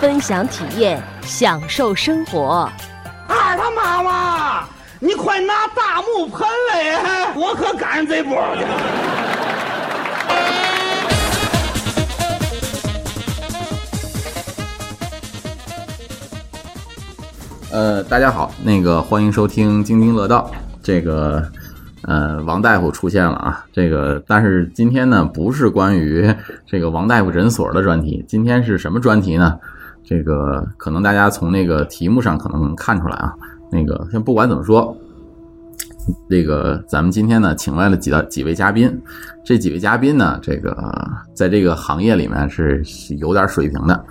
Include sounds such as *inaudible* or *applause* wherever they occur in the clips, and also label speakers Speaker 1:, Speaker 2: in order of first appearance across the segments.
Speaker 1: 分享体验，享受生活。
Speaker 2: 二他妈妈，你快拿大木盆来，我可赶上这波去。
Speaker 3: 呃，大家好，那个欢迎收听津津乐道。这个呃，王大夫出现了啊。这个，但是今天呢，不是关于这个王大夫诊所的专题，今天是什么专题呢？这个可能大家从那个题目上可能能看出来啊。那个，先不管怎么说，这个咱们今天呢，请来了几道几位嘉宾。这几位嘉宾呢，这个在这个行业里面是是有点水平的。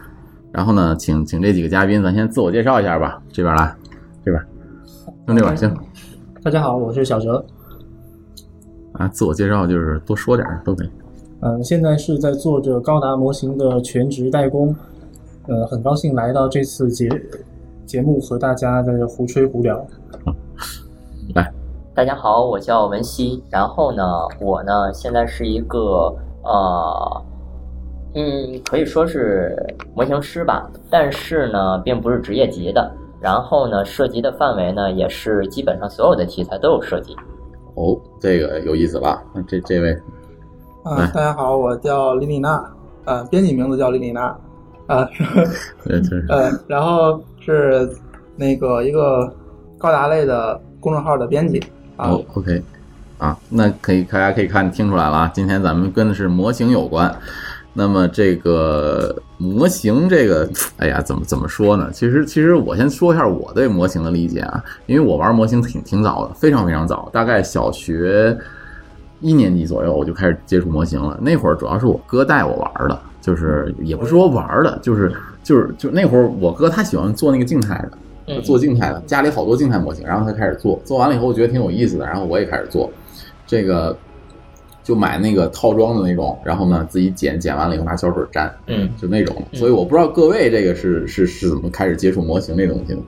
Speaker 3: 然后呢，请请这几个嘉宾，咱先自我介绍一下吧。这边来，这边，从这边行。
Speaker 4: 大家好，我是小哲。
Speaker 3: 啊，自我介绍就是多说点儿都可以。
Speaker 4: 嗯，现在是在做着高达模型的全职代工。呃，很高兴来到这次节节目和大家在这胡吹胡聊。
Speaker 3: 来，
Speaker 5: 大家好，我叫文熙。然后呢，我呢现在是一个呃。嗯，可以说是模型师吧，但是呢，并不是职业级的。然后呢，涉及的范围呢，也是基本上所有的题材都有涉及。
Speaker 3: 哦，这个有意思了。这这位，
Speaker 6: 啊、呃，大家好，我叫李李娜，呃，编辑名字叫李李娜，啊、
Speaker 3: 呃，
Speaker 6: 呃，然后是那个一个高达类的公众号的编辑。啊、
Speaker 3: 哦，OK，啊，那可以，大家可以看听出来了啊，今天咱们跟的是模型有关。那么这个模型，这个，哎呀，怎么怎么说呢？其实，其实我先说一下我对模型的理解啊，因为我玩模型挺挺早的，非常非常早，大概小学一年级左右我就开始接触模型了。那会儿主要是我哥带我玩的，就是也不是说玩的，就是就是就那会儿我哥他喜欢做那个静态的。
Speaker 5: 嗯
Speaker 3: 做静态的，家里好多静态模型，然后他开始做，做完了以后我觉得挺有意思的，然后我也开始做这个。就买那个套装的那种，然后呢自己剪，剪完了以后拿胶水粘，
Speaker 5: 嗯，
Speaker 3: 就那种。所以我不知道各位这个是是是怎么开始接触模型这东西的。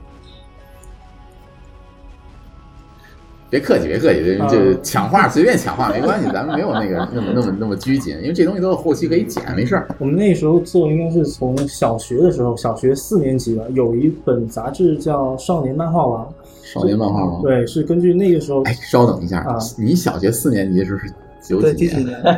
Speaker 3: 别客气，别客气，就就抢话随便抢话没关系，咱们没有那个那么那么那么拘谨，因为这东西都是后期可以剪，没事儿。
Speaker 4: 我们那时候做应该是从小学的时候，小学四年级吧，有一本杂志叫《少年漫画王》。
Speaker 3: 少年漫画王
Speaker 4: 对，是根据那个时候。 *laughs*
Speaker 3: 哎，稍等一下，啊、你小学四年级的时候是？九
Speaker 6: 几年，
Speaker 4: 我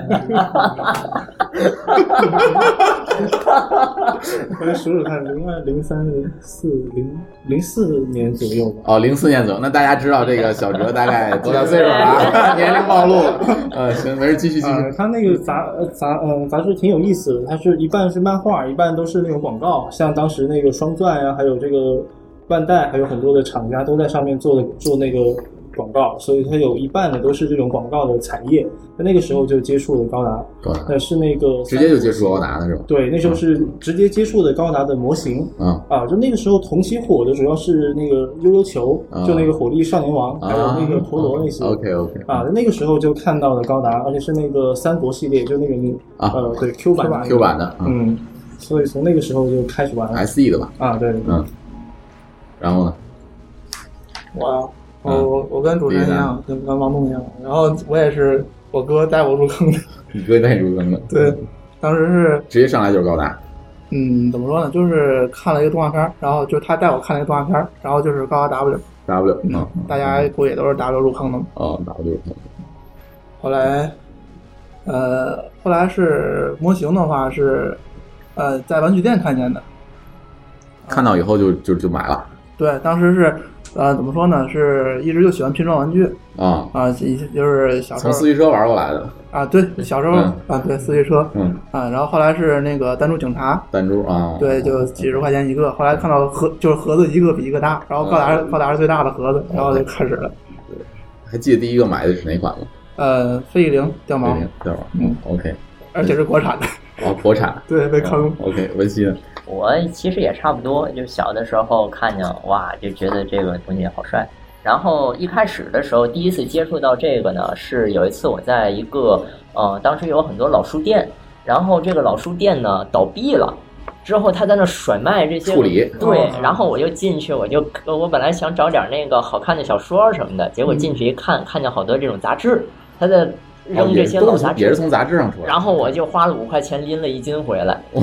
Speaker 4: 来数数看，零二、零三、零四、零零四年左右吧。
Speaker 3: 哦，零四年左右，那大家知道这个小哲大概多大岁数了
Speaker 4: *laughs*
Speaker 3: 啊？年龄暴露。呃，行，没事，继续继续。
Speaker 4: 呃、他那个杂杂嗯杂志挺有意思的，它是一半是漫画，一半都是那种广告，像当时那个双钻呀、啊，还有这个万代，还有很多的厂家都在上面做做那个。广告，所以它有一半的都是这种广告的产业。在那个时候就接触了高达，
Speaker 3: 高达
Speaker 4: 呃是那个
Speaker 3: 直接就接触高达的是吧？
Speaker 4: 对，那时候是直接接触的高达的模型。
Speaker 3: 嗯
Speaker 4: 啊，就那个时候同期火的主要是那个悠悠球，嗯、就那个火力少年王，嗯、还有那个陀螺那些。
Speaker 3: 啊 OK OK。
Speaker 4: 啊，那个时候就看到了高达，而且是那个三国系列，就那个
Speaker 3: 啊
Speaker 4: 呃对 Q 版的
Speaker 3: Q 版的，
Speaker 4: 嗯,嗯，所以从那个时候就开始玩
Speaker 3: SE E 的吧？
Speaker 4: 啊对，
Speaker 3: 嗯，然后呢？
Speaker 6: 我。我我我跟主持人一样，跟跟王东一样，然后我也是我哥带我入坑的。
Speaker 3: 你哥带你入坑的？
Speaker 6: 对，当时是
Speaker 3: 直接上来就是高达。
Speaker 6: 嗯，怎么说呢？就是看了一个动画片，然后就他带我看了一个动画片，然后就是高达 W。
Speaker 3: W，
Speaker 6: 嗯，大家不也都是 W 入坑的吗？
Speaker 3: 哦，W 入坑。
Speaker 6: 后来，呃，后来是模型的话是，呃，在玩具店看见的。
Speaker 3: 看到以后就就就买了。
Speaker 6: 对，当时是。呃，怎么说呢？是一直就喜欢拼装玩具
Speaker 3: 啊
Speaker 6: 啊，就是小时
Speaker 3: 从
Speaker 6: 候
Speaker 3: 四驱车玩过来的
Speaker 6: 啊，对，小时候啊，对四驱车，
Speaker 3: 嗯
Speaker 6: 啊，然后后来是那个弹珠警察，
Speaker 3: 弹珠啊，
Speaker 6: 对，就几十块钱一个。后来看到盒就是盒子一个比一个大，然后高达
Speaker 3: 嗯
Speaker 6: 高达是最大的盒子，然后就开始了。
Speaker 3: 对，还记得第一个买的是哪款吗？
Speaker 6: 呃，飞翼灵掉毛，
Speaker 3: 掉毛，嗯，OK，
Speaker 6: 而且是国产的。
Speaker 3: 哦，国产。
Speaker 6: 对，被坑。
Speaker 3: OK，文熙呢？
Speaker 5: 我其实也差不多，就小的时候看见哇，就觉得这个东西好帅。然后一开始的时候，第一次接触到这个呢，是有一次我在一个呃，当时有很多老书店，然后这个老书店呢倒闭了。之后他在那甩卖这些
Speaker 3: 处理
Speaker 5: 对
Speaker 6: 哦，
Speaker 5: 然后我就进去，我就我本来想找点那个好看的小说什么的，结果进去一看，
Speaker 3: 嗯
Speaker 5: 看见好多这种杂志，他在
Speaker 3: 哦
Speaker 5: 扔
Speaker 3: 也
Speaker 5: 这
Speaker 3: 是
Speaker 5: 些
Speaker 3: 都
Speaker 5: 老
Speaker 3: 是
Speaker 5: 杂
Speaker 3: 从也是
Speaker 5: 志，
Speaker 3: 从杂志上出来的。
Speaker 5: 然后我就花了五块钱拎了一斤回来，
Speaker 3: 我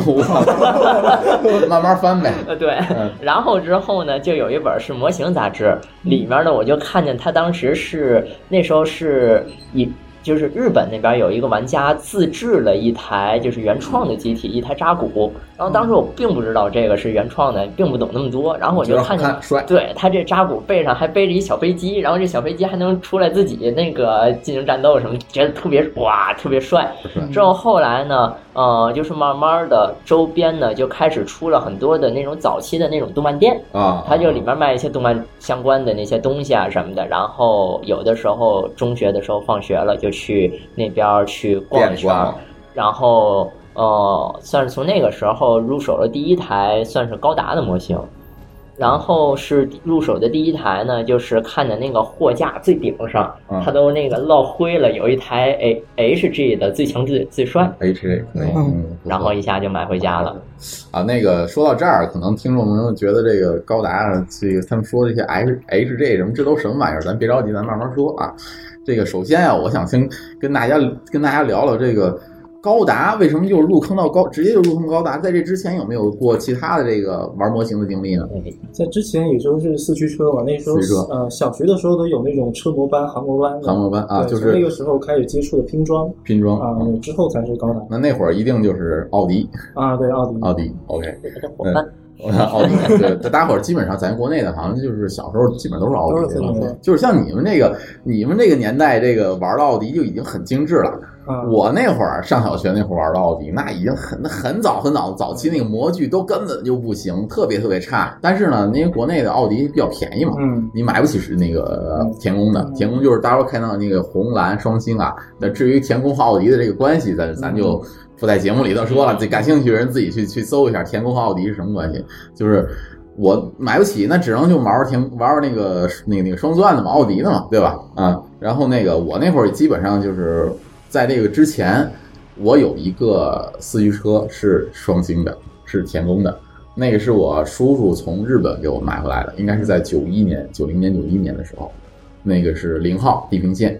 Speaker 3: 慢慢翻
Speaker 5: *laughs*
Speaker 3: 呗。
Speaker 5: 呃，对
Speaker 3: 嗯，
Speaker 5: 然后之后呢，就有一本是模型杂志，里面呢我就看见他当时是那时候是以就是日本那边有一个玩家自制了一台就是原创的机体，一台扎古。然后当
Speaker 3: 嗯
Speaker 5: 时我并不知道这个是原创的，并不懂那么多。然后我
Speaker 3: 觉
Speaker 5: 就
Speaker 3: 得好
Speaker 5: 看见
Speaker 3: 看帅
Speaker 5: 对他这扎古背上还背着一小飞机，然后这小飞机还能出来自己那个进行战斗什么，觉得特别哇，特别帅。之后后来呢，呃，就是慢慢的周边呢就开始出了很多的那种早期的那种动漫店，
Speaker 3: 啊，
Speaker 5: 它就里面卖一些动漫相关的那些东西啊什么的。然后有的时候中学的时候放学了就去那边儿去逛
Speaker 3: 店
Speaker 5: 一
Speaker 3: 里
Speaker 5: 圈儿，
Speaker 3: 逛
Speaker 5: 然后呃，算是从那个时候入手了第一台算是高达的模型。然后是入手的第一台呢，就是看着那个货架最顶上
Speaker 3: 嗯，
Speaker 5: 它都那个落灰了，有一台 A H G 的最强最最帅，
Speaker 3: H 这可以，嗯不错
Speaker 5: 然后一下就买回家了。
Speaker 3: 啊，那个说到这儿，可能听众朋友觉得这个高达，啊这个他们说这些 H H J 什么，这都什么玩意儿？咱别着急，咱慢慢说啊。这个首先啊，我想先跟大家跟大家聊聊这个高达为什么就是入坑到高，直接就入坑高达，在这之前有没有过其他的这个玩模型的经历呢？
Speaker 4: 在之前也就是四驱车嘛，那时候
Speaker 3: 四驱车
Speaker 4: 呃小学的时候都有那种车模班、航模班的，
Speaker 3: 航模班啊，
Speaker 4: 对
Speaker 3: 就
Speaker 4: 从那个
Speaker 3: 是
Speaker 4: 时候开始接触的拼装
Speaker 3: 拼装
Speaker 4: 啊，
Speaker 3: 嗯
Speaker 4: 对之后才是高达
Speaker 3: 那那会儿一定就是奥迪，
Speaker 4: 啊，对奥迪
Speaker 3: 奥迪，OK，嗯
Speaker 5: 伙伴
Speaker 3: 奥迪，对，大家伙儿基本上咱国内的，好像就是小时候基本都是奥
Speaker 6: 都
Speaker 3: 迪，
Speaker 6: 是自动车
Speaker 3: 就是像你们这个，你们这个年代，这个玩到奥迪就已经很精致了。
Speaker 6: 嗯
Speaker 4: 啊，
Speaker 3: 我那会儿上小学那会儿玩到奥迪，那已经很很早很早，早期那个模具都根本就不行，特别特别差。但是呢，因为国内的奥迪比较便宜嘛，
Speaker 4: 嗯
Speaker 3: 你买不起是那个呃田宫的，田宫就是大家伙看到那个红蓝双星啊。那至于田宫和奥迪的这个关系，咱咱就不在节目里头说了，这感兴趣的人自己去去搜一下田宫和奥迪是什么关系。就是我买不起，那只能就玩玩田玩玩那个那个那个双钻的嘛，奥迪的嘛，对吧？啊，然后那个我那会儿基本上就是在这个之前，我有一个四驱车是双星的，是田宫的。那个是我叔叔从日本给我买回来的，应该是在九一年、九零年、九一年的时候，那个是零号地平线，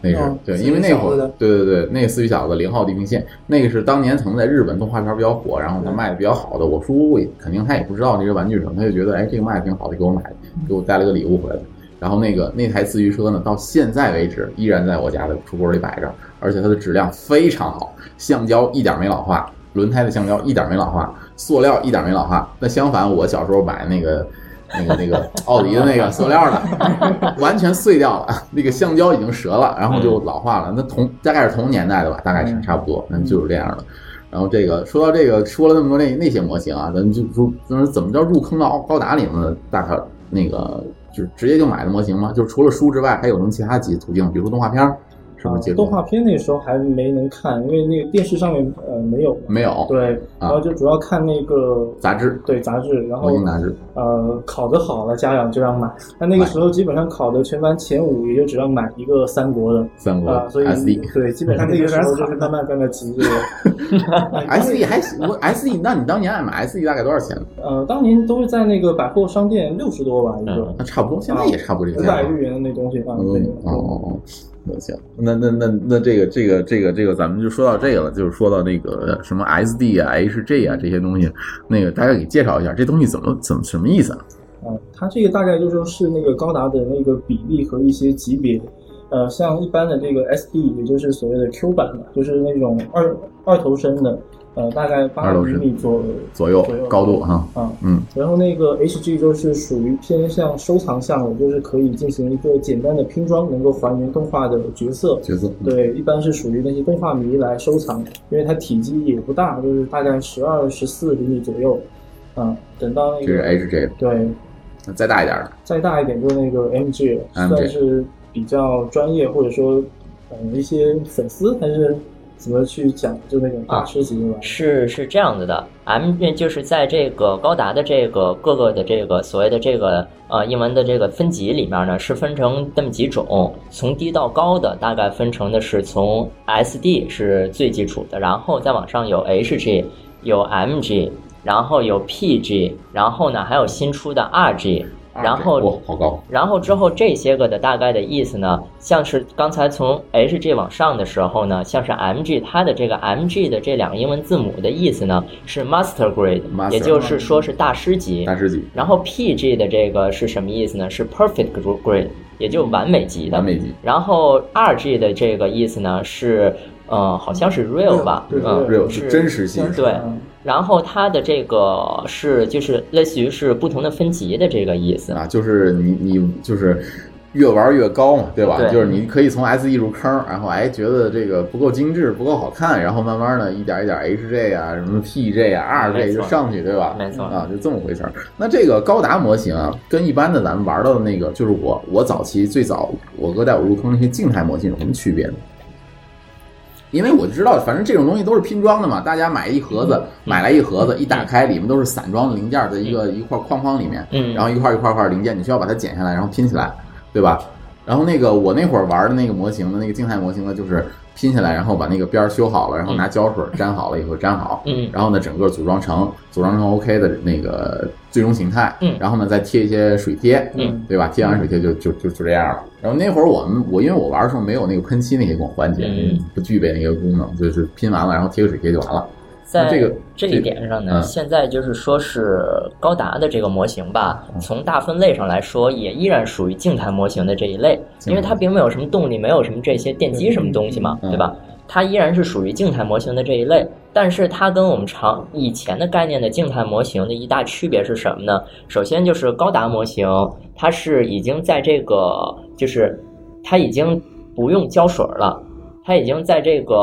Speaker 3: 那个是、
Speaker 6: 哦
Speaker 3: 对，
Speaker 6: 四
Speaker 3: 因为
Speaker 6: 驱
Speaker 3: 那
Speaker 6: 小
Speaker 3: 会
Speaker 6: 子
Speaker 3: 儿
Speaker 6: 的
Speaker 3: 对对对，那个四驱小子零号地平线，那个是当年曾在日本动画片比较火，然后他
Speaker 6: 嗯
Speaker 3: 卖的比较好的。我叔也肯定他也不知道这些玩具什么，他就觉得哎这个卖的挺好的，给我买，给我带了个礼物回来。然后那个那台四驱车呢，到现在为止依然在我家的橱柜里摆着，而且它的质量非常好，橡胶一点没老化，轮胎的橡胶一点没老化，塑料一点没老化。那相反，我小时候买那个。那个那个奥迪的那个塑料的，完全碎掉了，那个橡胶已经折了，然后就老化了。那同大概是同年代的吧，大概是差不多，那就是这样的。然后这个说到这个，说了那么多那那些模型啊，咱们就说，就是怎么着入坑到高达里面的，大可那个就是直接就买的模型吗？就是除了书之外，还有什么其他几途径？比如说动画片儿，是不
Speaker 4: 啊
Speaker 3: 是接触？
Speaker 4: 动画片那时候还没能看，因为那个电视上面呃没有嘛，
Speaker 3: 没有，，
Speaker 4: 对，然后就主要看那个
Speaker 3: 嗯啊杂志，
Speaker 4: 对杂志，然
Speaker 3: 模
Speaker 4: 后
Speaker 3: 型杂志，
Speaker 4: 呃考得好了，家长就让买。那那个时候基本上考的全班前五，也就只让买一个三国的。
Speaker 3: 三国
Speaker 4: 啊，所以
Speaker 3: SD。
Speaker 4: *laughs* 对，基本上那个时候就是慢慢在那集
Speaker 3: *laughs*
Speaker 4: 这
Speaker 3: 嗯
Speaker 4: 个。
Speaker 3: S E 还行我 S E，那你当年爱买 S E 大概多少钱？
Speaker 4: 呃，当年都是在那个百货商店六十多吧一个，
Speaker 3: 那差不多，现在也差不多这
Speaker 4: 五
Speaker 3: 个价
Speaker 4: 百
Speaker 3: 格。
Speaker 4: 日元的那东西啊，对
Speaker 3: 嗯，哦哦哦，那行，那那那那这个这个这个这个，咱们就说到这个了，就是说到那个什么 SD 啊、HG 啊这些东西，那个大概给介绍一下，这东西怎么怎么什么意思啊？
Speaker 4: 呃，它这个大概就说是那个高达的那个比例和一些级别，呃，像一般的这个 SD，也就是所谓的 Q 版嘛，就是那种二二头身的，呃，大概八
Speaker 3: 二头
Speaker 4: 厘
Speaker 3: 身
Speaker 4: 米左右
Speaker 3: 左右
Speaker 4: 左右
Speaker 3: 高度哈，
Speaker 4: 啊。
Speaker 3: 嗯，
Speaker 4: 然后那个 HG 就是属于偏向收藏项的，就是可以进行一个简单的拼装，能够还原动画的角色。
Speaker 3: 角色，嗯
Speaker 4: 对，一般是属于那些动画迷来收藏，因为它体积也不大，就是大概十二、十四厘米左右。啊，等到那
Speaker 3: 这是哎
Speaker 4: 个
Speaker 3: HG 的
Speaker 4: 对，
Speaker 3: 那再大一点的，
Speaker 4: 再大一点就是那个 MG 了，
Speaker 3: MG
Speaker 4: 呃算是比较专业或者说，嗯，一些粉丝还是怎么去讲就那种大师级的玩意儿。
Speaker 5: 是是这样子的，M 就是在这个高达的这个各个的这个所谓的这个呃英文的这个分级里面呢，是分成这么几种，从低到高的大概分成的是从 SD 是最基础的，然后再往上有 HG，有 MG，然后有 PG，然后呢还有新出的 RG。然
Speaker 3: 啊
Speaker 5: 后
Speaker 3: 哇，好高，
Speaker 5: 然后之后这些个的大概的意思呢，像是刚才从 HG 往上的时候呢，像是 MG 它的这个 MG 的这两个英文字母的意思呢是 Master Grade，
Speaker 3: Master
Speaker 5: 也就是说是大师级。
Speaker 3: 大师级，
Speaker 5: 然后 PG 的这个是什么意思呢？是 Perfect Grade，也就是完美级的。
Speaker 3: 完美级
Speaker 5: 然后 RG 的这个意思呢是，呃，好像是 Real 吧，
Speaker 4: 对
Speaker 5: 嗯，
Speaker 3: ，real
Speaker 5: 是
Speaker 3: 是真实性，
Speaker 5: 对
Speaker 4: 啊
Speaker 5: 然后它的这个是就是类似于是不同的分级的这个意思。
Speaker 3: 啊，就是你你就是越玩越高嘛，对吧？
Speaker 5: 对
Speaker 3: 就是你可以从 S E 入坑，然后哎觉得这个不够精致、不够好看，然后慢慢的一点一点 H J 啊、什么 P J 啊、R
Speaker 5: 没
Speaker 3: J
Speaker 5: 错
Speaker 3: 就上去，对吧？
Speaker 5: 没错
Speaker 3: 啊，就这么回事儿。那这个高达模型啊，跟一般的咱们玩到的那个，就是我我早期最早我哥带我入坑那些静态模型有什么区别呢？因为我知道，反正这种东西都是拼装的嘛，大家买一盒
Speaker 5: 嗯
Speaker 3: 子，买来一盒子，一打开里面都是散装的零件儿在一个一块框框里面，
Speaker 5: 嗯
Speaker 3: 然后一块儿一块儿一块儿零件，你需要把它剪下来，然后拼起来，对吧？然后那个我那会儿玩的那个模型的那个静态模型呢，就是拼下来，然后把那个边儿修好了，然后拿胶水粘好了以后粘好，
Speaker 5: 嗯
Speaker 3: 然后呢整个组装成组装成 OK 的那个最终形态，
Speaker 5: 嗯
Speaker 3: 然后呢再贴一些水贴，
Speaker 5: 嗯，
Speaker 3: 对吧？贴完水贴就就就就这样了。然后那会儿我们我因为我玩的时候没有那个喷漆那些环节，
Speaker 5: 嗯
Speaker 3: 不具备那个功能，就是拼完了然后贴个水贴就完了。
Speaker 5: 在
Speaker 3: 那这个
Speaker 5: 这
Speaker 3: 这
Speaker 5: 一
Speaker 3: 个
Speaker 5: 点上呢，
Speaker 3: 嗯
Speaker 5: 现在就是说是高达的这个模型吧，
Speaker 3: 嗯
Speaker 5: 从大分类上来说，也依然属于静态模型的这一类，
Speaker 3: 静态
Speaker 5: 因为它并没有什么动力，没有什么这些电机什么东西嘛，
Speaker 3: 嗯
Speaker 5: 对吧？它依然是属于静态模型的这一类，但是它跟我们常以前的概念的静态模型的一大区别是什么呢？首先就是高达模型，它是已经在这个就是它已经不用胶水了。它已经在这个，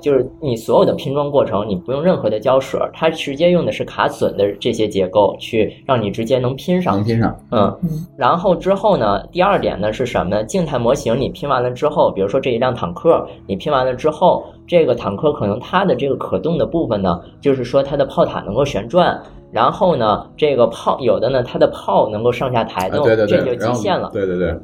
Speaker 5: 就是你所有的拼装过程，你不用任何的胶水，它直接用的是卡榫的这些结构，去让你直接能拼
Speaker 3: 能
Speaker 5: 上。
Speaker 3: 拼上，
Speaker 5: 嗯，然后之后呢，第二点呢是什么呢？静态模型你拼完了之后，比如说这一辆坦克，你拼完了之后，这个坦克可能它的这个可动的部分呢，就是说它的炮塔能够旋转，然后呢，这个炮有的呢，它的炮能够上下抬
Speaker 3: 啊
Speaker 5: 动，
Speaker 3: 对对
Speaker 5: 这
Speaker 3: 对，
Speaker 5: 就
Speaker 3: 然
Speaker 5: 极
Speaker 3: 后
Speaker 5: 限了。
Speaker 3: 对对对，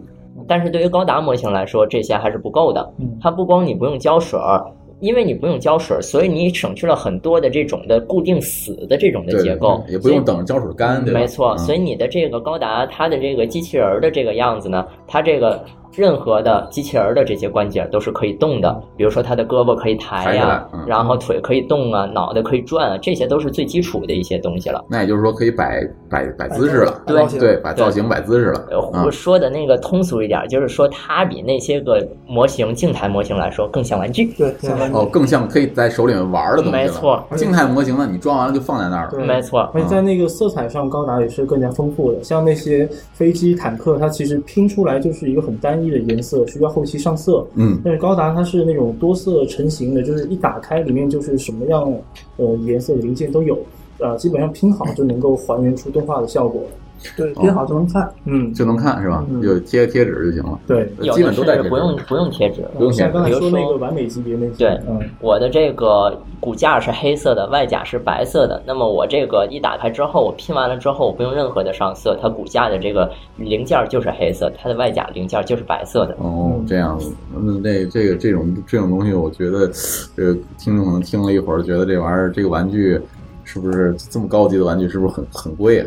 Speaker 5: 但是对于高达模型来说，这些还是不够的
Speaker 6: 嗯。
Speaker 5: 它不光你不用胶水儿，因为你不用胶水儿，所以你省去了很多的这种的固定死的这种
Speaker 3: 对嗯
Speaker 5: 的结构，
Speaker 3: 也不用等胶水干，对吧？
Speaker 5: 没错，
Speaker 3: 嗯
Speaker 5: 所以你的这个高达，它的这个机器人儿的这个样子呢，它这个任何的机器人儿的这些关节都是可以动的，比如说它的胳膊可以抬
Speaker 3: 抬起
Speaker 5: 呀、
Speaker 3: 来嗯
Speaker 5: 然后腿可以动啊，脑袋可以转啊，这些都是最基础的一些东西了。
Speaker 3: 那也就是说可以摆摆摆姿势了，
Speaker 6: 对
Speaker 3: 对，摆造型摆姿势了
Speaker 5: 呃，
Speaker 3: 啊
Speaker 5: 我。说的那个通俗一点儿，就是说它比那些个模型静态模型来说更像玩具。
Speaker 6: 对，像完
Speaker 3: 哦，更像可以在手里面玩的东西了。
Speaker 5: 没错
Speaker 3: 静态模型呢，你装完了就放在那儿了。
Speaker 4: 对
Speaker 5: 没错，
Speaker 4: 而且在那个色彩上，高达也是更加丰富的。像那些飞机、坦克，它其实拼出来就是一个很单一的颜色，需要后期上色。
Speaker 3: 嗯，
Speaker 4: 但是高达它是那种多色成型的，就是一打开里面就是什么样呃颜色的零件都有，呃，基本上拼好就能够还原出动画的效果。
Speaker 6: 对编好就能看，
Speaker 4: 嗯，
Speaker 3: 就能看是吧？
Speaker 4: 嗯
Speaker 3: 就贴个贴纸就行了，
Speaker 4: 对。
Speaker 5: 有
Speaker 3: 基
Speaker 5: 的
Speaker 3: 本都带
Speaker 5: 是
Speaker 3: 贴纸
Speaker 5: 不用不用贴纸。
Speaker 3: 不用
Speaker 4: 像
Speaker 3: 钱。
Speaker 4: 刚才
Speaker 5: 比如
Speaker 4: 说
Speaker 5: 说
Speaker 4: 那个完美级别那些，
Speaker 5: 对
Speaker 4: 嗯，
Speaker 5: 我的这个骨架是黑色的，外甲是白色的。那么我这个一打开之后，我拼完了之后，我不用任何的上色，它骨架的这个零件儿就是黑色，它的外甲零件儿就是白色的。
Speaker 3: 哦，这样子，那这这个这种这种东西，我觉得，呃，听众可能听了一会儿，觉得这玩意儿这个玩具是不是这么高级的玩具，是不是很很贵啊？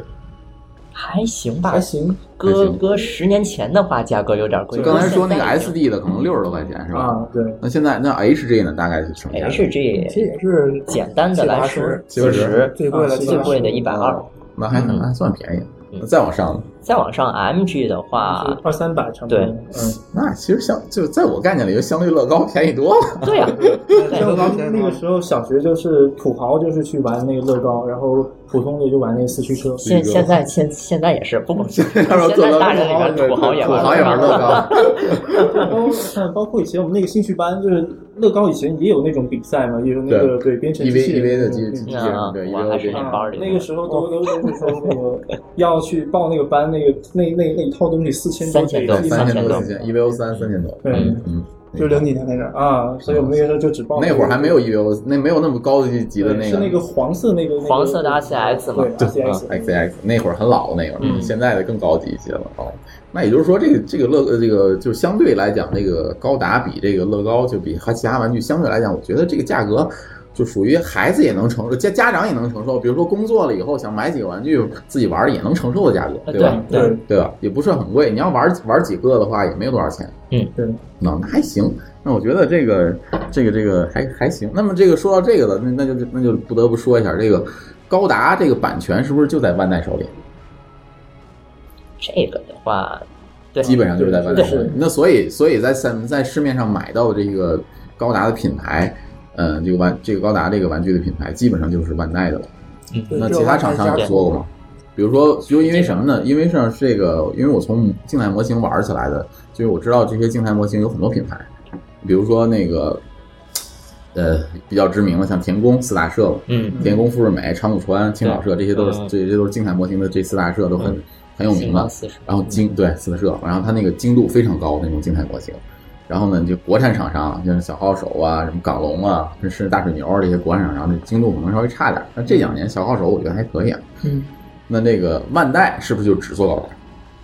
Speaker 5: 还行吧
Speaker 4: 还，行
Speaker 5: 搁
Speaker 3: 还行
Speaker 5: 搁十年前的话，价格有点贵。哎
Speaker 3: 就刚才说那个
Speaker 5: 现在已经
Speaker 3: SD 的可能六十多块钱是吧？
Speaker 4: 啊，对，
Speaker 3: 那现在那 HG 呢，大概是什么价格？
Speaker 6: 其实
Speaker 5: HG
Speaker 6: 也是
Speaker 5: 简单的来说，
Speaker 3: 七八十
Speaker 5: 十
Speaker 6: 最贵的
Speaker 4: 啊七
Speaker 5: 最
Speaker 4: 八十
Speaker 5: 贵的一百二。
Speaker 3: 那还
Speaker 5: 嗯
Speaker 3: 那还算便宜。
Speaker 5: 嗯
Speaker 3: 那再往上呢，
Speaker 5: 再往上 MG 的话
Speaker 4: 就，二三百差不多，
Speaker 5: 啊对
Speaker 4: 嗯，
Speaker 3: 那其实相就在我概念里，就相对乐高便宜多了。
Speaker 5: 对呀、
Speaker 4: 像
Speaker 6: 乐
Speaker 4: 我
Speaker 6: 高
Speaker 4: 们那个时候小学就是土豪就是去玩那个乐高，然后普通的就玩那个四驱车，
Speaker 3: *laughs*
Speaker 5: 现现在现现在也是，不光现
Speaker 3: 他说做
Speaker 5: 在
Speaker 3: 乐
Speaker 5: 大人里
Speaker 3: 高，
Speaker 5: 面
Speaker 3: 对
Speaker 5: 土豪也
Speaker 3: 土豪也玩乐高。
Speaker 5: *laughs*
Speaker 4: 包嗯 *laughs* 包括以前我们那个兴趣班，就是乐高以前也有那种比赛嘛，也有那个对编程
Speaker 3: E
Speaker 4: 机
Speaker 3: V
Speaker 4: 器
Speaker 3: E
Speaker 4: 人
Speaker 3: V 的
Speaker 4: 那种
Speaker 3: 机
Speaker 4: 比
Speaker 3: 机器
Speaker 4: 赛啊
Speaker 3: 人，
Speaker 5: 嗯
Speaker 3: 对，
Speaker 5: 我还是
Speaker 3: EVA
Speaker 5: 想
Speaker 3: 的
Speaker 5: 包里
Speaker 4: 那个时候都都都是说那个要去报那个班，那个那那那一套东西四千多
Speaker 5: 三千
Speaker 4: 北
Speaker 5: 多
Speaker 4: 币，
Speaker 3: ，E 三
Speaker 5: 三
Speaker 3: 千
Speaker 5: 千
Speaker 3: 多
Speaker 5: 多
Speaker 3: 四千，EVO，E 三三千多，
Speaker 4: 对
Speaker 3: 嗯，
Speaker 6: 就零几年那阵儿啊，所以我们那个时候就只报
Speaker 3: 那会儿还没有 EVO，那没有那么高级级的
Speaker 6: 对是那
Speaker 3: 个
Speaker 6: 个黄色那个那个
Speaker 5: 黄色的 RCX 嘛
Speaker 6: 对
Speaker 3: 啊
Speaker 6: RCX，
Speaker 3: XX，那会儿很老那会儿，
Speaker 5: 嗯
Speaker 3: 现在的更高级一些了。哦，那也就是说，这个这个乐呃这个就相对来讲，这个高达比这个乐高就比它其他玩具相对来讲，我觉得这个价格。就属于孩子也能承受，家家长也能承受。比如说工作了以后想买几个玩具自己玩儿也能承受的价格，
Speaker 5: 呃
Speaker 3: 对吧？
Speaker 5: 对
Speaker 6: 对
Speaker 3: 对吧？也不是很贵，你要玩玩几个的话，也没有多少钱。
Speaker 5: 嗯，
Speaker 6: 对。
Speaker 3: 那那还行，那我觉得这个这个这个还还行。那么这个说到这个了，那那就那就不得不说一下，这个高达这个版权是不是就在万代手里？
Speaker 5: 这个的话，对，
Speaker 3: 基本上就是在万代手里
Speaker 6: 对。
Speaker 3: 那所以所以在在在市面上买到的这个高达的品牌，嗯，这个玩这个高达这个玩具的品牌，基本上就是万代的了。
Speaker 6: 对
Speaker 3: 那其他厂商有做过吗？比如说，就因为什么呢？因为像这个，因为我从静态模型玩起来的，就是我知道这些静态模型有很多品牌，比如说那个，呃，比较知名的像田宫四大社，
Speaker 5: 嗯，
Speaker 3: 田宫、富士美、长谷川、青岛社，这些都是
Speaker 5: 嗯
Speaker 3: 这些都是静态模型的这四大社都很
Speaker 5: 嗯
Speaker 3: 很有名的。
Speaker 5: 四十，
Speaker 3: 然后精对四射，然后它那个精度非常高那种静态模型。然后呢，就国产厂商，像小号手啊、什么港龙啊、甚至大水牛啊这些国产厂商，的精度可能稍微差点儿。那这两年小号手我觉得还可以啊。
Speaker 6: 嗯，
Speaker 3: 那那个万代是不是就只做高达？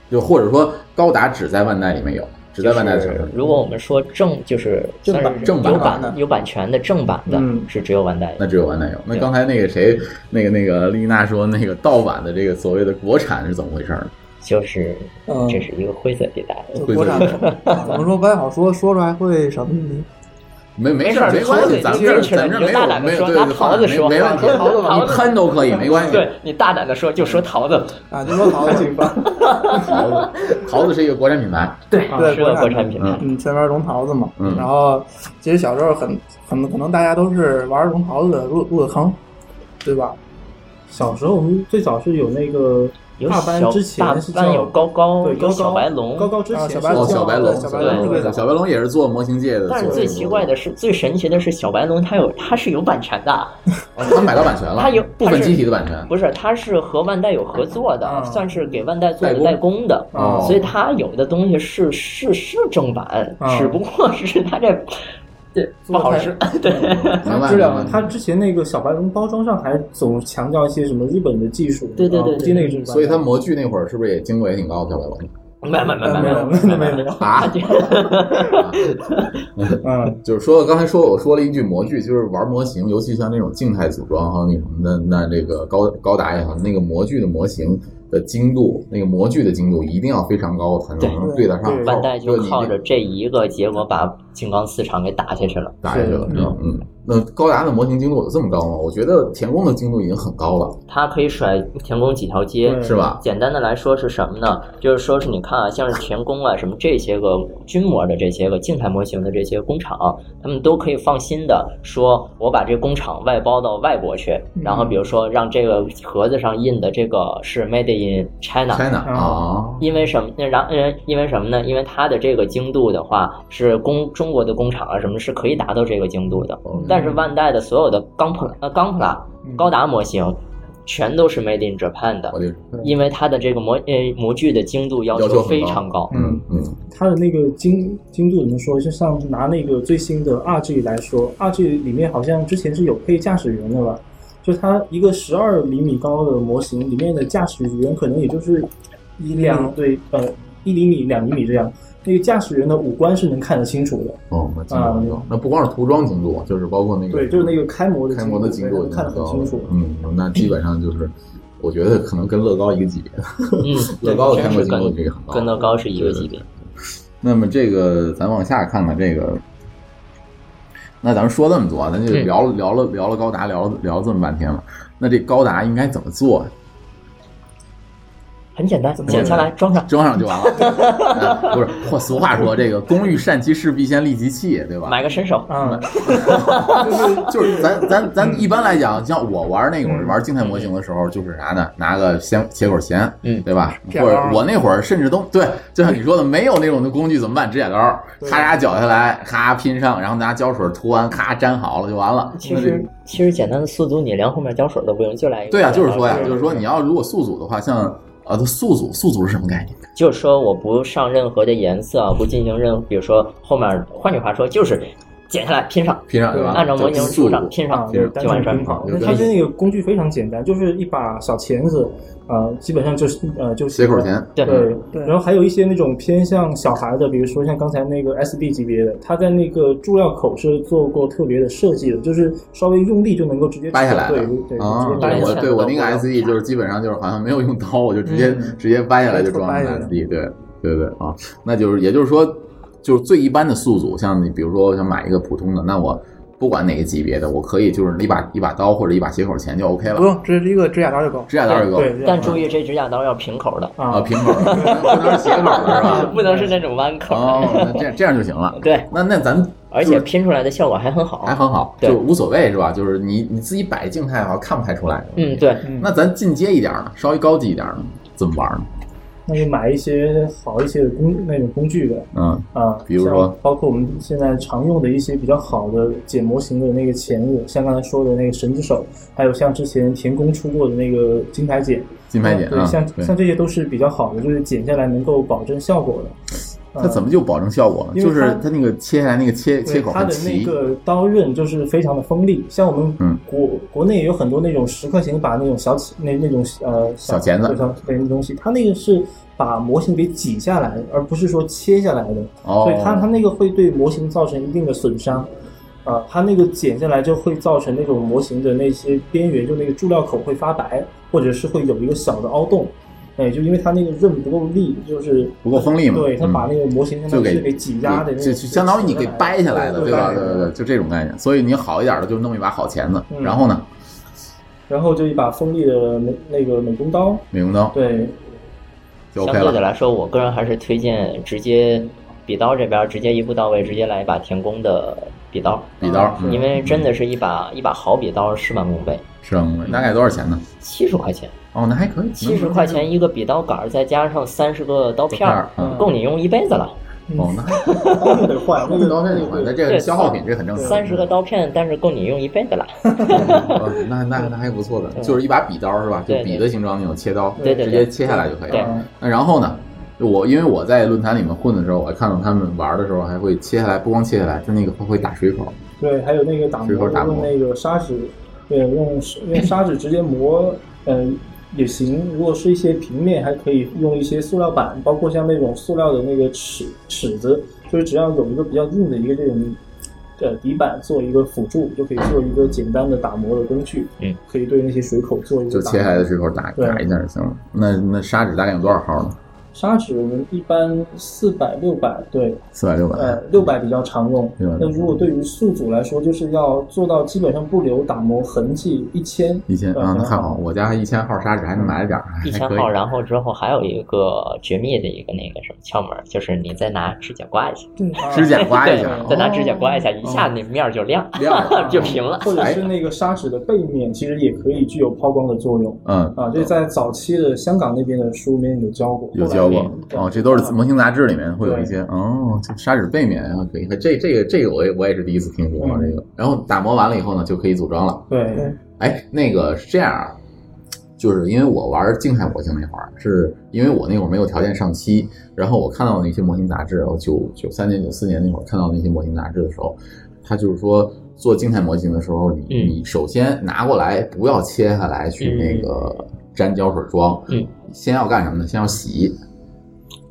Speaker 3: 就或者说高达只在万代里面有，只在万代
Speaker 5: 就
Speaker 3: 厂
Speaker 5: 是
Speaker 3: 商。
Speaker 5: 如果我们说正就是
Speaker 6: 正版
Speaker 5: 算是
Speaker 3: 正版
Speaker 5: 有
Speaker 6: 的
Speaker 5: 版有版权的正版的
Speaker 6: 嗯，
Speaker 5: 是只有万代
Speaker 3: 那
Speaker 5: 有。
Speaker 3: 只有万代有。那刚才那个谁，那个那个丽娜说那个盗版的这个所谓的国产是怎么回事儿呢？
Speaker 5: 就是
Speaker 6: 嗯
Speaker 5: 这是一个灰色地带。
Speaker 6: 就
Speaker 3: 会
Speaker 6: 国
Speaker 3: 做
Speaker 6: 产怎么说不太好说，说出来会什么呢？
Speaker 3: 没没
Speaker 5: 没
Speaker 3: 事
Speaker 5: 事
Speaker 3: 儿，
Speaker 5: 儿
Speaker 3: 没关系，
Speaker 5: 你
Speaker 3: 咱们
Speaker 5: 你
Speaker 3: 这儿
Speaker 5: 进去了
Speaker 3: 咱们这儿
Speaker 5: 你就
Speaker 3: 没
Speaker 5: 大
Speaker 3: 有
Speaker 5: 胆地
Speaker 3: 没有
Speaker 5: 说
Speaker 3: 对
Speaker 5: 拿
Speaker 3: 对
Speaker 5: 桃子
Speaker 3: 没
Speaker 5: 说
Speaker 3: 没问题，
Speaker 5: 拿桃子
Speaker 3: 你喷都可以，没关系。
Speaker 5: 对你大胆的说，就说桃子，
Speaker 6: 啊，就说桃子行吧。
Speaker 3: *laughs* 桃子，桃子是一个国产品 *laughs* 牌，
Speaker 5: 对
Speaker 4: 啊
Speaker 6: 对
Speaker 5: 是个
Speaker 6: 国
Speaker 5: 国
Speaker 6: 产
Speaker 5: 产品牌。
Speaker 6: 嗯，前面龙桃子嘛，
Speaker 3: 嗯
Speaker 6: 然后其实小时候很很可能大家都是玩龙桃子的入入的坑，对吧？
Speaker 4: 小时候我们最早是有那个
Speaker 5: 有
Speaker 4: 大班
Speaker 5: 小
Speaker 4: 之前
Speaker 5: 大
Speaker 4: 是
Speaker 5: 班
Speaker 4: 叫
Speaker 5: 有高高，
Speaker 4: 对
Speaker 5: 有
Speaker 4: 高高
Speaker 5: 小白龙，
Speaker 4: 高高之
Speaker 6: 啊
Speaker 4: 前
Speaker 6: 小白龙
Speaker 3: 哦，
Speaker 4: 是叫
Speaker 3: 小白龙，小
Speaker 6: 对小
Speaker 3: 白
Speaker 6: 白
Speaker 3: 龙对
Speaker 6: 龙最早
Speaker 3: 小白龙也是做模型界的，
Speaker 5: 但是最奇怪的，是，最神奇的是，小白龙它有它是有版权的，
Speaker 3: 他买到版权了，
Speaker 5: 它有
Speaker 3: 部
Speaker 5: 它
Speaker 3: 分
Speaker 5: 是
Speaker 3: 机体的版
Speaker 5: *laughs*
Speaker 3: 权，
Speaker 5: 不是，它是和万代有合作的，
Speaker 6: 嗯
Speaker 5: 算是给万代做
Speaker 3: 代
Speaker 5: 的
Speaker 3: 工
Speaker 5: 代工的，
Speaker 3: 哦
Speaker 5: 所以它有的东西是是是正版，
Speaker 6: 嗯
Speaker 5: 只不过是它这这不好吃， *laughs* 对，
Speaker 3: 明白
Speaker 4: 质量
Speaker 3: 明白
Speaker 4: 它之前那个小白龙包装上还总强调一些什么日本的技术，
Speaker 5: 对对
Speaker 4: 啊
Speaker 5: 对对
Speaker 4: 估计那个就是
Speaker 3: 所以他模具那会儿是不是也精度也挺高的？小白龙
Speaker 5: 没有没有没有
Speaker 6: 没有
Speaker 5: 有
Speaker 6: 没有没有
Speaker 5: 没有，
Speaker 3: 啊，
Speaker 4: 嗯，
Speaker 3: 就是说刚才说我说了一句模具，就是玩模型，尤其像那种静态组装和那什么的，那这个高高达也好，那个模具的模型的精度，那个模具的精度一定要非常高，才能对得上
Speaker 4: 对。
Speaker 5: 万代就
Speaker 3: 你
Speaker 5: 靠着这一个结果把金刚四厂给打下去了，
Speaker 3: 打下去了，知道吗嗯。那高达的模型精度有这么高吗？我觉得田宫的精度已经很高了，
Speaker 5: 它可以甩田宫几条街，
Speaker 4: 对
Speaker 3: 是吧？
Speaker 5: 简单的来说是什么呢？就是说是你看啊，像是田宫啊什么这些个军模的这些个静态模型的这些工厂，他们都可以放心的说，我把这工厂外包到外国去，然后比如说让这个盒子上印的这个是 Made in China。
Speaker 3: China
Speaker 4: 嗯
Speaker 3: 啊，
Speaker 5: 因为什么？那然呃，因为什么呢？因为它的这个精度的话，是工中国的工厂啊什么是可以达到这个精度的。
Speaker 3: 哦
Speaker 5: 但是
Speaker 3: 嗯
Speaker 5: 万代的所有的钢普呃钢普拉高达模型，全都是 Made in Japan 的。
Speaker 3: 我就
Speaker 5: 因为它的这个模呃模具的精度要
Speaker 3: 要求
Speaker 5: 求
Speaker 3: 很
Speaker 5: 非常高。
Speaker 3: 嗯嗯
Speaker 4: 它的那个精精度怎么说？就像拿那个最新的 RG 来说，RG 里面好像之前是有配驾驶员的吧？就它一个十二厘米高的模型里面的驾驶员可能也就是一两对呃一厘米两厘米这样，那个驾驶员的五官是能看得清楚的。
Speaker 3: 哦，那精度很高。那不光是涂装精度，啊就是包括那个
Speaker 4: 啊对，就是那个开模的
Speaker 3: 开模的精度
Speaker 4: 对
Speaker 3: 已经
Speaker 4: 看得
Speaker 3: 很
Speaker 4: 很
Speaker 3: 高
Speaker 4: 清
Speaker 3: 了
Speaker 4: 楚。。
Speaker 3: 嗯，那基本上就是，我觉得可能跟乐高一个级别。 *laughs*
Speaker 5: 嗯，
Speaker 3: 乐
Speaker 5: 对，
Speaker 3: 高的
Speaker 5: 真
Speaker 3: 开模
Speaker 5: 是
Speaker 3: 精度
Speaker 5: 跟
Speaker 3: 这个很高，
Speaker 5: 跟乐高是一个级别。
Speaker 3: 那么这个咱往下看看这个，那咱们说这么多，咱就
Speaker 5: 嗯
Speaker 3: 聊了、聊了聊了高达，聊了聊了这么半天了。那这高达应该怎么做？
Speaker 5: 很简单，
Speaker 3: 简
Speaker 5: 剪
Speaker 3: 单
Speaker 5: 下来装上，
Speaker 3: 装上就完
Speaker 5: *laughs*
Speaker 3: 了。啊、不是，或俗话说这个“工欲善其事，必先利其器”，对吧？
Speaker 5: 买个神手。
Speaker 3: 嗯
Speaker 6: 啊，
Speaker 3: 就是咱咱
Speaker 5: 嗯
Speaker 3: 咱一般来讲，像我玩那会儿玩静态模型的时候，就是啥呢？拿个先切口钳，
Speaker 5: 嗯
Speaker 3: 对吧？
Speaker 6: 指
Speaker 3: 或
Speaker 6: 甲刀
Speaker 3: 者我那会儿甚至都对，就像你说的，没有那种的工具怎么办？指甲刀，咔嚓绞下来，咔拼上，然后拿胶水涂完，咔粘好了就完了。
Speaker 5: 其实其实简单的速度，你连后面胶水都不用，就来一个。
Speaker 3: 对啊，就是说呀，
Speaker 5: 对
Speaker 3: 就是说你要如果速组的话，像啊，它宿主宿主是什么概念？
Speaker 5: 就是说我不上任何的颜色啊，不进行任，比如说后面，换句话说就是剪下来拼上，
Speaker 3: 拼上对吧？
Speaker 5: 按照模型
Speaker 3: 宿
Speaker 5: 数
Speaker 3: 主
Speaker 5: 上拼
Speaker 4: 啊
Speaker 5: 上，
Speaker 3: 这
Speaker 5: 就是是
Speaker 4: 单
Speaker 5: 就完事
Speaker 4: 纯
Speaker 5: 儿嗯
Speaker 4: 拼。好。
Speaker 3: 有
Speaker 4: 那
Speaker 3: 个
Speaker 4: 它的那个工具非常简单，就是一把小钳子，呃，基本上就是呃就
Speaker 3: 斜
Speaker 4: 斜
Speaker 3: 口钳，
Speaker 5: 对
Speaker 4: 对，
Speaker 6: 对
Speaker 4: 然后还有一些那种偏向小孩的，比如说像刚才那个 SB 级别的，它在那个注料口是做过特别的设计的，就是稍微用力就能够直接
Speaker 3: 掰下来
Speaker 4: 对
Speaker 3: 了
Speaker 4: 对，对
Speaker 3: 啊！
Speaker 4: 直接
Speaker 5: 掰
Speaker 4: 下
Speaker 3: 我
Speaker 5: 下
Speaker 4: 来。
Speaker 5: 来
Speaker 3: 对我那个
Speaker 5: 我
Speaker 3: SE 就是基本上就是好像没有用刀，我就直接、
Speaker 6: 嗯
Speaker 3: 直接掰下来就
Speaker 6: 直接
Speaker 3: 装上
Speaker 6: 掰下来
Speaker 3: SE，对 E，对对啊，那就是也就是说，就是最一般的宿主，像你比如说我想买一个普通的，那我不管哪个级别的，我可以就是一把一把刀或者一把斜口钳就 OK
Speaker 6: 不
Speaker 3: 了，
Speaker 6: 用，哦只是一个指甲刀就够。
Speaker 3: 指甲刀就够
Speaker 4: 对，对
Speaker 5: 但注意这指甲刀要平
Speaker 3: *laughs*
Speaker 5: 口的， *laughs*
Speaker 4: 啊
Speaker 3: 啊，平口的，不能是斜口的是吧？
Speaker 5: 不能是那种弯口。
Speaker 3: 哦，那这样这样就行了。
Speaker 5: 对，
Speaker 3: 那那咱们
Speaker 5: 而
Speaker 3: 就
Speaker 5: 且
Speaker 3: 是
Speaker 5: 拼出来的效果还很好
Speaker 3: 还。很好，
Speaker 5: 对
Speaker 3: 就无所谓是吧？就是你你自己摆静态的话看不太出来。
Speaker 5: 嗯，对，
Speaker 3: 那咱进阶一点呢，稍微高级一点呢，怎么玩呢？
Speaker 4: 那就买一些好一些的工那种工具呗。
Speaker 3: 嗯，
Speaker 4: 啊，
Speaker 3: 比如说
Speaker 4: 像包括我们现在常用的一些比较好的解模型的那个钳子，像刚才说的那个神之手，还有像之前田宫出过的那个金牌剪，
Speaker 3: 金牌剪
Speaker 4: 对，
Speaker 3: 啊，
Speaker 4: 像
Speaker 3: 对
Speaker 4: 像这些都是比较好的，就是剪下来能够保证效果的。
Speaker 3: 它怎
Speaker 4: 么？
Speaker 3: 么就保证效果呢？
Speaker 4: 因为
Speaker 3: 就是
Speaker 4: 它
Speaker 3: 它那个切下来那个切
Speaker 4: 啊对
Speaker 3: 切口
Speaker 4: 它
Speaker 3: 很
Speaker 4: 的那
Speaker 3: 齐，
Speaker 4: 个刀刃就是非常的锋利，像我
Speaker 3: 嗯
Speaker 4: 们国、国内有很多那种十块钱一把那种小起那那种呃
Speaker 3: 小钳子
Speaker 4: 对小对那东西，它那个是把模型给挤下来，而不是说切下来的。
Speaker 3: 哦，
Speaker 4: 所以它它那个会对模型造成一定的损伤，啊、它那个剪下来就会造成那种模型的那些边缘，就那个注料口会发白，或者是会有一个小的凹洞，哎，就因为它那个刃不够力，就是
Speaker 3: 不够锋利嘛
Speaker 4: 对，它
Speaker 3: 嗯
Speaker 4: 把那个模型
Speaker 3: 就
Speaker 4: 相当
Speaker 3: 给
Speaker 4: 于是给挤压的那
Speaker 3: 就
Speaker 4: 个，
Speaker 3: 就就相当于你给掰下来的，
Speaker 4: 对
Speaker 3: 对吧？对
Speaker 4: 对
Speaker 3: 对对，就这种概念。所以你好一点的就弄一把好钳子，
Speaker 4: 嗯
Speaker 3: 然后呢，
Speaker 4: 然后就一把锋利的美那个美工刀，
Speaker 3: 美工刀
Speaker 4: 对，
Speaker 3: 就
Speaker 5: 相
Speaker 3: OK
Speaker 5: 对的
Speaker 3: 了。
Speaker 5: 来说，我个人还是推荐直接笔刀这边直接一步到位，直接来一把田宫的笔刀，
Speaker 3: 笔刀，嗯
Speaker 5: 啊因为真的是一把一把好笔刀，事半功倍。
Speaker 3: 是吧？嗯大概多少钱呢？
Speaker 5: 七十块钱，
Speaker 3: 哦，那还可以，
Speaker 5: 七十块钱一个笔刀杆儿，再加上三十个刀片儿
Speaker 3: 刀片儿嗯，
Speaker 5: 够你用一辈子了。
Speaker 3: 哦，那还可以
Speaker 4: 刀片得 *laughs* 换，那
Speaker 3: *laughs*
Speaker 4: 个
Speaker 3: 刀片得换，那这个
Speaker 5: 对
Speaker 3: 消耗品这很正常。
Speaker 5: 三十个刀片，但是够你用一辈子了。
Speaker 3: 哦，那那那还不错的，就是一把笔刀是吧？就
Speaker 5: 对对
Speaker 3: 笔的形状那种切刀，
Speaker 5: 对对对
Speaker 3: 直接切下来就可以
Speaker 5: 对
Speaker 3: 了。那然后呢？我因为我在论坛里面混的时候，我还看到他们玩的时候还会切下来，不光切下来，它那个会会打水口，
Speaker 4: 对，还有那个打
Speaker 3: 水
Speaker 4: 磨
Speaker 3: 口打磨
Speaker 4: 用那个砂纸，对，用用砂纸直接磨，呃，也行。如果是一些平面，还可以用一些塑料板，包括像那种塑料的那个尺尺子，就是只要有一个比较硬的一个这种。呃，底板做一个辅助，就可以做一个简单的打磨的工具，
Speaker 5: 嗯，
Speaker 4: 可以对那些水口做一个
Speaker 3: 就
Speaker 4: 打
Speaker 3: 切下来
Speaker 4: 磨
Speaker 3: 的水口打
Speaker 4: 对
Speaker 3: 打一下就行了。那那砂纸大概有多少号呢？
Speaker 4: 砂纸我们一般四百六百，对，
Speaker 3: 四百六百。
Speaker 4: 呃，六百比较常用。
Speaker 3: 600
Speaker 4: 那如果对于宿主来说，就是要做到基本上不留打磨痕迹，一千呃
Speaker 3: 一千
Speaker 4: 对
Speaker 3: 啊，那
Speaker 4: 很
Speaker 3: 还好，
Speaker 4: 好
Speaker 3: 我家一千号砂纸还能买了点儿，还
Speaker 5: 嗯一千
Speaker 3: 可以
Speaker 5: 号，然后之后还有一个绝密的一个那个什么窍门儿，就是你再拿指甲刮一下，
Speaker 3: 指
Speaker 6: 啊
Speaker 3: 甲刮一
Speaker 5: 对
Speaker 3: 下，，
Speaker 5: 再拿
Speaker 3: 哦
Speaker 5: 指甲刮一下，一下那面儿就亮，
Speaker 3: 亮了啊
Speaker 5: *laughs* 就平了。
Speaker 4: 或者是那个砂纸的背面，其实也可以具有抛光的作用
Speaker 3: 嗯，
Speaker 4: 啊。这在早期的香港那边的书里面有教过，
Speaker 3: 有教过
Speaker 4: 后来
Speaker 3: 哦，这都是模型杂志里面会有一些哦，就砂纸背面啊，可以。这这个这个我也我也是第一次听说啊
Speaker 4: 嗯
Speaker 3: 这个。然后打磨完了以后呢，就可以组装了。
Speaker 4: 对，
Speaker 3: 哎，那个是这样啊，就是因为我玩静态模型那会儿，是因为我那会儿没有条件上漆，然后我看到那些模型杂志，然后九九三年、九四年那会儿看到那些模型杂志的时候，他就是说做静态模型的时候，你、
Speaker 5: 嗯
Speaker 3: 你首先拿过来不要切下来去那个沾胶水妆，
Speaker 5: 嗯，
Speaker 3: 先要干什么呢？先要洗，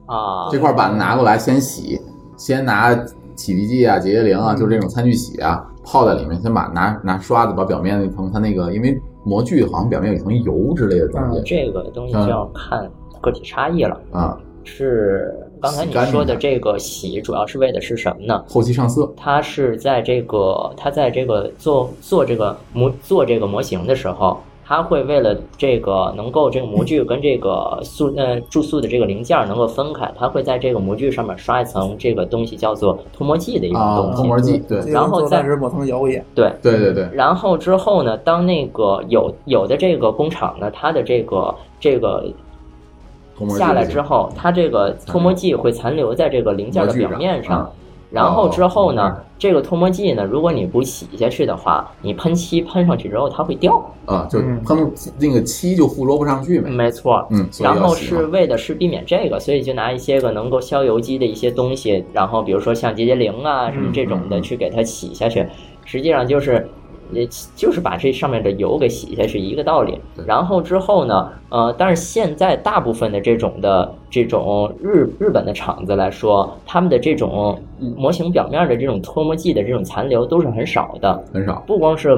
Speaker 5: 啊，
Speaker 3: 哦这块板子拿过来先洗，先拿洗涤剂啊、洁洁灵
Speaker 5: 嗯
Speaker 3: 啊，就是这种餐具洗啊，泡在里面，先把拿拿刷子把表面那层它那个，因为模具好像表面有一层油之类的东西
Speaker 5: 这个东西就
Speaker 3: 嗯
Speaker 5: 要看个体差异了。
Speaker 3: 啊，
Speaker 5: 是刚才你说的这个洗，主要是为的是什么呢？
Speaker 3: 后期上色
Speaker 5: 它是在这个它在这个做做这个模做这个模型的时候，它会为了这个能够这个模具跟这个塑呃注塑的这个零件儿能够分开，它会在这个模具上面刷一层这个东西叫做脱模剂的一种
Speaker 3: 啊，
Speaker 5: 东西。
Speaker 3: 脱模剂，对
Speaker 5: 然后
Speaker 6: 做
Speaker 5: 再
Speaker 6: 饭时抹层油也，
Speaker 5: 对，
Speaker 3: 对对对，
Speaker 5: 然后之后呢，当那个有有的这个工厂呢，它的这个这个
Speaker 3: 脱模剂
Speaker 5: 下来之后，它这个脱模剂会残留在这个零件的
Speaker 3: 模具上
Speaker 5: 表面上。
Speaker 3: 啊
Speaker 5: 然后之后呢，这个脱模剂呢，如果你不洗下去的话，你喷漆喷上去之后它会掉。
Speaker 3: 啊，就
Speaker 5: 嗯
Speaker 3: 喷那个漆就附着不上去呗。
Speaker 5: 没错，
Speaker 3: 嗯所以要
Speaker 5: 然后
Speaker 3: 洗
Speaker 5: 是
Speaker 3: 嘛
Speaker 5: 为的是避免这个，所以就拿一些个能够消油机的一些东西，然后比如说像洁洁灵啊什么这种
Speaker 3: 嗯
Speaker 5: 的
Speaker 3: 嗯
Speaker 5: 去给它洗下去，实际上就是。也就是把这上面的油给洗下去一个道理
Speaker 3: 对，
Speaker 5: 然后之后呢，呃，但是现在大部分的这种的这种日日本的厂子来说，他们的这种模型表面的这种脱模剂的这种残留都是很少的，
Speaker 3: 很少，
Speaker 5: 不光是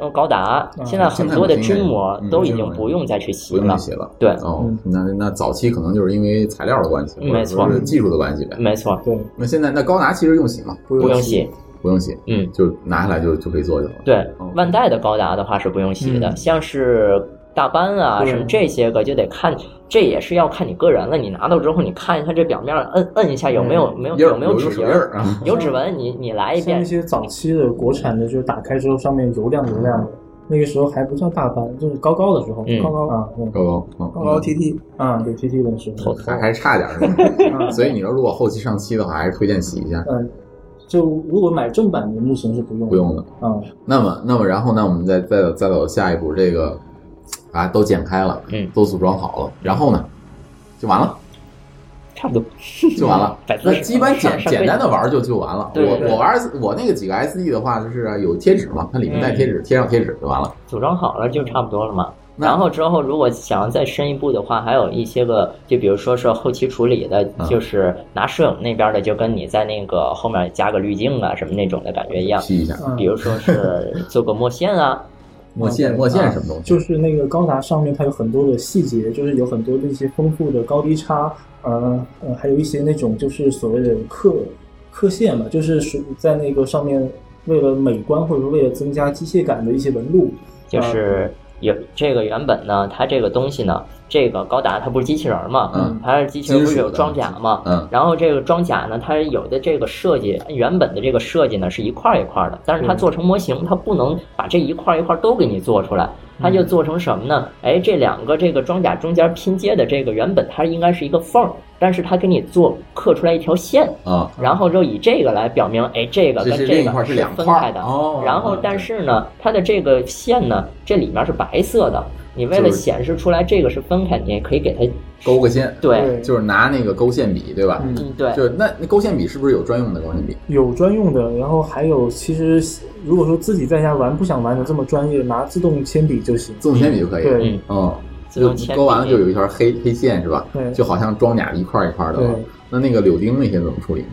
Speaker 5: 呃高
Speaker 3: 啊
Speaker 5: 达，现在很多的军模都已经不用再去洗
Speaker 3: 嗯不用
Speaker 5: 了
Speaker 3: 去。写了。
Speaker 5: 对，
Speaker 3: 哦，那那早期可能就是因为材料的关系，或
Speaker 5: 嗯
Speaker 3: 者
Speaker 5: 没错
Speaker 3: 说是技术的关系呗。
Speaker 5: 没错，
Speaker 4: 对，
Speaker 3: 那现在那高达其实用洗吗？不
Speaker 5: 不用洗。
Speaker 3: 不用洗，
Speaker 5: 嗯，
Speaker 3: 就拿下来就就可以做就好了。
Speaker 5: 对
Speaker 3: 哦，
Speaker 5: 万代的高达的话是不用洗的，
Speaker 6: 嗯
Speaker 5: 像是大班啊
Speaker 6: 对
Speaker 5: 什么这些个就得看，这也是要看你个人了。你拿到之后，你看一下这表面，摁摁一下有没有没有
Speaker 3: 印儿
Speaker 5: 有没有
Speaker 3: 有一
Speaker 5: 指
Speaker 3: 个手
Speaker 5: 印
Speaker 3: 印儿啊，
Speaker 5: 有指纹你你来一
Speaker 4: 像
Speaker 5: 遍
Speaker 4: 一。些早期的国产的，就是打开之后上面油亮油亮的，那个时候还不叫大班，就是高高的时候，
Speaker 5: 嗯
Speaker 4: 高高啊，嗯
Speaker 3: 高高嗯
Speaker 6: 高高 TT，
Speaker 4: 啊，对 T T 的时候，
Speaker 3: 还还差点儿是
Speaker 5: 嗯
Speaker 3: 吧？所以你说如果后期上漆的话，还是推荐洗一下，
Speaker 4: 嗯，就如果买正版的，目前是不用的
Speaker 3: 不用的。
Speaker 4: 啊，
Speaker 3: 那么，那么然后呢，我们再再再走下一步，这个啊都剪开了，
Speaker 5: 嗯
Speaker 3: 都组装好了，然后呢就完了，
Speaker 5: 差不多。
Speaker 3: *laughs* 就完了
Speaker 5: *laughs* 百分
Speaker 3: 那
Speaker 5: 之
Speaker 3: 基本简简单的玩儿就就完了。
Speaker 5: 对对对
Speaker 3: 我我玩儿我那个几个 SD 的话，就是啊有贴纸嘛，它里面带贴纸，贴上贴纸就完了。
Speaker 5: 组装好了就差不多了嘛。
Speaker 3: 那
Speaker 5: 嗯然后之后，如果想要再深一步的话，还有一些个，就比如说是后期处理的，
Speaker 3: 嗯
Speaker 5: 就是拿摄影那边的，就跟你在那个后面加个滤镜啊什么那种的感觉一样。
Speaker 3: 吸一下，
Speaker 4: 嗯
Speaker 5: 比如说是做个墨
Speaker 3: *laughs*
Speaker 5: 线啊，
Speaker 3: 墨线
Speaker 4: 嗯
Speaker 3: 墨线是什么东西？
Speaker 4: 就是那个高达上面它有很多的细节，就是有很多那些丰富的高低差，呃呃，还有一些那种就是所谓的刻刻线嘛，就是属于在那个上面为了美观或者说为了增加机械感的一些纹路，
Speaker 5: 就是有这个原本呢，它这个东西呢，这个高达它不是机器人嘛，
Speaker 3: 嗯
Speaker 5: 它是机器人
Speaker 3: 金
Speaker 5: 不是
Speaker 3: 属
Speaker 5: 有
Speaker 3: 的
Speaker 5: 装甲嘛，
Speaker 3: 嗯
Speaker 5: 然后这个装甲呢，它有的这个设计，原本的这个设计呢是一块儿一块儿的，但是它
Speaker 4: 嗯
Speaker 5: 做成模型，它不能把这一块儿一块儿都给你做出来，它
Speaker 3: 嗯
Speaker 5: 就做成什么呢？哎，这两个这个装甲中间拼接的这个原本它应该是一个缝儿，但是它给你做刻出来一条线，
Speaker 3: 啊，
Speaker 5: 然后就以这个来表明，哎，这个
Speaker 3: 这
Speaker 5: 跟
Speaker 3: 是
Speaker 5: 这
Speaker 3: 另一块
Speaker 5: 个
Speaker 3: 儿是两
Speaker 5: 分
Speaker 3: 块儿
Speaker 5: 开的。
Speaker 3: 哦
Speaker 5: 然后
Speaker 3: 嗯，
Speaker 5: 但是呢，它的这个线呢，这里面是白色的。你为了
Speaker 3: 就是
Speaker 5: 显示出来这个是分开，你也可以给它
Speaker 3: 勾个线，
Speaker 5: 对，
Speaker 3: 就是拿那个勾线笔，对吧？
Speaker 4: 嗯
Speaker 5: 嗯，对，
Speaker 3: 就那那勾线笔是不是有专用的勾线笔？
Speaker 4: 有专用的，然后还有其实如果说自己在家玩不想玩的这么专业，拿自动铅笔就行。
Speaker 3: 自动铅笔就可以。
Speaker 4: 对
Speaker 5: 嗯，
Speaker 3: 嗯，
Speaker 5: 自
Speaker 3: 就
Speaker 5: 动铅笔
Speaker 3: 勾完了就有一条黑黑线是吧？
Speaker 4: 对
Speaker 3: 就好像装甲一块儿一块儿的了
Speaker 4: 对。
Speaker 3: 那那个柳钉那些怎么处理呢？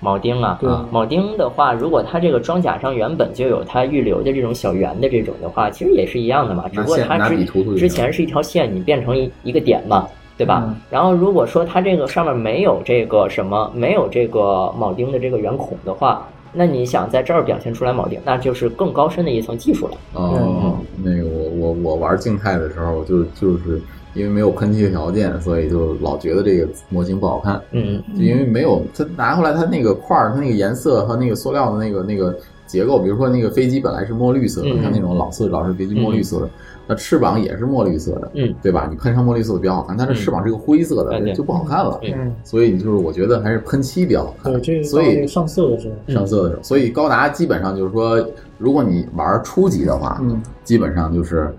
Speaker 5: 铆钉啊
Speaker 4: 对，
Speaker 5: 铆钉的话，如果它这个装甲上原本就有它预留的这种小圆的这种的话，其实也是一样的嘛，只不过
Speaker 3: 线拿
Speaker 5: 它
Speaker 3: 笔
Speaker 5: 之
Speaker 3: 涂涂就行
Speaker 5: 之前是一条线，你变成一一个点嘛，对吧？
Speaker 4: 嗯
Speaker 5: 然后如果说它这个上面没有这个什么，没有这个铆钉的这个圆孔的话，那你想在这儿表现出来铆钉，那就是更高深的一层技术了。
Speaker 3: 哦，那个我我我玩静态的时候，就就是因为没有喷漆的条件，所以就老觉得这个模型不好看，
Speaker 5: 嗯，
Speaker 3: 就因为没有它拿回来它那个块儿，它那个颜色和那个塑料的那个那个结构，比如说那个飞机本来是墨绿色的，
Speaker 5: 嗯
Speaker 3: 像那种老式老式飞机墨绿色的，那翅膀也是墨绿色的，
Speaker 5: 嗯，
Speaker 3: 对吧？你喷上墨绿色的比较好看，但是翅膀是个灰色的，
Speaker 5: 嗯对
Speaker 3: 就不好看了。
Speaker 5: 嗯
Speaker 4: 嗯，
Speaker 3: 所以就是我觉得还是喷漆比较好看
Speaker 4: 对，，这是到
Speaker 3: 所
Speaker 4: 那个
Speaker 3: 以
Speaker 4: 上色的时候。
Speaker 3: 上色的时候，所以高达基本上就是说，如果你玩初级的话，
Speaker 4: 嗯，
Speaker 3: 基本上就是，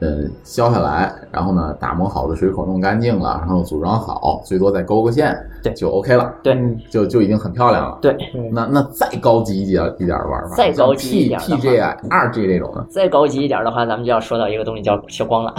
Speaker 3: 呃，削下来，然后呢，打磨好的水口弄干净了，然后组装好，最多再勾个线，
Speaker 5: 对
Speaker 3: 就 OK 了，
Speaker 5: 对
Speaker 4: 嗯
Speaker 3: 就就已经很漂亮了。
Speaker 5: 对，
Speaker 4: 对
Speaker 3: 那那再高级一点一点的玩法，
Speaker 5: 再高级一点的话
Speaker 3: P G I 啊二 G 这种的，
Speaker 5: 再高级一点的话，咱们就要说到一个东西叫消光了。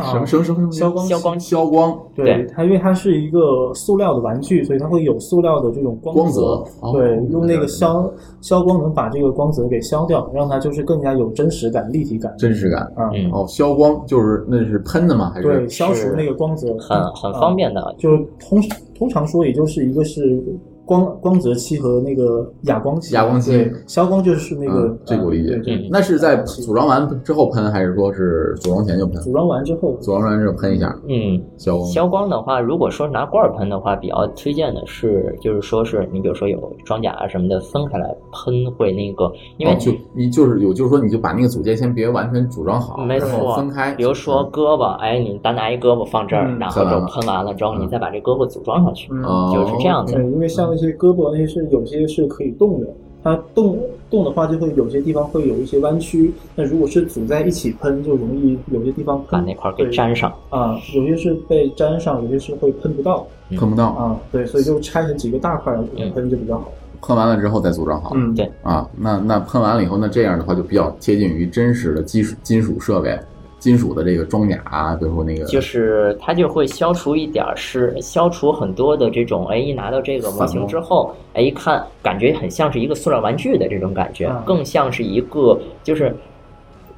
Speaker 4: 啊
Speaker 3: 什么什么什么什么
Speaker 4: 消光
Speaker 5: 消光
Speaker 3: 消光
Speaker 4: 对
Speaker 5: 对
Speaker 4: 它，因为它是一个塑料的玩具，所以它会有塑料的这种光
Speaker 3: 光泽，哦
Speaker 4: 对，用那个消消光能把这个光泽给消掉，让它就是更加有真实感、立体感。
Speaker 3: 真实感。
Speaker 4: 啊，
Speaker 5: 嗯
Speaker 3: 哦，消光就是那是喷的吗？还
Speaker 4: 对，
Speaker 3: 是
Speaker 4: 消除那个光泽，嗯啊
Speaker 5: 很很方便
Speaker 3: 哦
Speaker 5: 的，
Speaker 4: 就是通通常说，也就是一个是光光泽期和那个哑光期。
Speaker 3: 哑光期
Speaker 4: 对，消光就是那个
Speaker 3: 嗯，这个我理解
Speaker 4: 呃对
Speaker 5: 嗯
Speaker 3: 那是在组装完之后喷，还是说是组装前就喷？
Speaker 4: 组装完之后，
Speaker 3: 组装完之后喷一下
Speaker 5: 嗯，
Speaker 3: 消光。
Speaker 5: 消光的话，如果说拿罐儿喷的话，比较推荐的是，就是说是你比如说有装甲啊什么的分开来喷，会那个，因为
Speaker 3: 哦就你就是有，就是说你就把那个组件先别完全组装好，
Speaker 5: 没
Speaker 3: 然后
Speaker 5: 错
Speaker 3: 哦分开。
Speaker 5: 比如说胳膊，哎，你单拿一胳膊放这儿，
Speaker 4: 嗯
Speaker 5: 然后
Speaker 3: 再
Speaker 5: 就
Speaker 3: 拿
Speaker 5: 喷完了之后，
Speaker 3: 嗯
Speaker 5: 你再把这胳膊组装上去，
Speaker 4: 嗯
Speaker 3: 哦
Speaker 5: 就是这样子
Speaker 4: 对，因为像一些胳膊那些是有些是可以动的，它动动的话就会有些地方会有一些弯曲，那如果是组在一起喷，就容易有些地方
Speaker 5: 把
Speaker 4: 喷
Speaker 5: 那块儿给粘上。
Speaker 4: 啊，有些是被粘上，有些是会喷不到
Speaker 3: 嗯碰不到，
Speaker 4: 啊，对，所以就拆成几个大块来喷就比较好。
Speaker 3: 喷完了之后再组装好。
Speaker 4: 嗯，
Speaker 5: 哦对
Speaker 3: 啊，那那喷完了以后，那这样的话就比较贴近于真实的金属金属设备，金属的这个装甲啊，比如说那个
Speaker 5: 就是它就会消除一点儿是消除很多的这种，哎，一拿到这个模型之后，哎，一看感觉很像是一个塑料玩具的这种感觉
Speaker 4: 嗯，
Speaker 5: 更像是一个就是。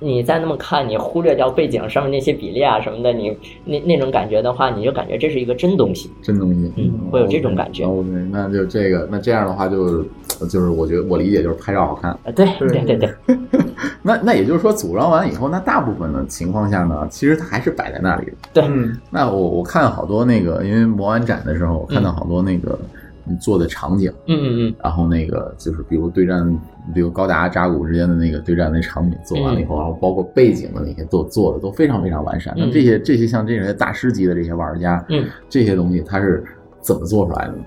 Speaker 5: 你再那么看，你忽略掉背景上面那些比例啊什么的，你那那种感觉的话，你就感觉这是一个真东西。
Speaker 3: 真东西，
Speaker 5: 嗯会有这种感觉
Speaker 3: OK，那就这个，那这样的话就就是我觉得我理解就是拍照好看。
Speaker 5: 啊，对
Speaker 4: 对
Speaker 5: 对对对，
Speaker 3: 那那也就是说，组装完以后，那大部分的情况下呢，其实它还是摆在那里的。
Speaker 4: 嗯，
Speaker 3: 那我我看好多那个，因为磨完展的时候，我看到好多那个你做的场景，
Speaker 5: 嗯嗯嗯，
Speaker 3: 然后那个就是比如对战，比如高达扎古之间的那个对战那场景做完了以后，然后包括背景的那些都做的都非常非常完善。那
Speaker 5: 嗯
Speaker 3: 这些这些像这些大师级的这些玩家，
Speaker 5: 嗯，
Speaker 3: 这些东西它是怎么做出来的呢？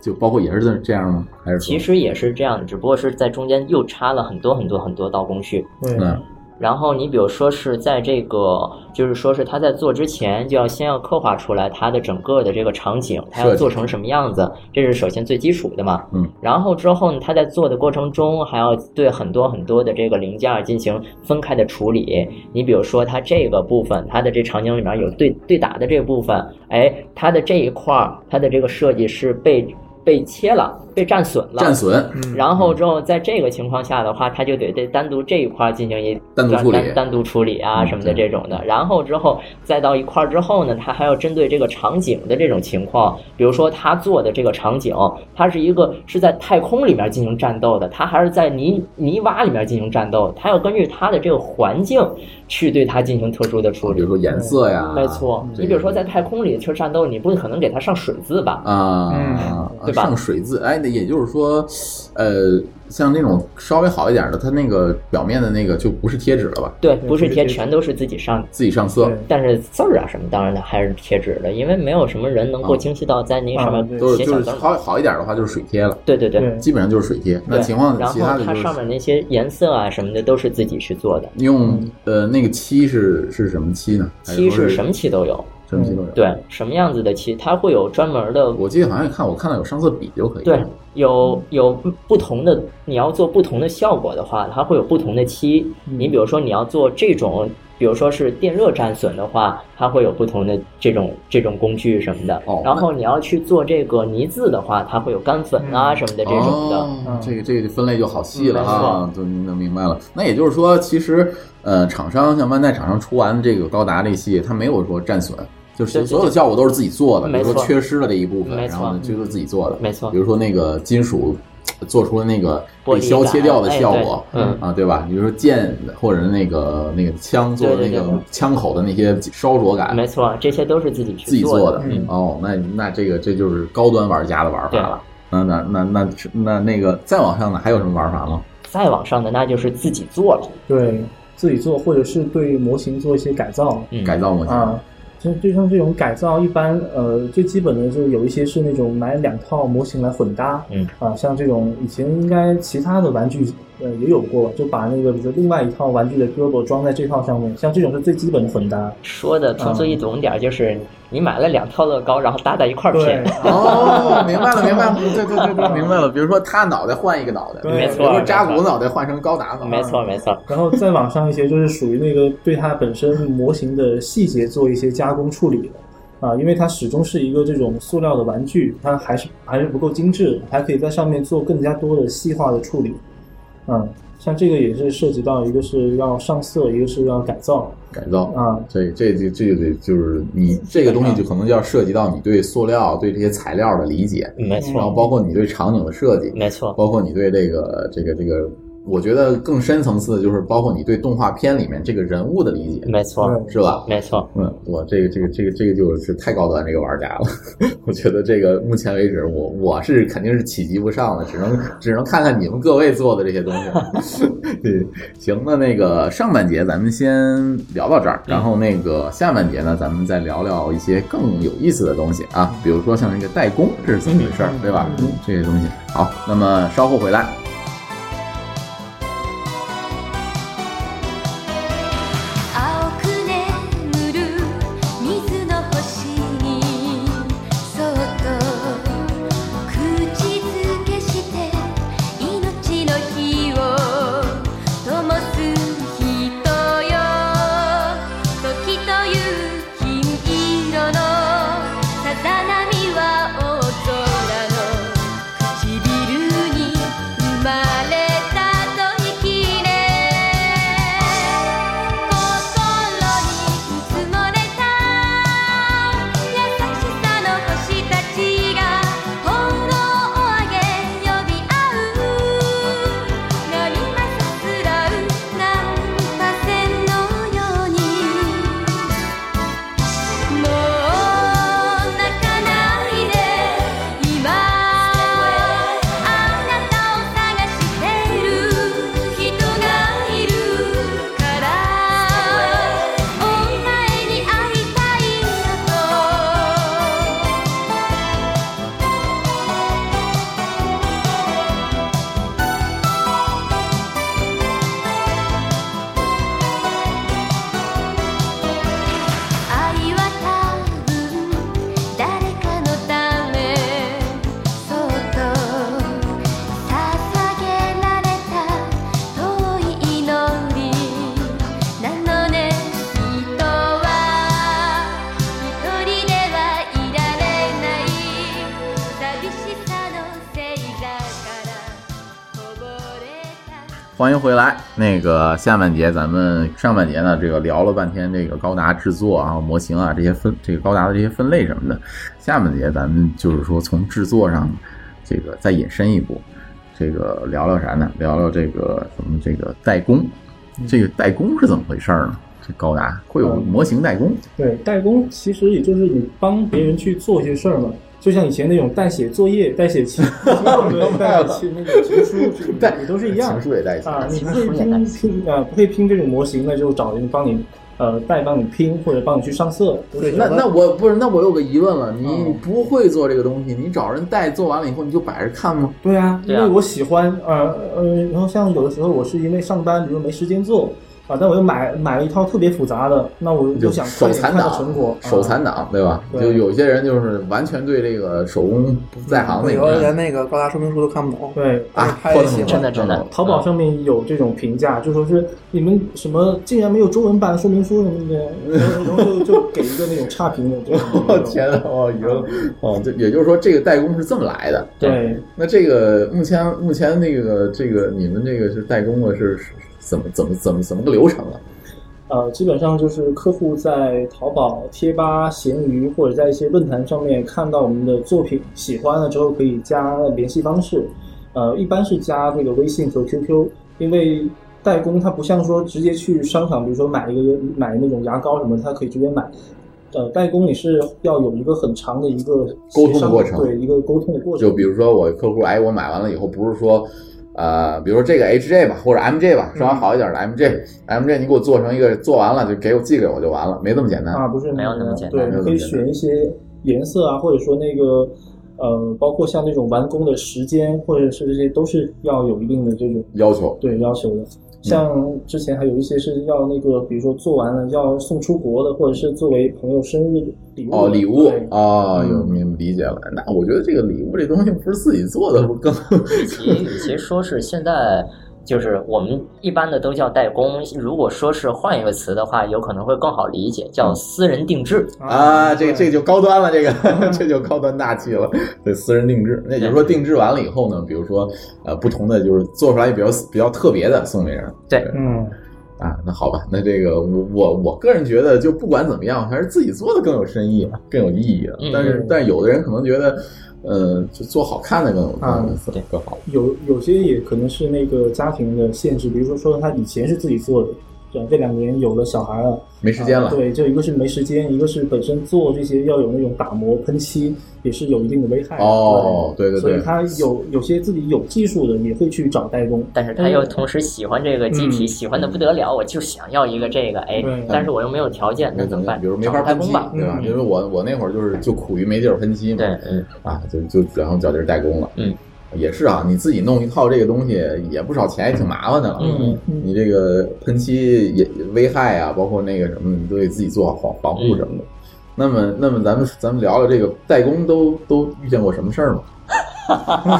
Speaker 3: 就包括也是这样吗？还是说
Speaker 5: 其实也是这样的，只不过是在中间又插了很多很多很多道工序。
Speaker 4: 对，
Speaker 3: 嗯
Speaker 5: 然后你比如说是在这个，就是说是他在做之前就要先要刻画出来他的整个的这个场景，他要做成什么样子，这是首先最基础的嘛。
Speaker 3: 嗯。
Speaker 5: 然后之后呢，他在做的过程中还要对很多很多的这个零件儿进行分开的处理。你比如说它这个部分，它的这场景里面有对对打的这部分，哎，它的这一块儿，它的这个设计是被被切了，被战损了。
Speaker 3: 战损
Speaker 5: 然
Speaker 3: 嗯
Speaker 5: 后之后，在这个情况下的话，他就得对单独这一块儿进行一
Speaker 3: 单独处理
Speaker 5: 单单独处理啊
Speaker 3: 嗯
Speaker 5: 什么的
Speaker 3: 对
Speaker 5: 这种的。然后之后再到一块儿之后呢，他还要针对这个场景的这种情况，比如说他做的这个场景，它是一个是在太空里面进行战斗的，它还是在泥泥洼里面进行战斗，它要根据它的这个环境去对它进行特殊的处
Speaker 3: 比
Speaker 5: 理
Speaker 3: 如。说颜色呀，
Speaker 5: 没错，
Speaker 3: 这
Speaker 5: 你比如说在太空里去战斗，你不可能给它上水渍吧？
Speaker 3: 啊，
Speaker 5: 嗯对吧
Speaker 3: 上水渍，哎，那也就是说，呃，像那种稍微好一点的，它那个表面的那个就不是贴纸了吧？
Speaker 5: 对，
Speaker 4: 对
Speaker 5: 不是
Speaker 4: 不是
Speaker 5: 贴，
Speaker 4: 贴纸
Speaker 5: 全都是自己上的。
Speaker 3: 自己上色
Speaker 4: 对，
Speaker 5: 但是字儿啊什么，当然的还是贴纸的，因为没有什么人能够精细到在那上面
Speaker 3: 都是
Speaker 5: 写
Speaker 3: 啊就
Speaker 5: 小
Speaker 3: 是
Speaker 5: 字儿。
Speaker 3: 好好一点的话就是水贴了，
Speaker 5: 对对对，
Speaker 4: 对
Speaker 3: 基本上就是水贴。那
Speaker 5: 对
Speaker 3: 情况
Speaker 5: 然
Speaker 3: 其他
Speaker 5: 后
Speaker 3: 的
Speaker 5: 它
Speaker 3: 就是
Speaker 5: 上面那些颜色啊什么的都是自己去做的，
Speaker 3: 用呃那个漆是是什么漆呢？还
Speaker 5: 嗯漆
Speaker 3: 说哎是
Speaker 5: 是什么漆都有，
Speaker 3: 什么漆都有。，
Speaker 5: 对，什么样子的漆，它会有专门的，
Speaker 3: 我记得好像也看我看到有上色笔就可以。
Speaker 5: 对，
Speaker 3: 嗯
Speaker 5: 有有不同的，你要做不同的效果的话，它会有不同的漆。
Speaker 3: 嗯
Speaker 5: 你比如说你要做这种。比如说是电热战损的话，它会有不同的这种这种工具什么的。
Speaker 3: 哦
Speaker 5: 然后你要去做这个泥渍的话，它会有干粉啊什么的这种
Speaker 3: 嗯
Speaker 5: 的。
Speaker 3: 哦
Speaker 4: 嗯
Speaker 3: 这个这个分类就好细了
Speaker 5: 嗯
Speaker 3: 啊，就能明白了。那也就是说，其实呃，厂商像万代厂商出完这个高达这系列，它没有说战损，就是
Speaker 5: 对对
Speaker 3: 所有的效果都是自己做的，比
Speaker 5: 没
Speaker 3: 如
Speaker 5: 错
Speaker 3: 说缺失了这一部分，
Speaker 5: 没
Speaker 3: 然
Speaker 5: 错嗯
Speaker 3: 后呢，这都是自己做的，
Speaker 5: 没错
Speaker 3: 比如说那个金属呃做出了那个
Speaker 5: 玻
Speaker 3: 被
Speaker 5: 璃
Speaker 3: 削切掉的
Speaker 5: 感哎
Speaker 3: 效果，
Speaker 5: 对嗯
Speaker 3: 啊，对吧？比如说剑或者那个那个枪做的
Speaker 5: 对
Speaker 3: 那
Speaker 5: 对
Speaker 3: 个
Speaker 5: 对
Speaker 3: 枪口的那些烧灼感，
Speaker 5: 没错，这些都是自己去
Speaker 3: 嗯自己做
Speaker 5: 做
Speaker 3: 的。
Speaker 5: 嗯，
Speaker 3: 哦，那那这个这就是高端玩家的玩法了。那那那那那那个再往上呢，还有什么玩法吗？
Speaker 5: 再往上的那就是自己做了。
Speaker 4: 对，自己做或者是对模型做一些改造，
Speaker 5: 嗯，
Speaker 3: 改造模型，
Speaker 4: 啊，就就像这种改造，一般呃最基本的就有一些是那种买两套模型来混搭，
Speaker 5: 嗯
Speaker 4: 啊，像这种以前应该其他的玩具呃也有过，就把那个比如说另外一套玩具的胳膊装在这套上面，像这种是最基本的混搭，
Speaker 5: 说的
Speaker 3: 嗯
Speaker 5: 通俗易懂点儿，就是你买了两套乐高，然后搭在一块儿拼。
Speaker 4: 对，啊
Speaker 3: 哦，明白了，明白
Speaker 4: *laughs*
Speaker 3: 了，对对对对，明白了。比如说他脑袋换一个脑袋，
Speaker 4: 对没错
Speaker 3: 比如说扎
Speaker 5: 没
Speaker 3: 古
Speaker 5: 错
Speaker 3: 脑袋换成高达脑，
Speaker 5: 没错没错，
Speaker 4: 然后再往上一些就是属于那个对它本身模型的细节做一些加工处理的。啊，因为它始终是一个这种塑料的玩具，它还是还是不够精致，还可以在上面做更加多的细化的处理。嗯，像这个也是涉及到一个是要上色，一个是要改造
Speaker 3: 改造。
Speaker 4: 啊。
Speaker 3: 这这这这个就是你这个东西就可能就要涉及到你对塑料、对这些材料的理解，
Speaker 5: 没
Speaker 3: 然后
Speaker 5: 错
Speaker 3: 包括你对场景的设计，
Speaker 5: 没错，
Speaker 3: 包括你对这个这个这个我觉得更深层次的就是包括你对动画片里面这个人物的理解，
Speaker 5: 没错，
Speaker 3: 是吧？
Speaker 5: 没错。
Speaker 3: 嗯，我这个这个这个这个就是太高端这个玩家了， *laughs* 我觉得这个目前为止我我是肯定是企及不上的，只能只能看看你们各位做的这些东西。 *laughs* 对，行，那那个上半节咱们先聊到这儿，然后那个下半节呢，咱们再聊聊一些更有意思的东西啊，比如说像这个代工这是怎么回事儿，对吧？嗯这些东西。好，那么稍后回来。
Speaker 7: 青く眠る水の星にそっと口づけして命の火を灯す人よ時という金色のさざ波は大空の「唇に生まれたときね」「心にうつもれた優しさの星たちが炎をあげ呼び合う」「波がさすらう難破線のように」「もう泣かないで今あなたを探している人がいるから」「お前に会いたいんだと」愛は多分誰かのためそっと捧げられた遠い祈りなのね人は一人ではいられない寂しさのせいだからこぼれた
Speaker 3: 欢迎回来。那个下半节，咱们上半节呢，这个聊了半天这个高达制作啊、模型啊这些分这个高达的这些分类什么的。下半节咱们就是说从制作上，这个再引申一步，这个聊聊啥呢？聊聊这个咱们这个代工，这个代工是怎么回事儿呢？这高达会有模型代工，
Speaker 4: 对，代工其实也就是你帮别人去做一些事儿嘛，就像以前那种代写作业、代写 *laughs* 情，对代写那个情书， *laughs* 这个也都是一样
Speaker 3: 情。书也代写
Speaker 4: 啊，你不会拼拼啊，不会拼这种模型，那就找人帮你呃代帮你拼，或者帮你去上色。都是
Speaker 3: 那那我不是，那我有个疑问了，你不会做这个东西，你找人代做完了以后，你就摆着看吗？
Speaker 4: 对啊，
Speaker 5: 对
Speaker 4: 因
Speaker 5: 啊
Speaker 4: 为我喜欢呃呃，然后像有的时候我是因为上班，比如没时间做啊，但我又买买了一套特别复杂的，那我就想快
Speaker 3: 手
Speaker 4: 点
Speaker 3: 残
Speaker 4: 看到
Speaker 3: 党，
Speaker 4: 成果。啊
Speaker 3: 手残党，对吧？
Speaker 4: 对
Speaker 3: 就有些人就是完全对这个手工不在行的
Speaker 6: 有的
Speaker 3: 人
Speaker 6: 连那个高达说明书都看不懂，
Speaker 4: 对，
Speaker 3: 啊，
Speaker 6: 拍的
Speaker 3: 疯了
Speaker 5: 真的真的
Speaker 4: 淘宝上面有这种评价，就说是你们什么竟然没有中文版说明书什么的，然后然后就就给一个那种差评，我觉
Speaker 3: 我
Speaker 4: 得
Speaker 3: 哦 *laughs* 天啊呐，我晕了！哦，这也就是说，这个代工是这么来的。
Speaker 4: 对，
Speaker 3: 那这个目前目前那个这个你们这个是代工的是是怎么怎么怎么怎么个流程啊？
Speaker 4: 呃，基本上就是客户在淘宝、贴吧、闲鱼或者在一些论坛上面看到我们的作品，喜欢了之后可以加联系方式，呃，一般是加这个微信和 QQ，因为代工它不像说直接去商场，比如说买一个买那种牙膏什么，它可以直接买。呃，代工你是要有一个很长的一个
Speaker 3: 沟通
Speaker 4: 协商
Speaker 3: 过程
Speaker 4: 对一个沟通的过程，
Speaker 3: 就比如说我客户，哎，我买完了以后不是说，呃，比如说这个 HJ 吧，或者 MJ 吧，
Speaker 4: 嗯
Speaker 3: 稍微好一点的 MJ，MJ 你给我做成一个，做完了就给我寄给我就完了，没这么简单。
Speaker 4: 啊，不是
Speaker 5: 没有那么简单
Speaker 4: 对，你可以选一些颜色啊，或者说那个呃，包括像那种完工的时间，或者是这些，都是要有一定的这种
Speaker 3: 要求
Speaker 4: 对要求的。像
Speaker 5: 嗯
Speaker 4: 之前还有一些是要那个，比如说做完了要送出国的，或者是作为朋友生日礼物的
Speaker 3: 哦，礼物
Speaker 4: 对
Speaker 5: 啊
Speaker 3: 哦，
Speaker 4: 嗯
Speaker 3: 有明理解了。那我觉得这个礼物这东西不是自己做的，不更 *laughs*
Speaker 5: 与其与其说是现在，就是我们一般的都叫代工，如果说是换一个词的话，有可能会更好理解，叫私人定制。
Speaker 3: 啊？这
Speaker 4: 对
Speaker 3: 这就高端了，这个这就高端大气了。对，私人定制，那也就是说定制完了以后呢，比如说呃，不同的就是做出来比较比较特别的送给人。
Speaker 5: 对
Speaker 4: 嗯，
Speaker 3: 啊，那好吧，那这个我我我个人觉得，就不管怎么样，还是自己做的更有深意，更有意义啊
Speaker 5: 嗯。
Speaker 3: 但是，但是有的人可能觉得，呃，就做好看的更有
Speaker 4: 啊
Speaker 3: 更更好。
Speaker 4: 有有些也可能是那个家庭的限制，比如说说他以前是自己做的，对吧？这两年有了小孩了，
Speaker 3: 没时间了
Speaker 4: 啊对，就一个是没时间，一个是本身做这些要有那种打磨喷漆，也是有一定的危害的。
Speaker 3: 哦，对对
Speaker 4: 所以
Speaker 3: 对，
Speaker 4: 他有有些自己有技术的也会去找代工，
Speaker 5: 但是他
Speaker 3: 嗯
Speaker 5: 又同时喜欢这个机体，
Speaker 4: 嗯
Speaker 5: 喜欢的不得了，我就想要一个这个，哎
Speaker 4: 对，
Speaker 5: 但是我又没有条件，那
Speaker 3: 那
Speaker 5: 怎
Speaker 3: 怎么
Speaker 5: 么办？
Speaker 3: 办？比如没
Speaker 5: 找
Speaker 3: 法
Speaker 5: 代
Speaker 3: 喷
Speaker 5: 工
Speaker 3: 漆，
Speaker 5: 吧。
Speaker 3: 对吧？
Speaker 4: 嗯
Speaker 3: 因为我我那会儿就是就苦于没地儿喷漆嘛，
Speaker 5: 对，嗯，
Speaker 3: 啊，就就然后找地儿代工了，
Speaker 5: 嗯，
Speaker 3: 也是啊，你自己弄一套这个东西也不少钱，也挺麻烦的了，
Speaker 5: 嗯
Speaker 4: 嗯
Speaker 3: 你这个喷漆也危害啊，包括那个什么，你都得自己做好防防护什么
Speaker 5: 嗯
Speaker 3: 的。那么，那么咱们咱们聊聊这个代工都都遇见过什么事儿吗？ *laughs*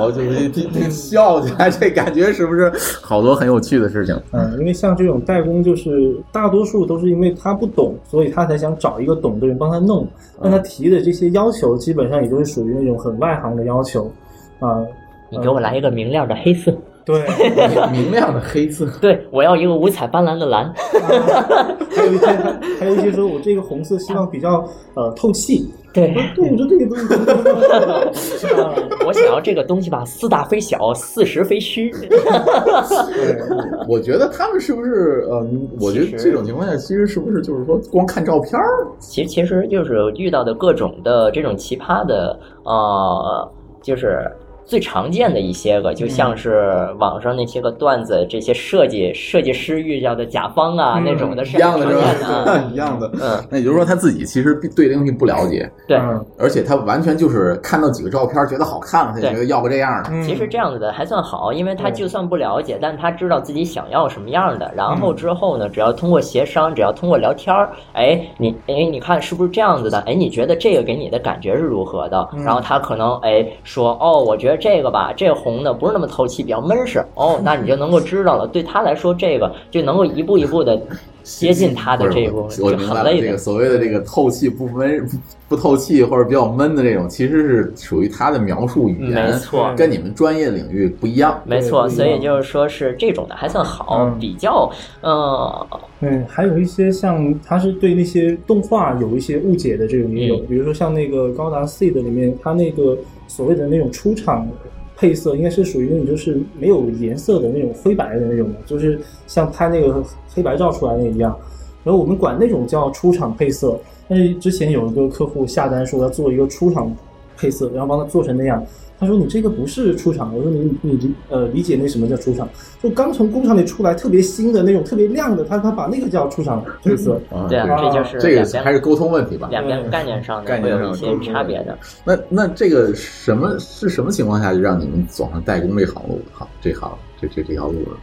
Speaker 3: 我就是这这笑起来，这感觉是不是好多很有趣的
Speaker 5: *laughs*
Speaker 3: 事情？
Speaker 4: 嗯，因为像这种代工，就是大多数都是因为他不懂，所以他才想找一个懂的人帮他弄。
Speaker 3: 嗯
Speaker 4: 那他提的这些要求，基本上也都是属于那种很外行的要求，啊、
Speaker 5: 你
Speaker 3: 嗯
Speaker 5: 给我来一个明亮的黑色， *laughs*
Speaker 3: *laughs*
Speaker 4: 对，
Speaker 3: 明亮的黑色，
Speaker 5: 对我要一个五彩斑斓的蓝，
Speaker 4: 还有一些还有一些说我这个红色希望比较呃透
Speaker 3: *laughs*
Speaker 4: 气，
Speaker 5: 对。
Speaker 4: 对，我说这个东西怎么这么 *laughs* 说呢，啊
Speaker 5: *laughs* 我想要这个东西吧，似大非小，似实非虚。
Speaker 4: 对，
Speaker 5: *laughs*
Speaker 3: 我觉得他们是不是？呃，我觉得这种情况下，其实是不是就是说光看照片儿？
Speaker 5: 其实其实就是遇到的各种的这种奇葩的，呃，就是最常见的一些个，就
Speaker 3: 嗯
Speaker 5: 像是网上那些个段子，这些设计设计师遇到的甲方啊、
Speaker 4: 嗯
Speaker 5: 那种的
Speaker 3: 一
Speaker 5: 是
Speaker 3: 样
Speaker 5: 很
Speaker 3: 的
Speaker 5: 常
Speaker 3: 是
Speaker 5: 见的啊。
Speaker 3: 吧？一样的。
Speaker 5: 嗯，
Speaker 3: 那也就是说，他自己其实对这东西不了解，
Speaker 5: 对。
Speaker 4: 嗯
Speaker 3: 而且他完全就是看到几个照片觉得好看了，他就
Speaker 5: 对
Speaker 3: 觉得要个这样的。
Speaker 4: 嗯
Speaker 5: 其实这样子的还算好，因为他
Speaker 3: 嗯
Speaker 5: 就算不了解，但他知道自己想要什么样的。然
Speaker 3: 嗯
Speaker 5: 后之后呢，只要通过协商，只要通过聊天儿，哎，你哎，你看是不是这样子的？哎，你觉得这个给你的感觉是如何的？
Speaker 3: 嗯
Speaker 5: 然后他可能哎说哦，我觉得这个吧，这个红的不是那么透气，比较闷声。哦，那你就能够知道了。对他来说，这个就能够一步一步的接近他的这一部
Speaker 3: 不是
Speaker 5: 分，
Speaker 3: 我
Speaker 5: 就
Speaker 3: 明白
Speaker 5: 很
Speaker 3: 了，
Speaker 5: 累
Speaker 3: 这个
Speaker 5: 的。
Speaker 3: 所谓的这个透气不闷、不不透气或者比较闷的这种，其实是属于他的描述语言，
Speaker 5: 没错
Speaker 3: 跟你们专业领域不一样。
Speaker 5: 没错，
Speaker 4: 对
Speaker 5: 所以就是说是这种的还算好，
Speaker 4: 嗯
Speaker 5: 比较呃
Speaker 4: 嗯，还有一些像他是对那些动画有一些误解的这种也有，
Speaker 5: 嗯
Speaker 4: 比如说像那个高达 C 的里面，它那个所谓的那种出场配色，应该是属于那种就是没有颜色的那种灰白的那种，就是像拍那个黑白照出来那一样。然后我们管那种叫出场配色。但是之前有一个客户下单说要做一个出场配色，然后帮他做成那样。他说你这个不是出厂，我说你你理呃理解那什么叫出厂？就刚从工厂里出来特别新的那种特别亮的，他他把那个叫出厂配色。
Speaker 3: 啊
Speaker 5: 对啊，这就是
Speaker 3: 这
Speaker 5: 两
Speaker 3: 个
Speaker 5: 边
Speaker 3: 还是沟通问题吧？
Speaker 5: 两边概念上
Speaker 3: 概
Speaker 5: 的会
Speaker 3: 念
Speaker 5: 有
Speaker 3: 上
Speaker 5: 一
Speaker 3: 沟
Speaker 5: 些
Speaker 3: 通
Speaker 5: 差别的。
Speaker 3: 那那这个什么是什么情况下就让你们走上代工这行路？好，这行这这这条路了？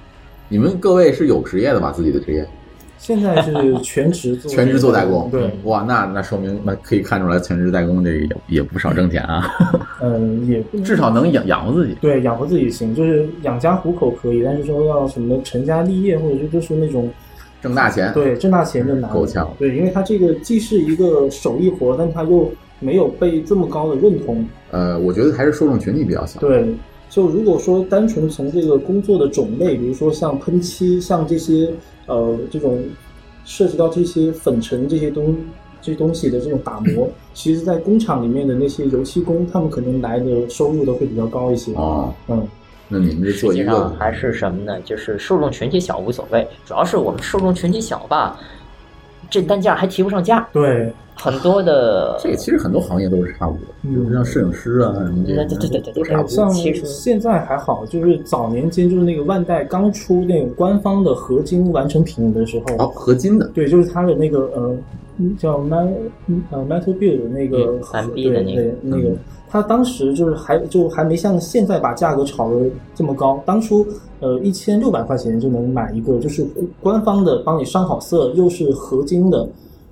Speaker 3: 你们各位是有职业的吧？自己的职业？
Speaker 4: 现在是全职做
Speaker 3: 全职做代工，
Speaker 4: 对，
Speaker 3: 哇，那那说明那可以看出来，全职代工这个也也不少挣钱啊，
Speaker 4: 嗯、也不
Speaker 3: 至少能养养活自己。
Speaker 4: 对养活自己行，就是养家糊口可以，但是说要什么成家立业，或者是就是那种
Speaker 3: 挣大钱，
Speaker 4: 对，挣大钱就难了
Speaker 3: 哎够呛
Speaker 4: 对，因为他这个既是一个手艺活，但他又没有被这么高的认同。
Speaker 3: 呃，我觉得还是受众群体比较小。
Speaker 4: 对，就如果说单纯从这个工作的种类，比如说像喷漆，像这些呃这种涉及到这些粉尘这些东这些东西的这种打磨，其实在工厂里面的那些油漆工，他们可能来的收入都会比较高一些。
Speaker 3: 哦，
Speaker 4: 嗯，
Speaker 3: 那你们这做
Speaker 5: 实
Speaker 3: 一
Speaker 5: 际上
Speaker 3: 个
Speaker 5: 还是什么呢？就是受众群体小无所谓，主要是我们受众群体小吧，这单价还提不上价，
Speaker 4: 对，
Speaker 5: 很多的。
Speaker 3: 这个其实很多行业都是差不多，
Speaker 4: 嗯
Speaker 3: 比如像摄影师啊什么这
Speaker 5: 那
Speaker 3: 些，
Speaker 5: 对对对对对，
Speaker 3: 都差不多。
Speaker 4: 像
Speaker 5: 其实
Speaker 4: 现在还好，就是早年间就是那个万代刚出那种官方的合金完成品的时候，
Speaker 3: 哦，合金的，
Speaker 4: 对，就是它的那个呃，嗯叫 Metal 呃 Metal Build 的那个
Speaker 5: 嗯
Speaker 4: 盒、
Speaker 5: 3B 的那
Speaker 4: 对
Speaker 5: 个
Speaker 4: 对那个
Speaker 3: 嗯，
Speaker 4: 它当时就是还就还没像现在把价格炒得这么高，当初呃一千六百块钱就能买一个，就是官方的帮你上好色，又是合金的。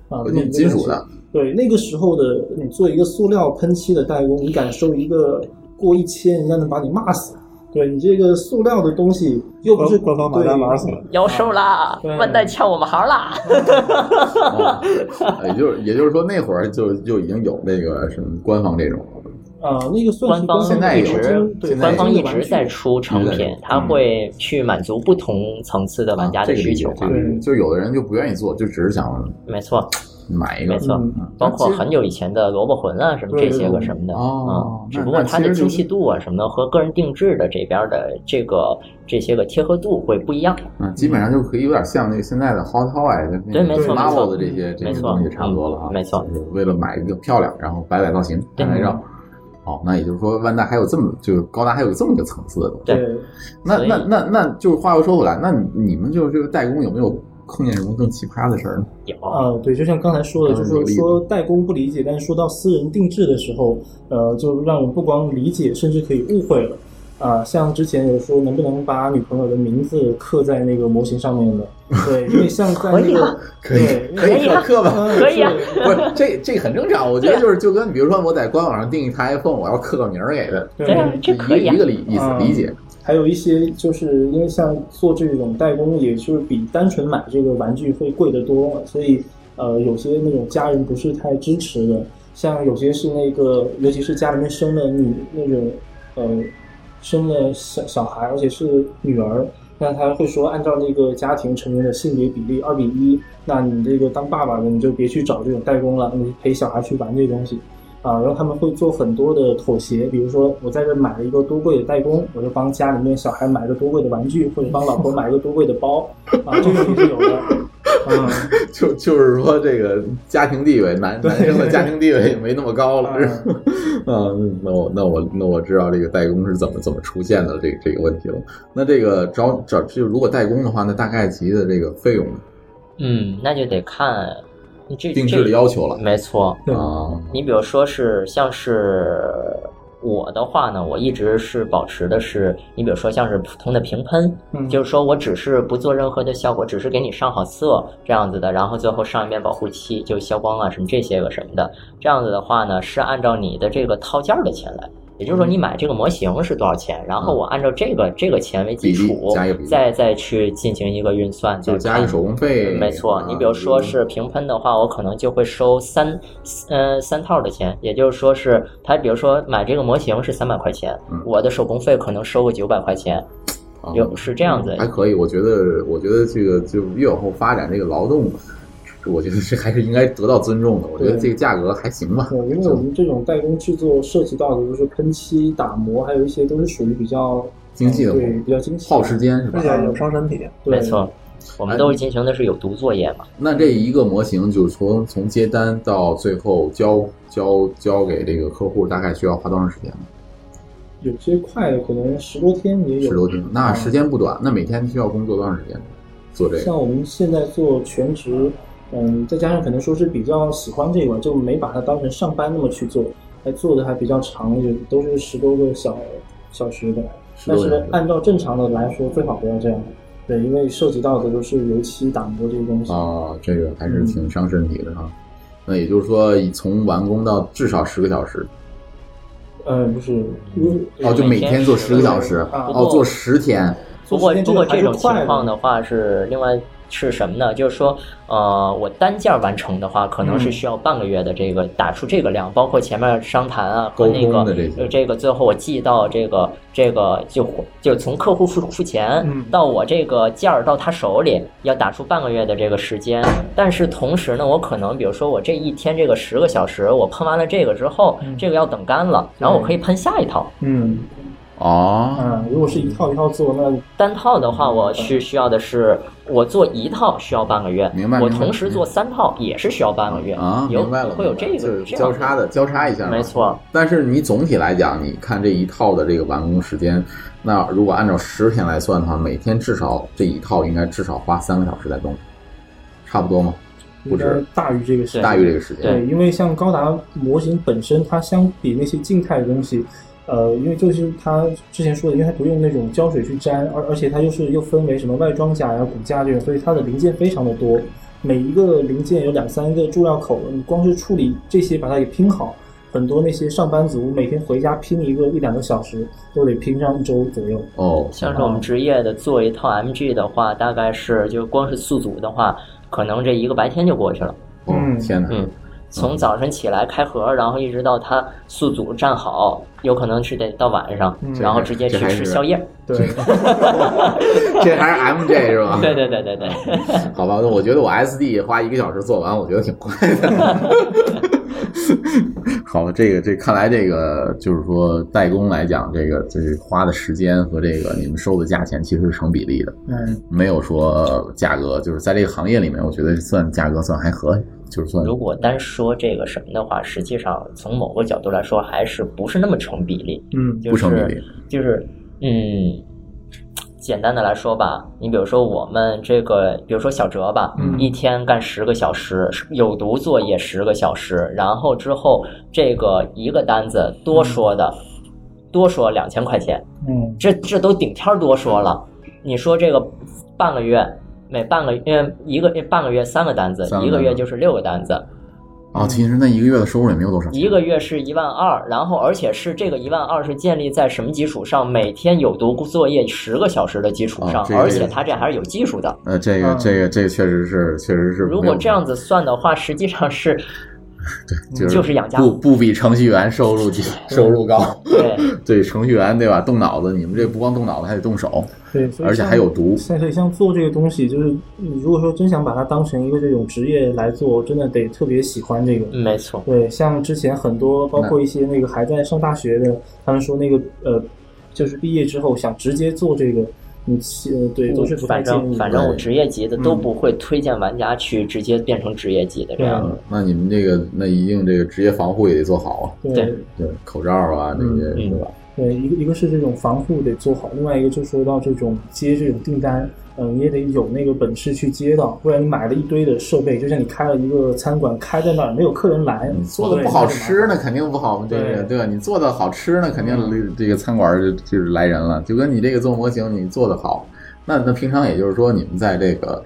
Speaker 4: 啊，
Speaker 3: 合
Speaker 4: 那
Speaker 3: 金金属的，
Speaker 4: 对，那个时候的你做一个塑料喷漆的代工，你敢收一个过一千，人家能把你骂死。对你这个塑料的东西，又不是
Speaker 6: 官方把他骂死了。
Speaker 5: 要收啦
Speaker 4: 对，
Speaker 5: 万代撬我们行啦。
Speaker 3: 哦也就是也就是说那会儿就就已经有这个什么官方这种
Speaker 4: 啊，那个算是
Speaker 5: 官方
Speaker 3: 现在
Speaker 5: 一
Speaker 3: 有
Speaker 5: 直
Speaker 3: 现在
Speaker 4: 对
Speaker 3: 有
Speaker 5: 官方一直
Speaker 4: 玩具
Speaker 5: 在出成
Speaker 3: 一直在
Speaker 5: 品
Speaker 3: 出，
Speaker 5: 它会去满足不同层次的玩家
Speaker 3: 嗯啊这
Speaker 5: 的
Speaker 3: 个
Speaker 5: 需
Speaker 3: 理解
Speaker 5: 求。啊
Speaker 3: 这个理解就有的人就不愿意做，就只是想
Speaker 5: 没错，
Speaker 3: 买一个
Speaker 5: 没，错
Speaker 6: 嗯
Speaker 3: 嗯
Speaker 5: 包括很久以前的萝卜魂啊，什么这些个什么的，
Speaker 3: 哦
Speaker 5: 嗯，
Speaker 3: 那
Speaker 5: 只不过它的精细度啊什么的和个人定制的这边的这个这些个贴合度会不一样。
Speaker 3: 嗯，基本上就可以有点像那个现在的 Hot Toy 的
Speaker 5: 对
Speaker 3: 那
Speaker 5: 没
Speaker 3: 个
Speaker 5: 错
Speaker 3: Marvel
Speaker 5: 没错
Speaker 3: 的这些这
Speaker 5: 没
Speaker 3: 些
Speaker 5: 错
Speaker 3: 东西差不多了啊，
Speaker 5: 嗯没错，
Speaker 3: 为了买一个漂亮，然后摆摆造型，拍
Speaker 5: 对
Speaker 3: 拍照。哦，那也就是说，万代还有这么就是高达还有这么个层次的东西。
Speaker 5: 对
Speaker 4: 对，
Speaker 3: 那
Speaker 5: 所以
Speaker 3: 那那那就是话又说回来，那你们就是这个代工有没有碰见什么更奇葩的事儿呢？
Speaker 5: 有，
Speaker 4: 啊，对，就像刚才说的，就
Speaker 3: 刚才嗯有例
Speaker 4: 是
Speaker 3: 子
Speaker 4: 说代工不理解，但是说到私人定制的时候，呃，就让人不光理解，甚至可以误会了。啊、像之前有说能不能把女朋友的名字刻在那个模型上面的，对，因为像在那
Speaker 5: 可以啊
Speaker 4: 个，对，因为
Speaker 3: 可以刻刻吧。
Speaker 4: 嗯
Speaker 5: 可以啊
Speaker 4: 是
Speaker 3: 不是，这这很正常。我觉得就是就跟比如说我在官网上订一台 iPhone，我要刻个名儿给它，
Speaker 4: 对
Speaker 5: 对啊，这可以啊
Speaker 3: 一个理意思
Speaker 4: 嗯
Speaker 3: 理解。
Speaker 4: 还有一些就是因为像做这种代工，也就是比单纯买这个玩具会贵得多，所以呃，有些那种家人不是太支持的，像有些是那个，尤其是家里面生了女那种呃生了小小孩，而且是女儿。那他会说，按照那个家庭成员的性别比例二比一，那你这个当爸爸的你就别去找这种代工了，你陪小孩去玩这东西。啊，然后他们会做很多的妥协，比如说我在这买了一个多贵的代工，我就帮家里面小孩买个多贵的玩具，或者帮老婆买一个多贵的包，啊，这个也是有的。嗯，
Speaker 3: *laughs* 就就是说，这个家庭地位，男男生的家庭地位没那么高 *laughs* 了，是吧？嗯，那我那我那我知道这个代工是怎么怎么出现的这个、这个问题了。那这个找找就如果代工的话，那大概级的这个费用呢
Speaker 5: 嗯，那就得看这
Speaker 3: 定制的要求了
Speaker 5: 这没错，
Speaker 4: 对
Speaker 3: 啊，
Speaker 5: 你比如说是像是我的话呢，我一直是保持的是，你比如说像是普通的平喷，
Speaker 6: 嗯
Speaker 5: 就是说我只是不做任何的效果，只是给你上好色这样子的，然后最后上一遍保护漆就消光啊什么这些个什么的，这样子的话呢是按照你的这个套件儿的钱来。也就是说，
Speaker 3: 嗯
Speaker 5: 你买这个模型是多少钱？然后我按照这个这个钱为基
Speaker 3: 比
Speaker 5: 础
Speaker 3: 例加一个比，例
Speaker 5: 再再去进行一个运算，
Speaker 3: 就
Speaker 5: 再
Speaker 3: 加个
Speaker 5: 看
Speaker 3: 手工费。啊
Speaker 5: 没错，你比如
Speaker 3: 嗯
Speaker 5: 说是平喷的话，我可能就会收三，呃，三套的钱，也就是说是他，比如说买这个模型是三百块钱
Speaker 3: 嗯，
Speaker 5: 我的手工费可能收个九百块钱，
Speaker 3: 啊
Speaker 5: 有是这样子。
Speaker 3: 还可以，我觉得，我觉得这个就越往后发展，这个劳动，我觉得这还是应该得到尊重的。我觉得
Speaker 4: 对
Speaker 3: 这个价格还行吧
Speaker 4: 对，，呃因为我们这种代工制作涉及到的就是喷漆、打磨，还有一些都是属于比较
Speaker 3: 经济的
Speaker 4: 对，比较精细的
Speaker 3: 耗时。间是吧
Speaker 6: 而？且有伤身体。
Speaker 4: 对
Speaker 5: 没，错，我
Speaker 3: 哎
Speaker 5: 们都是进行的是有毒作业嘛。
Speaker 3: 那这一个模型，就是从从接单到最后交交交给这个客户，大概需要花多长时间呢？
Speaker 4: 有些快的可能十多天也有。
Speaker 3: 十多天，那时间不短。那每天需要工作多长时间做这个？
Speaker 4: 像我们现在做全职，嗯，再加上可能说是比较喜欢这一块，就没把它当成上班那么去做，还做的还比较长，也都是十多个小小时的。
Speaker 3: 十
Speaker 4: 但
Speaker 3: 多
Speaker 4: 是
Speaker 3: 天
Speaker 4: 按照正常的来说，最好不要这样，对，因为涉及到的都是油漆、打磨这些东西。
Speaker 3: 啊，这个还是挺伤身体的哈。那也就是说，从完工到至少十个小时，
Speaker 4: 呃，不是，如果
Speaker 3: 哦，就每天做十个小时，
Speaker 4: 啊
Speaker 3: 哦，做十天，
Speaker 5: 不过
Speaker 4: 时间
Speaker 5: 不过
Speaker 4: 这
Speaker 5: 这
Speaker 4: 个还
Speaker 5: 种
Speaker 4: 是快
Speaker 5: 情况的话是另外是什么呢？就是说，呃，我单件完成的话，可能是需要半个月的这个打出这个量，包括前面商谈啊和那
Speaker 3: 沟通
Speaker 5: 个
Speaker 3: 的这些
Speaker 5: 呃这个最后我寄到这个这个就就从客户付付钱
Speaker 6: 嗯
Speaker 5: 到我这个件儿到他手里要打出半个月的这个时间，但是同时呢，我可能比如说我这一天这个十个小时，我喷完了这个之后，这个要等干了，然后我可以喷下一套。
Speaker 4: 嗯
Speaker 3: 哦，
Speaker 4: 啊，如果是一套一套做，那
Speaker 5: 单套的话，我是需要的是，我做一套需要半个月，
Speaker 3: 明白明白
Speaker 5: 我同时做三套也是需要半个月
Speaker 3: 啊，
Speaker 5: 有
Speaker 3: 明白了，
Speaker 5: 会有
Speaker 3: 明白
Speaker 5: 这
Speaker 3: 了
Speaker 5: 个
Speaker 3: 就是
Speaker 5: 这样
Speaker 3: 交叉的交叉一下嘛，
Speaker 5: 没错。
Speaker 3: 但是你总体来讲，你看这一套的这个完工时间，那如果按照十天来算的话，每天至少这一套应该至少花三个小时在动，差不多吗？不
Speaker 4: 应该
Speaker 3: 止，
Speaker 4: 大于这个时间
Speaker 3: 大于这个时间。
Speaker 4: 对，因为像高达模型本身，它相比那些静态的东西，呃，因为就是它之前说的，因为它不用那种胶水去粘，而而且它又是又分为什么外装甲呀、骨架这种，所以它的零件非常的多，每一个零件有两三个注料口，你光是处理这些把它给拼好，很多那些上班族每天回家拼一个一两个小时，都得拼上一周左右。
Speaker 3: 哦，
Speaker 5: 像是我们职业的做一套 MG 的话，大概是就光是宿组的话，可能这一个白天就过去了。
Speaker 3: 哦，
Speaker 4: 嗯
Speaker 3: 天哪！
Speaker 5: 嗯，从早晨起来开盒，然后一直到它宿主站好，有可能是得到晚上，然后直接去
Speaker 3: 这还是
Speaker 5: 吃宵夜。
Speaker 6: 对，
Speaker 3: 这还是 MJ 是吧？
Speaker 5: 对对对对对，
Speaker 3: 好吧，那我觉得我 SD 花一个小时做完，我觉得挺快
Speaker 5: *laughs*
Speaker 3: 的。好，这个这看来这个就是说代工来讲，这个就是花的时间和这个你们收的价钱其实是成比例的，
Speaker 6: 嗯，
Speaker 3: 没有说价格，就是在这个行业里面，我觉得算价格算还合理，就是算
Speaker 5: *laughs* 如果单说这个什么的话，实际上从某个角度来说，还是不是那么成比例。
Speaker 6: 嗯，
Speaker 5: 就是、
Speaker 3: 不成比例。
Speaker 5: 就是嗯，简单的来说吧，你比如说我们这个，比如说小哲吧，
Speaker 6: 嗯
Speaker 5: 一天干十个小时，有毒作业十个小时，然后之后这个一个单子
Speaker 3: 嗯
Speaker 5: 多说的，多说两千块钱，
Speaker 6: 嗯，
Speaker 5: 这这都顶天儿多说了。你说这个半个月，每半个月一个半个月三个单子，
Speaker 3: 三个单子
Speaker 5: 一个月就是六个单子，
Speaker 3: 哦，其实那一个月的收入也没有多少钱，
Speaker 5: 嗯一个月是一万二，然后而且是这个一万二是建立在什么基础上？每天有读作业十个小时的基础上
Speaker 3: 啊，这个
Speaker 5: 而且它这还是有技术的。
Speaker 3: 呃，这个
Speaker 6: 嗯
Speaker 3: 这个这个确实是确实是没有，
Speaker 5: 啊如果这样子算的话，实际上是
Speaker 3: 就是
Speaker 5: 就是养家
Speaker 3: 不不比程序员收入低收入高，
Speaker 5: 对，
Speaker 3: 对程序员对吧？动脑子，你们这不光动脑子，还得动手，
Speaker 4: 对，所以
Speaker 3: 而且
Speaker 4: 像
Speaker 3: 还有毒。
Speaker 4: 现在像做这个东西，就是你如果说真想把它当成一个这种职业来做，真的得特别喜欢这个。
Speaker 5: 嗯没错，
Speaker 4: 对，像之前很多，包括一些那个还在上大学的，他们说那个呃，就是毕业之后想直接做这个，你其呃 *laughs* 对都是不太
Speaker 5: 反
Speaker 4: 建议
Speaker 5: 正
Speaker 4: 的。嗯
Speaker 5: 反正我
Speaker 3: 对
Speaker 5: 职业级的都不会推荐玩家去直接变成职业级的这
Speaker 4: 啊
Speaker 5: 样。
Speaker 3: 嗯，那你们这个那一定这个职业防护也得做好啊，
Speaker 4: 对
Speaker 5: 对
Speaker 3: 对，口罩啊这些
Speaker 5: 嗯
Speaker 3: 是吧？
Speaker 4: 对，一个一个是这种防护得做好，另外一个就说到这种接这种订单，嗯、你也得有那个本事去接到，不然你买了一堆的设备，就像你开了一个餐馆，开在那儿没有客人来，
Speaker 3: 你嗯做的不好吃那肯定不好，这个
Speaker 4: 嗯对嗯
Speaker 3: 对吧？你做的好吃那肯定这个餐馆就就是来人了，就跟你这个做模型你做的好，那那平常也就是说你们在这个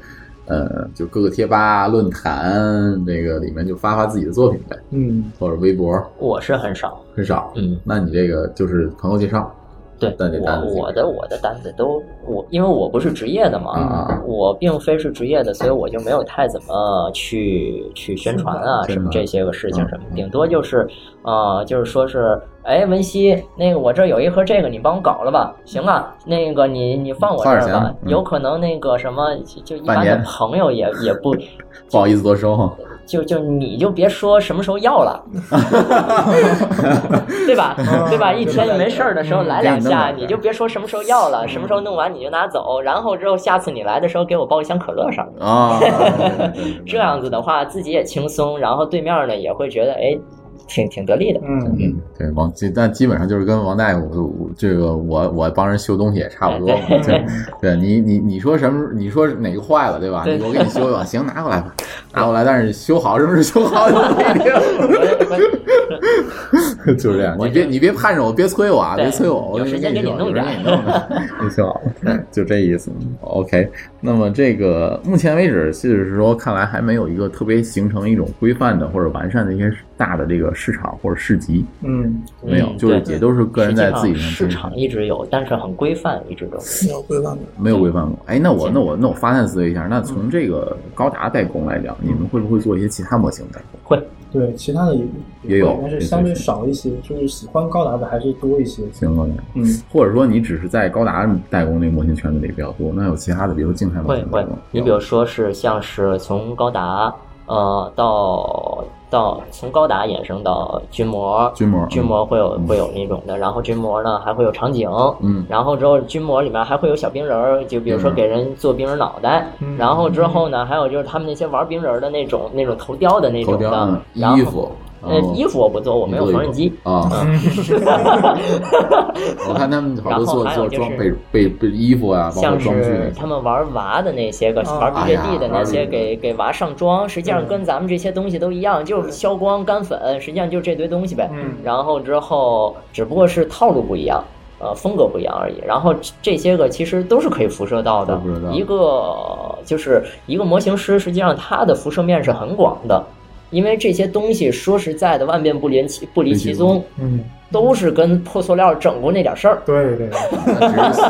Speaker 3: 呃就各个贴吧论坛这个里面就发发自己的作品呗，
Speaker 4: 嗯，
Speaker 3: 或者微博
Speaker 5: 我是很少，
Speaker 3: 很少。
Speaker 5: 嗯，
Speaker 3: 那你这个就是朋友介绍
Speaker 5: 对，
Speaker 3: 但这单子
Speaker 5: 我我的我的单子都我，因为我不是职业的嘛，
Speaker 3: 啊
Speaker 5: 我并非是职业的，所以我就没有太怎么去去宣传啊
Speaker 3: 宣传
Speaker 5: 什么这些个事情
Speaker 3: 嗯
Speaker 5: 什么，
Speaker 3: 嗯
Speaker 5: 顶多就是呃，就是说是，哎，文熙，那个我这儿有一盒这个，你帮我搞了吧，行啊，那个你你放我这
Speaker 3: 花
Speaker 5: 儿
Speaker 3: 点钱
Speaker 5: 吧，
Speaker 3: 嗯
Speaker 5: 有可能那个什么就就一般
Speaker 3: 半
Speaker 5: 的
Speaker 3: 年
Speaker 5: 朋友也也不
Speaker 3: 不好意思多收，
Speaker 5: 就就你就别说什么时候要了，
Speaker 3: *laughs*
Speaker 5: 对吧？对吧？一天没事儿的时候来两下，
Speaker 3: 哦嗯
Speaker 5: 你就别说什么时候要了，什么时候弄完你就拿走，然后之后下次你来的时候给我抱一箱可乐啥
Speaker 3: *laughs*
Speaker 5: 的。
Speaker 3: 啊，
Speaker 5: 这样子的话，自己也轻松，然后对面呢也会觉得哎，挺挺得
Speaker 3: *laughs*
Speaker 5: 力的。
Speaker 4: 嗯，
Speaker 3: 嗯，对，王，这但基本上就是跟王大夫我我这个我我帮人修东西也差不多嘛，
Speaker 5: 啊对
Speaker 3: 对，对你你你说什么？你说哪个坏了，对吧？
Speaker 5: 对
Speaker 3: 我给你修
Speaker 5: *laughs*
Speaker 3: 吧，行，拿过来吧，拿过来，但是修好什么时候修好就不一定， *laughs* 就是这样。你别你别盼着我，别催我啊，
Speaker 5: 对
Speaker 3: 别催我，我
Speaker 5: 有时间
Speaker 3: 给
Speaker 5: 给你
Speaker 3: 修好
Speaker 5: 弄点
Speaker 3: 有时间给你弄点，
Speaker 5: *laughs*
Speaker 3: 你修好了，就这意思。OK，那么这个目前为止，就是说看来还没有一个特别形成一种规范的或者完善的一些大的这个市场或者市集。
Speaker 6: 嗯，
Speaker 3: 没有，
Speaker 5: 嗯
Speaker 3: 就是
Speaker 5: 对
Speaker 3: 也都是个人在自己
Speaker 5: 实
Speaker 3: 上
Speaker 5: 际上
Speaker 3: 推
Speaker 5: 市场一直有，但是很规范，一直都
Speaker 6: 没有规范的。
Speaker 3: 没有规范过。哎，那
Speaker 5: 嗯
Speaker 3: 我那我那我发散思维一下，那从这个高达代工来讲，你们会不会做一些其他模型代工？
Speaker 5: 会。
Speaker 4: 对，其他的也
Speaker 3: 也有
Speaker 4: 会但是相对少一些，就是喜欢高达的还是多一些。
Speaker 3: 行了，
Speaker 4: 嗯，
Speaker 3: 或者说你只是在高达代工那个模型圈子里比较多，那有其他的，比如说静态模
Speaker 5: 会
Speaker 3: 型代
Speaker 5: 会
Speaker 3: 工，，
Speaker 5: 你比如说是像是从高达呃到到从高达衍生到军模，
Speaker 3: 军模
Speaker 5: 军模会有
Speaker 3: 嗯
Speaker 5: 会有那种的，然后军模呢还会有场景，
Speaker 3: 嗯
Speaker 5: 然后之后军模里面还会有小冰人儿，就比如说
Speaker 3: 嗯
Speaker 5: 给人做冰人脑袋，
Speaker 6: 嗯
Speaker 5: 然后之后呢还有就是他们那些玩冰人儿的那种那种头雕的那
Speaker 3: 头
Speaker 5: 种
Speaker 3: 雕
Speaker 5: 的
Speaker 3: 嗯，
Speaker 5: 然后
Speaker 3: 衣服，嗯
Speaker 5: 呃衣服我不做，我
Speaker 3: 我
Speaker 5: 没有缝纫机，嗯
Speaker 3: 啊。
Speaker 5: *laughs*
Speaker 3: *laughs* 我看他们好多做
Speaker 5: 然后还有
Speaker 3: 做
Speaker 5: 就是
Speaker 3: 装备备备衣服啊，包括
Speaker 5: 像
Speaker 3: 装具
Speaker 5: 是
Speaker 3: 那
Speaker 5: 他
Speaker 3: 些。
Speaker 5: 们玩娃的那些个
Speaker 6: 啊
Speaker 5: 玩
Speaker 3: 哎呀
Speaker 5: BJD 的那些
Speaker 3: 玩嗯
Speaker 5: 给给娃上妆，实际上跟咱们这些东西都一样，就是消光干粉，实际上就这堆东西呗。
Speaker 6: 嗯
Speaker 5: 然后之后只不过是套路不一样。呃，风格不一样而已。然后这这些个其实都是可以辐射到的
Speaker 3: 都辐射到。
Speaker 5: 一个就是一个模型师，实际上他的辐射面是很广的。因为这些东西说实在的，万变不离其不离其宗，
Speaker 4: 嗯，
Speaker 5: 都是跟破塑料整过那点事儿。
Speaker 4: 对对，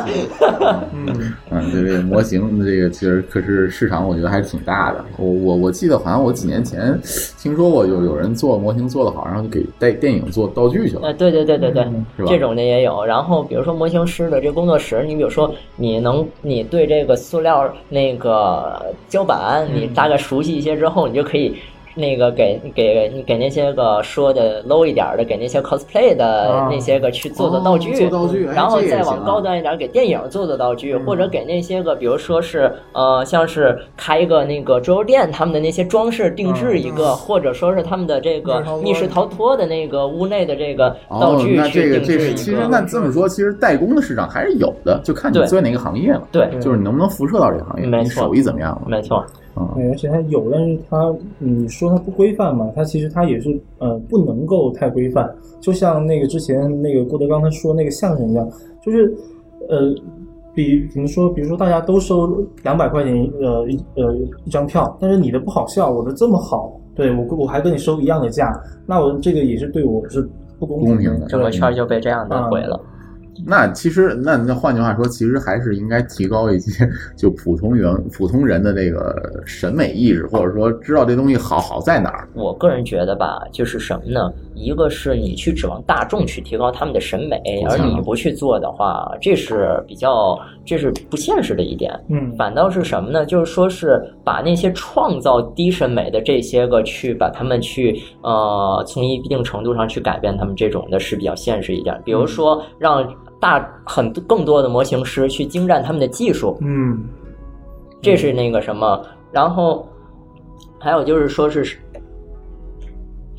Speaker 5: *laughs*
Speaker 4: 嗯，
Speaker 3: 嗯，这个模型这个其实可是市场，我觉得还是挺大的。我我我记得好像我几年前听说过有有人做模型做得好，然后就给带电影做道具去了，
Speaker 5: 呃，对对对对对
Speaker 4: 嗯，
Speaker 3: 是吧
Speaker 5: 这种的也有。然后比如说模型师的这工作室，你比如说你能你对这个塑料那个胶板，你
Speaker 3: 嗯
Speaker 5: 大概熟悉一些之后，你就可以。那个给给给那些个说的 low 一点儿的，给那些 cosplay 的
Speaker 4: 啊
Speaker 5: 那些个去做做
Speaker 3: 哦
Speaker 5: 道具，
Speaker 3: 做道具哎
Speaker 5: 然后
Speaker 3: 这也
Speaker 5: 再
Speaker 3: 行
Speaker 5: 往
Speaker 3: 啊
Speaker 5: 高端一点儿，给电影做做道具，
Speaker 4: 嗯
Speaker 5: 或者给那些个，比如说是呃，像是开一个那个桌游店，他们的那些装饰定制
Speaker 3: 嗯
Speaker 5: 一个，或者说是他们的这个密
Speaker 6: 密室
Speaker 5: 室
Speaker 6: 逃脱
Speaker 5: 逃脱的那个屋内的这个呃道
Speaker 3: 哦，
Speaker 5: 具
Speaker 3: 那这
Speaker 5: 去
Speaker 3: 个
Speaker 5: 定
Speaker 3: 这
Speaker 5: 制
Speaker 3: 是
Speaker 5: 一
Speaker 3: 其实
Speaker 5: 个。
Speaker 3: 那这么说，其实代工的市场还是有的，就看你
Speaker 5: 对
Speaker 3: 做哪个行业了。
Speaker 5: 对
Speaker 3: 就是你能不能辐射到这个行业，
Speaker 5: 没
Speaker 3: 你
Speaker 5: 错
Speaker 3: 手艺怎么样了？
Speaker 5: 没错，
Speaker 3: 嗯，
Speaker 4: 对，而且它有，但是它，你说它不规范嘛？它其实它也是，呃，不能够太规范。就像那个之前那个郭德纲他说那个相声一样，就是，呃，比怎么说？比如说大家都收两百块钱一，呃，一呃一张票，但是你的不好笑，我的这么好，对我跟我还跟你收一样的价，那我这个也是对我是不公
Speaker 3: 公
Speaker 4: 平
Speaker 3: 平的
Speaker 5: 整个圈儿就被这样
Speaker 3: 嗯
Speaker 5: 的毁了。
Speaker 3: 那其实那那换句话说，其实还是应该提高一些就普通员普通人的这个审美意识，或者说知道这东西好好在哪儿。
Speaker 5: 我个人觉得吧，就是什么呢？一个是你去指望大众去提高他们的审美，而
Speaker 3: 啊
Speaker 5: 你不去做的话，这是比较这是不现实的一点。
Speaker 4: 嗯，
Speaker 5: 反倒是什么呢？就是说是把那些创造低审美的这些个去把他们去呃，从一定程度上去改变他们这种的是比较现实一点。比如说让大很更多的模型师去精湛他们的技术，
Speaker 4: 嗯，
Speaker 5: 这是那个什么。然后还有就是说是。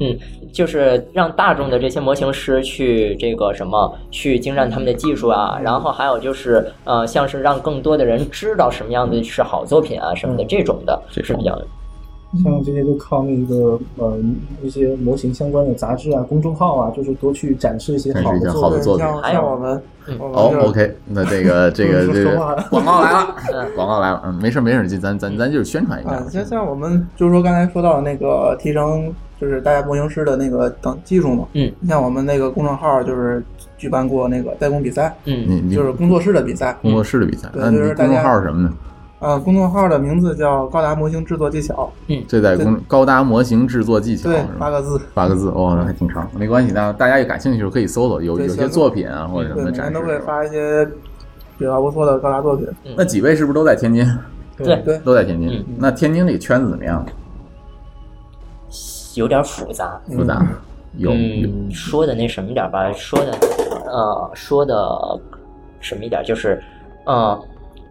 Speaker 5: 嗯，就是让大众的这些模型师去这个什么，去精湛他们的技术啊，然后还有就是呃，像是让更多的人知道什么样的是好作品啊什么的，
Speaker 4: 嗯
Speaker 5: 这种的
Speaker 3: 这
Speaker 5: 是
Speaker 3: 种
Speaker 5: 比较
Speaker 4: 像这些就靠那个呃一些模型相关的杂志啊、公众号啊，就是多去展示一些
Speaker 3: 展示
Speaker 4: 好
Speaker 3: 一些
Speaker 4: 的
Speaker 3: 好
Speaker 4: 作
Speaker 3: 的
Speaker 4: 品。
Speaker 3: 作品
Speaker 6: 像
Speaker 5: 还有
Speaker 6: 像我们，
Speaker 5: 嗯
Speaker 6: 我们
Speaker 3: 哦
Speaker 6: 这
Speaker 3: ，OK，那这
Speaker 6: *laughs*
Speaker 3: 个这个
Speaker 4: 说
Speaker 3: 这
Speaker 4: 说话
Speaker 3: 个
Speaker 4: 了
Speaker 3: 广告来了
Speaker 5: 嗯，
Speaker 3: *laughs* 广告来了，嗯，没事没事，这咱咱咱就是宣传一
Speaker 6: 啊，
Speaker 3: 下
Speaker 6: 像。像我们就是说刚才说到那个提升，就是大家模型师的那个等技术嘛。
Speaker 5: 嗯，
Speaker 6: 像我们那个公众号就是举办过那个代工比赛，
Speaker 5: 嗯
Speaker 3: 你你
Speaker 6: 就是工作室的比赛。
Speaker 3: 工作室的比赛，啊
Speaker 6: 对
Speaker 3: 那你
Speaker 6: 就是大
Speaker 3: 公众
Speaker 6: 家
Speaker 3: 号是什么呢？
Speaker 6: 呃，公众号的名字叫“高达模型制作技巧
Speaker 3: 这在公高达模型制作技”，巧
Speaker 6: 对
Speaker 3: 是，
Speaker 6: 八
Speaker 3: 吧？
Speaker 6: 个字。
Speaker 3: 八个字哦，那还挺长，没关系，那大家有感兴趣的时候可以搜搜，有
Speaker 6: 对
Speaker 3: 有些
Speaker 6: 像
Speaker 3: 作品啊或者什
Speaker 6: 对，
Speaker 3: 么
Speaker 6: 每
Speaker 3: 的展
Speaker 6: 年
Speaker 3: 示
Speaker 6: 都会
Speaker 3: 是吧。
Speaker 6: 发一些比较不错的高达作品。
Speaker 3: 那几位是不是都在天津？
Speaker 5: 对，
Speaker 6: 对，
Speaker 3: 都在天津。那天津这个圈子怎么样？
Speaker 5: 有点复杂。
Speaker 3: 复杂？有有
Speaker 5: 嗯，说的那什么点儿吧，说的呃，说的什么一点儿就是，呃，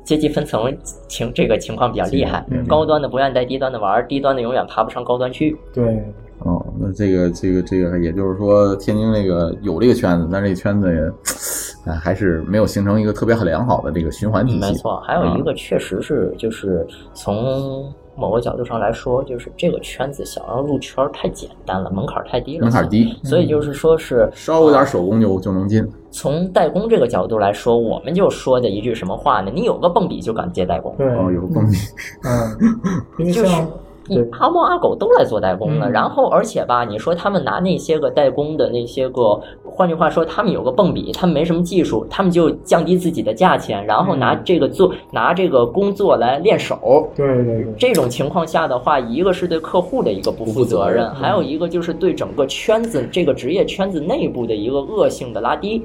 Speaker 5: 阶级分层情这个情况比较厉害，
Speaker 3: 嗯
Speaker 5: 高端的不愿带低端的玩儿，低端的永远爬不上高端区。
Speaker 4: 对，
Speaker 3: 哦，那这个这个这个，也就是说，天津这个有这个圈子，但这个圈子也，哎，还是没有形成一个特别良好的这个循环体系。
Speaker 5: 没错，还有一个确实是就是从。某个角度上来说，就是这个圈子想要入圈儿太简单了，门槛儿太低了，
Speaker 3: 门槛低，
Speaker 5: 所以就是说是
Speaker 3: 稍微有点手工就就能进。
Speaker 5: 从代工这个角度来说，我们就说的一句什么话呢？你有个蹦迪就敢接代工，
Speaker 4: 对，
Speaker 3: 哦，有蹦迪，
Speaker 4: 嗯，因为
Speaker 5: 就是
Speaker 4: 像
Speaker 5: 你
Speaker 4: 对
Speaker 5: 阿猫阿狗都来做代工了。
Speaker 4: 嗯
Speaker 5: 然后，而且吧，你说他们拿那些个代工的那些个，换句话说，他们有个蹦比，他们没什么技术，他们就降低自己的价钱，然后拿这个做拿这个工作来练手。
Speaker 4: 对对对，
Speaker 5: 这种情况下的话，一个是对客户的一个不负责任，还有一个就是对整个圈子这个职业圈子内部的一个恶性的拉低。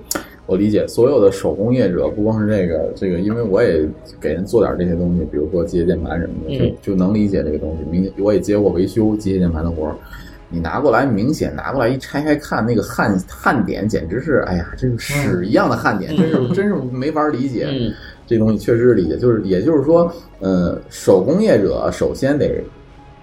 Speaker 3: 我理解，所有的手工业者，不光是这个这个，因为我也给人做点这些东西，比如说机械键盘什么的，
Speaker 5: 嗯
Speaker 3: 就就能理解这个东西。明我也接过维修机械键盘的活儿，你拿过来明显拿过来一拆开看，那个焊焊点简直是，哎呀，这是屎一样的焊点，真
Speaker 5: *laughs*
Speaker 3: 是真是没法理解。
Speaker 5: 嗯，
Speaker 3: 这东西确实是理解，就是也就是说，呃，手工业者首先得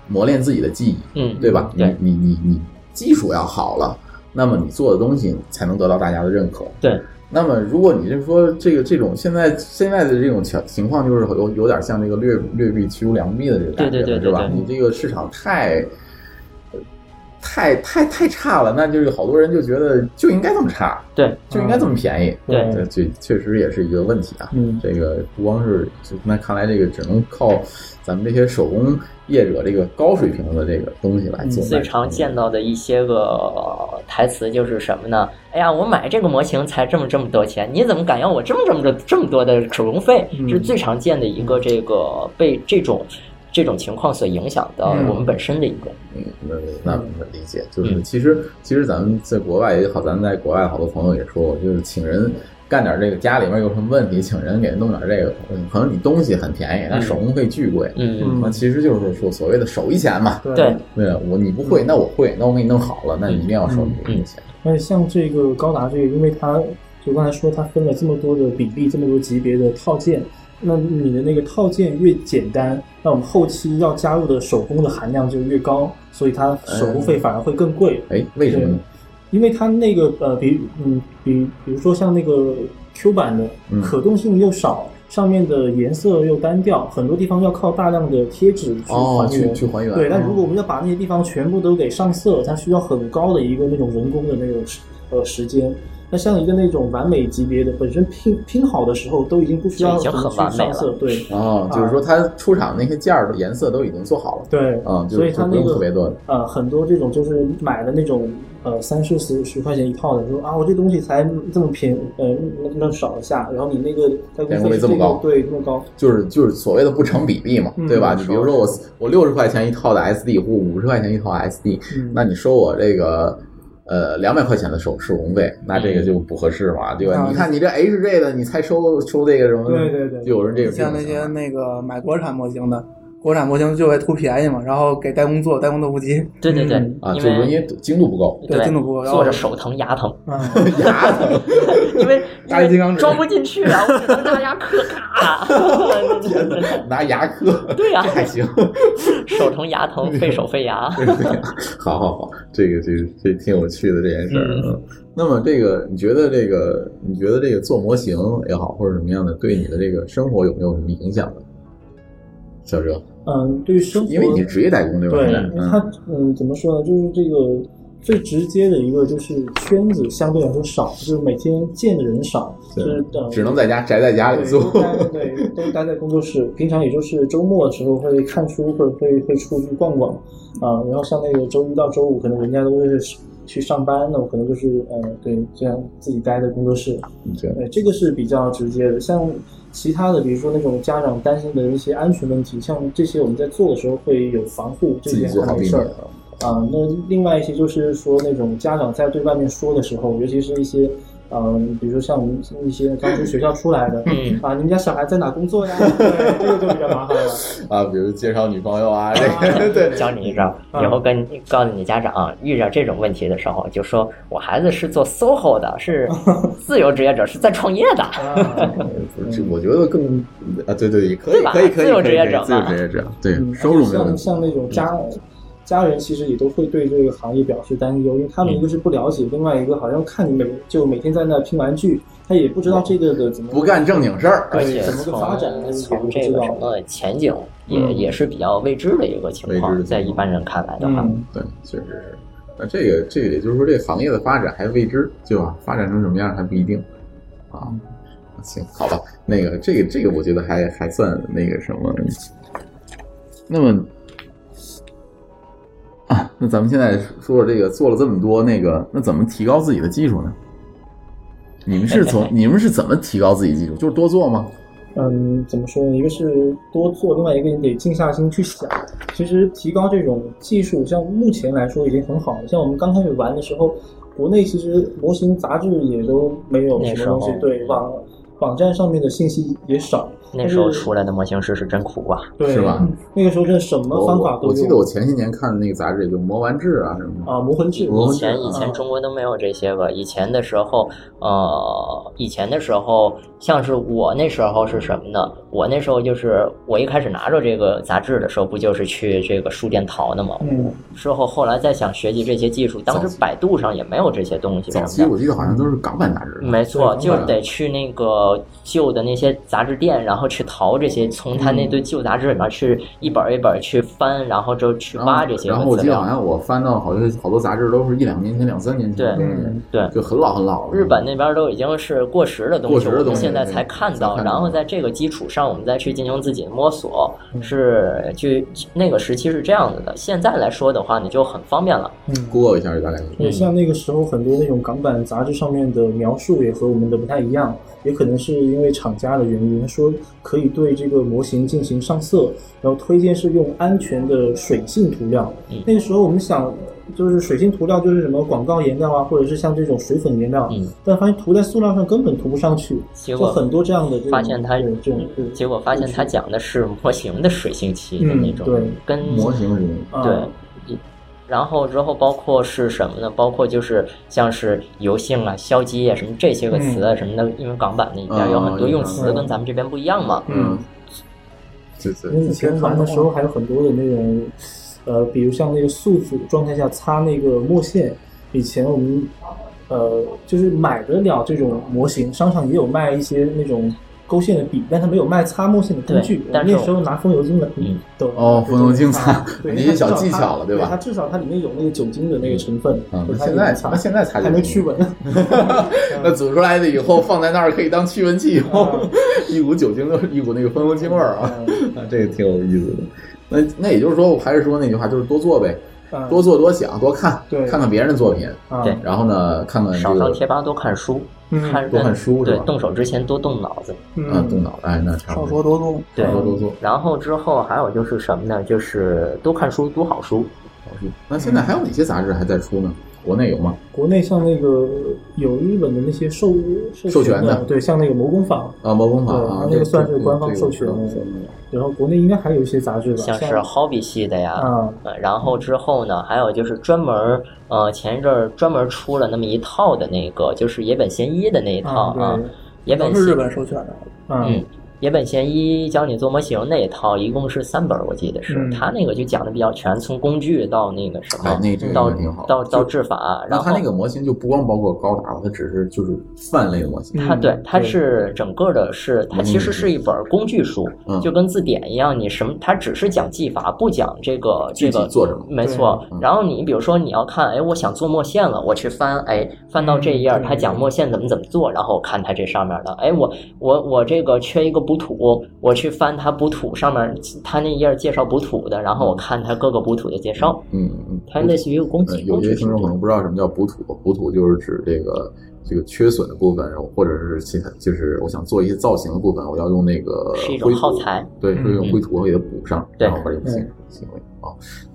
Speaker 3: 磨练自己的技艺，
Speaker 5: 嗯
Speaker 3: 对吧？
Speaker 5: 对
Speaker 3: 你你你你技术要好了，那么你做的东西才能得到大家的认可。
Speaker 5: 对。
Speaker 3: 那么，如果你就说这个这种现在现在的这种情情况，就是有有点像这个劣劣币驱逐良币的这个感觉了，
Speaker 5: 对对对
Speaker 3: 是
Speaker 5: 对
Speaker 3: 吧？
Speaker 5: 对
Speaker 3: 你这个市场太呃太太太差了，那就有好多人就觉得就应该这么差，
Speaker 5: 对嗯
Speaker 3: 就应该这么便宜。
Speaker 5: 对
Speaker 3: 这这确实也是一个问题啊。
Speaker 4: 嗯
Speaker 3: 这个不光是就那看来这个只能靠咱们这些手工业者这个高水平的这个东西来做。
Speaker 5: 最常见到的一些个呃台词就是什么呢？哎呀，我买这个模型才这么这么多钱，你怎么敢要我这么这么这这么多的手工费？这是最常见的一个这个被这种这种情况所影响的我们本身的一个。
Speaker 3: 那嗯那那理解，就是
Speaker 5: 嗯
Speaker 3: 其实其实咱们在国外也好，咱们在国外好多朋友也说过，就是请人干点这个，家里面有什么问题，请人给弄点这个，嗯，可能你东西很便宜，但
Speaker 5: 嗯
Speaker 3: 手工费巨贵，
Speaker 5: 嗯，
Speaker 3: 那其实就是说所谓的手艺钱嘛，
Speaker 5: 对，
Speaker 3: 对我你不会，那我会，那我给你弄好了，那你一定要手艺钱，
Speaker 4: 而且像这个高达这个，因为它就刚才说它分了这么多的比例、这么多级别的套件，那你的那个套件越简单，那我们后期要加入的手工的含量就越高，所以它
Speaker 3: 嗯
Speaker 4: 手工费反而会更贵。
Speaker 3: 哎，为什么呢？
Speaker 4: 因为它那个呃，比嗯比比如说像那个 Q 版的
Speaker 3: 嗯，
Speaker 4: 可动性又少，上面的颜色又单调，很多地方要靠大量的贴纸去
Speaker 3: 哦，
Speaker 4: 还
Speaker 3: 去
Speaker 4: 原。
Speaker 3: 去还原，
Speaker 4: 对，但如果我们要把那些地方全部都给上色，它需要很高的一个那种人工的那种时呃时间。那像一个那种完美级别的，本身拼拼好的时候都已经不需要
Speaker 5: 就已经
Speaker 4: 怎么
Speaker 5: 很完
Speaker 4: 去
Speaker 5: 美
Speaker 4: 上色，对
Speaker 3: 哦，就是
Speaker 4: 啊
Speaker 3: 说它出厂那些件儿的颜色都已经做好了，
Speaker 4: 对，
Speaker 3: 嗯，就
Speaker 4: 所以
Speaker 3: 就
Speaker 4: 它
Speaker 3: 不
Speaker 4: 那
Speaker 3: 用
Speaker 4: 个
Speaker 3: 特别多，
Speaker 4: 呃，很多这种就是买的那种呃三四十十块钱一套的，说啊我这东西才这么便宜，呃那那少一下，然后你那个代
Speaker 3: 代工
Speaker 4: 工
Speaker 3: 费
Speaker 4: 费
Speaker 3: 这么高
Speaker 4: 对这么高，
Speaker 3: 就是就是所谓的不成比例嘛，
Speaker 4: 嗯
Speaker 3: 对吧？
Speaker 4: 是
Speaker 3: 你比如说我我六十块钱一套的 SD 或五十块钱一套 SD，、
Speaker 4: 嗯
Speaker 3: 那你收我这个呃两百块钱的手手工费，那这个
Speaker 4: 嗯
Speaker 3: 就不合适嘛，对吧？
Speaker 6: 啊
Speaker 3: 你看你这 HJ 的，你才收收这个什么？
Speaker 4: 对对对
Speaker 3: 就有人这个
Speaker 6: 像那些那个买国产模型的，国产模型就会图便宜嘛，然后给代工做，代工做不急，
Speaker 5: 对对对
Speaker 4: 嗯，
Speaker 3: 啊，就
Speaker 5: 因
Speaker 3: 是因
Speaker 5: 为
Speaker 3: 为精度不
Speaker 6: *laughs*
Speaker 3: 够，
Speaker 6: 对进度不够然后
Speaker 5: 坐着手疼牙疼，
Speaker 6: 嗯，
Speaker 3: 牙疼，
Speaker 5: 因为
Speaker 6: 大力金刚指
Speaker 5: 装不进去啊，我只能拿牙磕咔。
Speaker 3: 拿牙磕，
Speaker 5: 对呀
Speaker 6: 啊
Speaker 3: 这还
Speaker 6: *laughs*
Speaker 3: 行。
Speaker 5: 手疼牙疼，费手费牙。
Speaker 3: *laughs* 好好好，这个这个这挺有趣的这件事儿。
Speaker 5: 嗯
Speaker 3: 嗯那么这个，你觉得这个，你觉得这个做模型也好，或者什么样的，对你的这个生活有没有什么影响呢？小哲，
Speaker 4: 嗯，对于生活，
Speaker 3: 因为你是职业代工对吧？
Speaker 4: 对
Speaker 3: 现在
Speaker 4: 它
Speaker 3: 嗯，
Speaker 4: 嗯怎么说呢，就是这个最直接的一个就是圈子相对来说少，就是每天见的人少，
Speaker 3: 对
Speaker 4: 就是呃
Speaker 3: 只能在家宅在家里
Speaker 4: 对
Speaker 3: 做。
Speaker 4: 都待对，都待在工作室。平常也就是周末的时候会看书，会会会出去逛逛啊、然后像那个周一到周五，可能人家都是去上班，那我可能就是呃，对，这样自己待在工作室。
Speaker 3: 对，
Speaker 4: 对，呃这个是比较直接的。像其他的，比如说那种家长担心的一些安全问题，像这些我们在做的时候会有防护，这
Speaker 3: 自己
Speaker 4: 些
Speaker 3: 做
Speaker 4: 还
Speaker 3: 好
Speaker 4: 没
Speaker 3: 避
Speaker 4: 事
Speaker 3: 免
Speaker 4: 儿。
Speaker 3: 啊。
Speaker 4: 啊、那另外一些就是说，那种家长在对外面说的时候，尤其是一些，嗯、比如说像我们一些刚从学校出来的，
Speaker 5: 嗯
Speaker 4: 啊，你们家小孩在哪工作呀？ *laughs* 对，这个就比较麻烦了。
Speaker 3: 啊，比如介绍女朋友啊，这 *laughs* 个对，
Speaker 5: 教你一招，
Speaker 4: 嗯
Speaker 5: 以后跟告诉你家长啊，遇到这种问题的时候，就说我孩子是做 SOHO 的，
Speaker 4: *laughs*
Speaker 5: 是自由职业者，是在创业的。
Speaker 4: 啊，
Speaker 3: 不是我觉得更啊，对对，也可以
Speaker 5: 对吧
Speaker 3: 可以可以
Speaker 5: 自由
Speaker 3: 可以
Speaker 5: 职业
Speaker 3: 可以
Speaker 5: 者
Speaker 3: 自由
Speaker 5: 嘛
Speaker 3: 职业者，对，
Speaker 4: 嗯
Speaker 3: 收入没有问
Speaker 4: 像
Speaker 3: 题。嗯
Speaker 4: 像那种家、家人，其实也都会对这个行业表示担忧，因为他
Speaker 3: 嗯
Speaker 4: 们一个是不了解，另外一个好像看你每就每天在那拼玩具，他也不知道这个的怎么
Speaker 3: 哦不干正经事儿，
Speaker 5: 而且
Speaker 4: 怎么个
Speaker 5: 从
Speaker 4: 发展也不知道嗯
Speaker 5: 从这个什么前景也也是比较未知的一个情
Speaker 3: 未知
Speaker 5: 况，
Speaker 3: 的
Speaker 5: 在一般人看来的话，
Speaker 4: 嗯
Speaker 3: 对，确实是。那这个这个也就是说，这个行业的发展还未知，对吧？发展成什么样还不一定啊。
Speaker 4: 嗯
Speaker 3: 行，好吧，那个这个这个，我觉得还还算那个什么。那么啊，那咱们现在说了这个做了这么多那个，那怎么提高自己的技术呢？你们是
Speaker 4: *laughs*
Speaker 3: 从你们是怎么提高自己技术？就是多做吗？
Speaker 4: 嗯，怎么说呢？一个是多做，另外一个你得静下心去想。其实提高这种技术，像目前来说已经很好了。像我们刚开始玩的时候，国内其实模型杂志也都没有
Speaker 5: 那
Speaker 4: 什么
Speaker 5: 时候
Speaker 4: 东西，对网网站上面的信息也少，
Speaker 5: 那时候出来的模型师是真苦啊。
Speaker 4: 对
Speaker 3: 是吧？
Speaker 4: 那个时候真的什么
Speaker 3: 我
Speaker 4: 方法
Speaker 3: 我
Speaker 4: 都
Speaker 3: 我记得
Speaker 4: 有
Speaker 3: 我前些年看的那个杂志，就《魔玩志》啊什么的。
Speaker 4: 啊，魔魂志，
Speaker 3: 我
Speaker 5: 以前以
Speaker 4: 嗯
Speaker 5: 前中国都没有这些个，以前的时候，呃，以前的时候，像是我那时候是什么呢？我那时候就是我一开始拿着这个杂志的时候，不就是去这个书店淘的吗？
Speaker 4: 嗯，
Speaker 5: 之后后来再想学习这些技术，当
Speaker 3: 早
Speaker 5: 时百度上也没有这些东西什
Speaker 3: 早
Speaker 5: 么
Speaker 3: 期
Speaker 5: 的。
Speaker 4: 嗯
Speaker 3: 我记得好像都是港版杂志，
Speaker 5: 没错，
Speaker 4: 对
Speaker 5: 就得去那个呃旧的那些杂志店，然后去淘这些，从他
Speaker 3: 嗯
Speaker 5: 那堆旧杂志里面去一本儿一本儿去翻，然后就去
Speaker 3: 然后
Speaker 5: 挖这些
Speaker 3: 啊然后我
Speaker 5: 文字
Speaker 3: 记得好
Speaker 5: 料。
Speaker 3: 像我翻到好多好多杂志都是一两年前、两三年前的
Speaker 5: 对
Speaker 3: 东西，
Speaker 5: 对，
Speaker 3: 就很老很老了。
Speaker 5: 日本那边都已经是过时的东
Speaker 3: 过
Speaker 5: 西，
Speaker 3: 时的
Speaker 5: 我
Speaker 3: 东
Speaker 5: 们
Speaker 3: 西
Speaker 5: 现在才看到
Speaker 3: 才。看到
Speaker 5: 然后在这个基础上，我们再去进行自己的摸索。
Speaker 3: 嗯
Speaker 5: 是去那个时期是这样子的，现在来说的话，你就很方便了。
Speaker 3: Google 一下就大概有。
Speaker 4: 嗯对，像那个时候很多那种港版杂志上面的描述也和我们的不太一样，也可能是因为厂家的原因，他说可以对这个模型进行上色，然后推荐是用安全的水性涂料。
Speaker 5: 嗯
Speaker 4: 那个时候我们想，就是水性涂料就是什么广告颜料啊，或者是像这种水粉颜料，
Speaker 5: 嗯
Speaker 4: 但发现涂在塑料上根本涂不上去，
Speaker 5: 结
Speaker 4: 就
Speaker 5: 果
Speaker 4: 很多这样的这种
Speaker 5: 发现他
Speaker 4: 这种这种对
Speaker 5: 结果发现他讲的是模型的水性漆的那
Speaker 4: 嗯
Speaker 5: 种
Speaker 4: 对，
Speaker 5: 跟
Speaker 3: 模型是什么？
Speaker 4: 啊
Speaker 5: 对。然后之后包括是什么呢？包括就是像是油性啊、硝基啊什么这些个词啊什么的，因为港版那边有很多用词跟咱们这边不一样嘛。
Speaker 3: 嗯，对对，
Speaker 4: 因
Speaker 5: 嗯
Speaker 4: 为以前玩的时候还有很多的那种，呃，比如像那个素组状态下擦那个墨线，以前我们呃就是买得了这种模型，商场也有卖一些那种勾线的笔，但它没有卖擦墨线的工具
Speaker 5: 对。
Speaker 4: 我
Speaker 5: 但
Speaker 4: 们
Speaker 5: 是
Speaker 4: 那时候拿风油精的
Speaker 5: 嗯，
Speaker 4: 都
Speaker 3: 哦风油精擦
Speaker 4: 对，
Speaker 3: 你也小
Speaker 4: 它至少
Speaker 3: 技巧了
Speaker 4: 它
Speaker 3: 对
Speaker 4: 对
Speaker 3: 吧
Speaker 4: 它至少它里面有那个酒精的那个成分，
Speaker 3: 嗯
Speaker 4: 就
Speaker 3: 那
Speaker 4: 它
Speaker 3: 现
Speaker 4: 也
Speaker 3: 在
Speaker 4: 能擦
Speaker 3: 那现在擦酒
Speaker 4: 还能
Speaker 3: 精
Speaker 4: 驱蚊。
Speaker 3: *laughs*
Speaker 4: *laughs*
Speaker 3: 那组出来的以后放在那儿可以当驱蚊器
Speaker 4: 嗯
Speaker 3: 用， *laughs* 一股酒精味儿，一股那个风油精味儿
Speaker 4: *laughs*
Speaker 3: 啊，啊这个挺有意思的。那那也就是说，我还是说那句话，就是多做呗，
Speaker 4: 嗯
Speaker 3: 多做多想，多看，
Speaker 4: 对
Speaker 3: 看看别人的作品，
Speaker 4: 啊
Speaker 5: 对
Speaker 3: 然后呢，看看这
Speaker 5: 少到
Speaker 3: 个，
Speaker 5: 贴吧，多看书，
Speaker 6: 嗯
Speaker 5: 看
Speaker 3: 多看书是
Speaker 5: 对
Speaker 3: 吧，
Speaker 5: 动手之前多动脑子。
Speaker 3: 啊，动
Speaker 6: 嗯，
Speaker 3: 脑袋，那差
Speaker 6: 少
Speaker 3: 不
Speaker 6: 说
Speaker 3: 多，
Speaker 6: 多动，
Speaker 5: 对
Speaker 3: 多多做。
Speaker 5: 然后之后还有就是什么呢？就是多看书，读好书。
Speaker 3: 那现在还有哪些杂志还在出呢？国内有吗？
Speaker 4: 国内像那个有日本的那些授
Speaker 3: 授
Speaker 4: 授
Speaker 3: 权的
Speaker 4: 的，对，像那个魔工坊，
Speaker 3: 啊，毛工坊
Speaker 4: 对
Speaker 3: 啊
Speaker 4: 它，那
Speaker 3: 这
Speaker 4: 个算是
Speaker 3: 这
Speaker 4: 官方
Speaker 3: 这个
Speaker 4: 授权
Speaker 3: 是
Speaker 4: 的
Speaker 5: 嗯
Speaker 3: 是是
Speaker 4: 然后国内应该还有一些杂志吧，
Speaker 5: 像是 hobby 系的呀，
Speaker 4: 啊
Speaker 5: 呃然后之后呢，还有就是专门儿呃前一阵儿专门儿出了那么一套的那个，就是野本贤一的那一套
Speaker 4: 啊
Speaker 5: 啊
Speaker 4: 对，
Speaker 5: 野本
Speaker 6: 都是
Speaker 5: 贤
Speaker 6: 日本授权的。
Speaker 4: 啊
Speaker 5: 嗯，野本贤一教你做模型那一套，一共是三本儿，我记得是
Speaker 4: 嗯
Speaker 5: 他那个就讲的比较全，从工具到那个什
Speaker 3: 哎
Speaker 5: 么
Speaker 3: 那个这个，
Speaker 5: 到
Speaker 3: 挺好
Speaker 5: 到到制法，
Speaker 3: 那
Speaker 5: 然
Speaker 3: 它
Speaker 5: 后
Speaker 3: 那个模型就不光包括高达了，它只是就是泛类的模型。
Speaker 5: 它对
Speaker 4: 嗯，
Speaker 5: 它是整个的是，它其实是一本工具书
Speaker 3: 嗯，
Speaker 5: 就跟字典一样，你什么，它只是讲技法，不讲这个
Speaker 3: 具
Speaker 5: 这
Speaker 3: 体
Speaker 5: 个
Speaker 3: 做什么
Speaker 5: 没错
Speaker 3: 嗯。
Speaker 5: 然后你比如说你要看，哎，我想做墨线了，我去翻，哎，翻到这一页，
Speaker 4: 嗯
Speaker 5: 它讲墨线怎么怎么做，然后我看它这上面的，哎，我我我这个缺一个补土，我去翻它补土上面，它那一页介绍补土的，然后我看它各个补土的介绍，
Speaker 3: 嗯嗯，
Speaker 5: 它类似于一个工具
Speaker 3: 呃，有
Speaker 5: 工
Speaker 3: 些
Speaker 5: 具
Speaker 3: 听众可
Speaker 5: 书。
Speaker 3: 能不知道什么叫补土，补土就是指这个这个缺损的部分，或者是其他，就是我想做一些造型的部分，我要用那个
Speaker 5: 是一种
Speaker 3: 灰土
Speaker 5: 耗材，
Speaker 3: 对，是用
Speaker 5: 嗯
Speaker 3: 灰土我给它补上，
Speaker 5: 对
Speaker 3: 然后把这个行行为啊，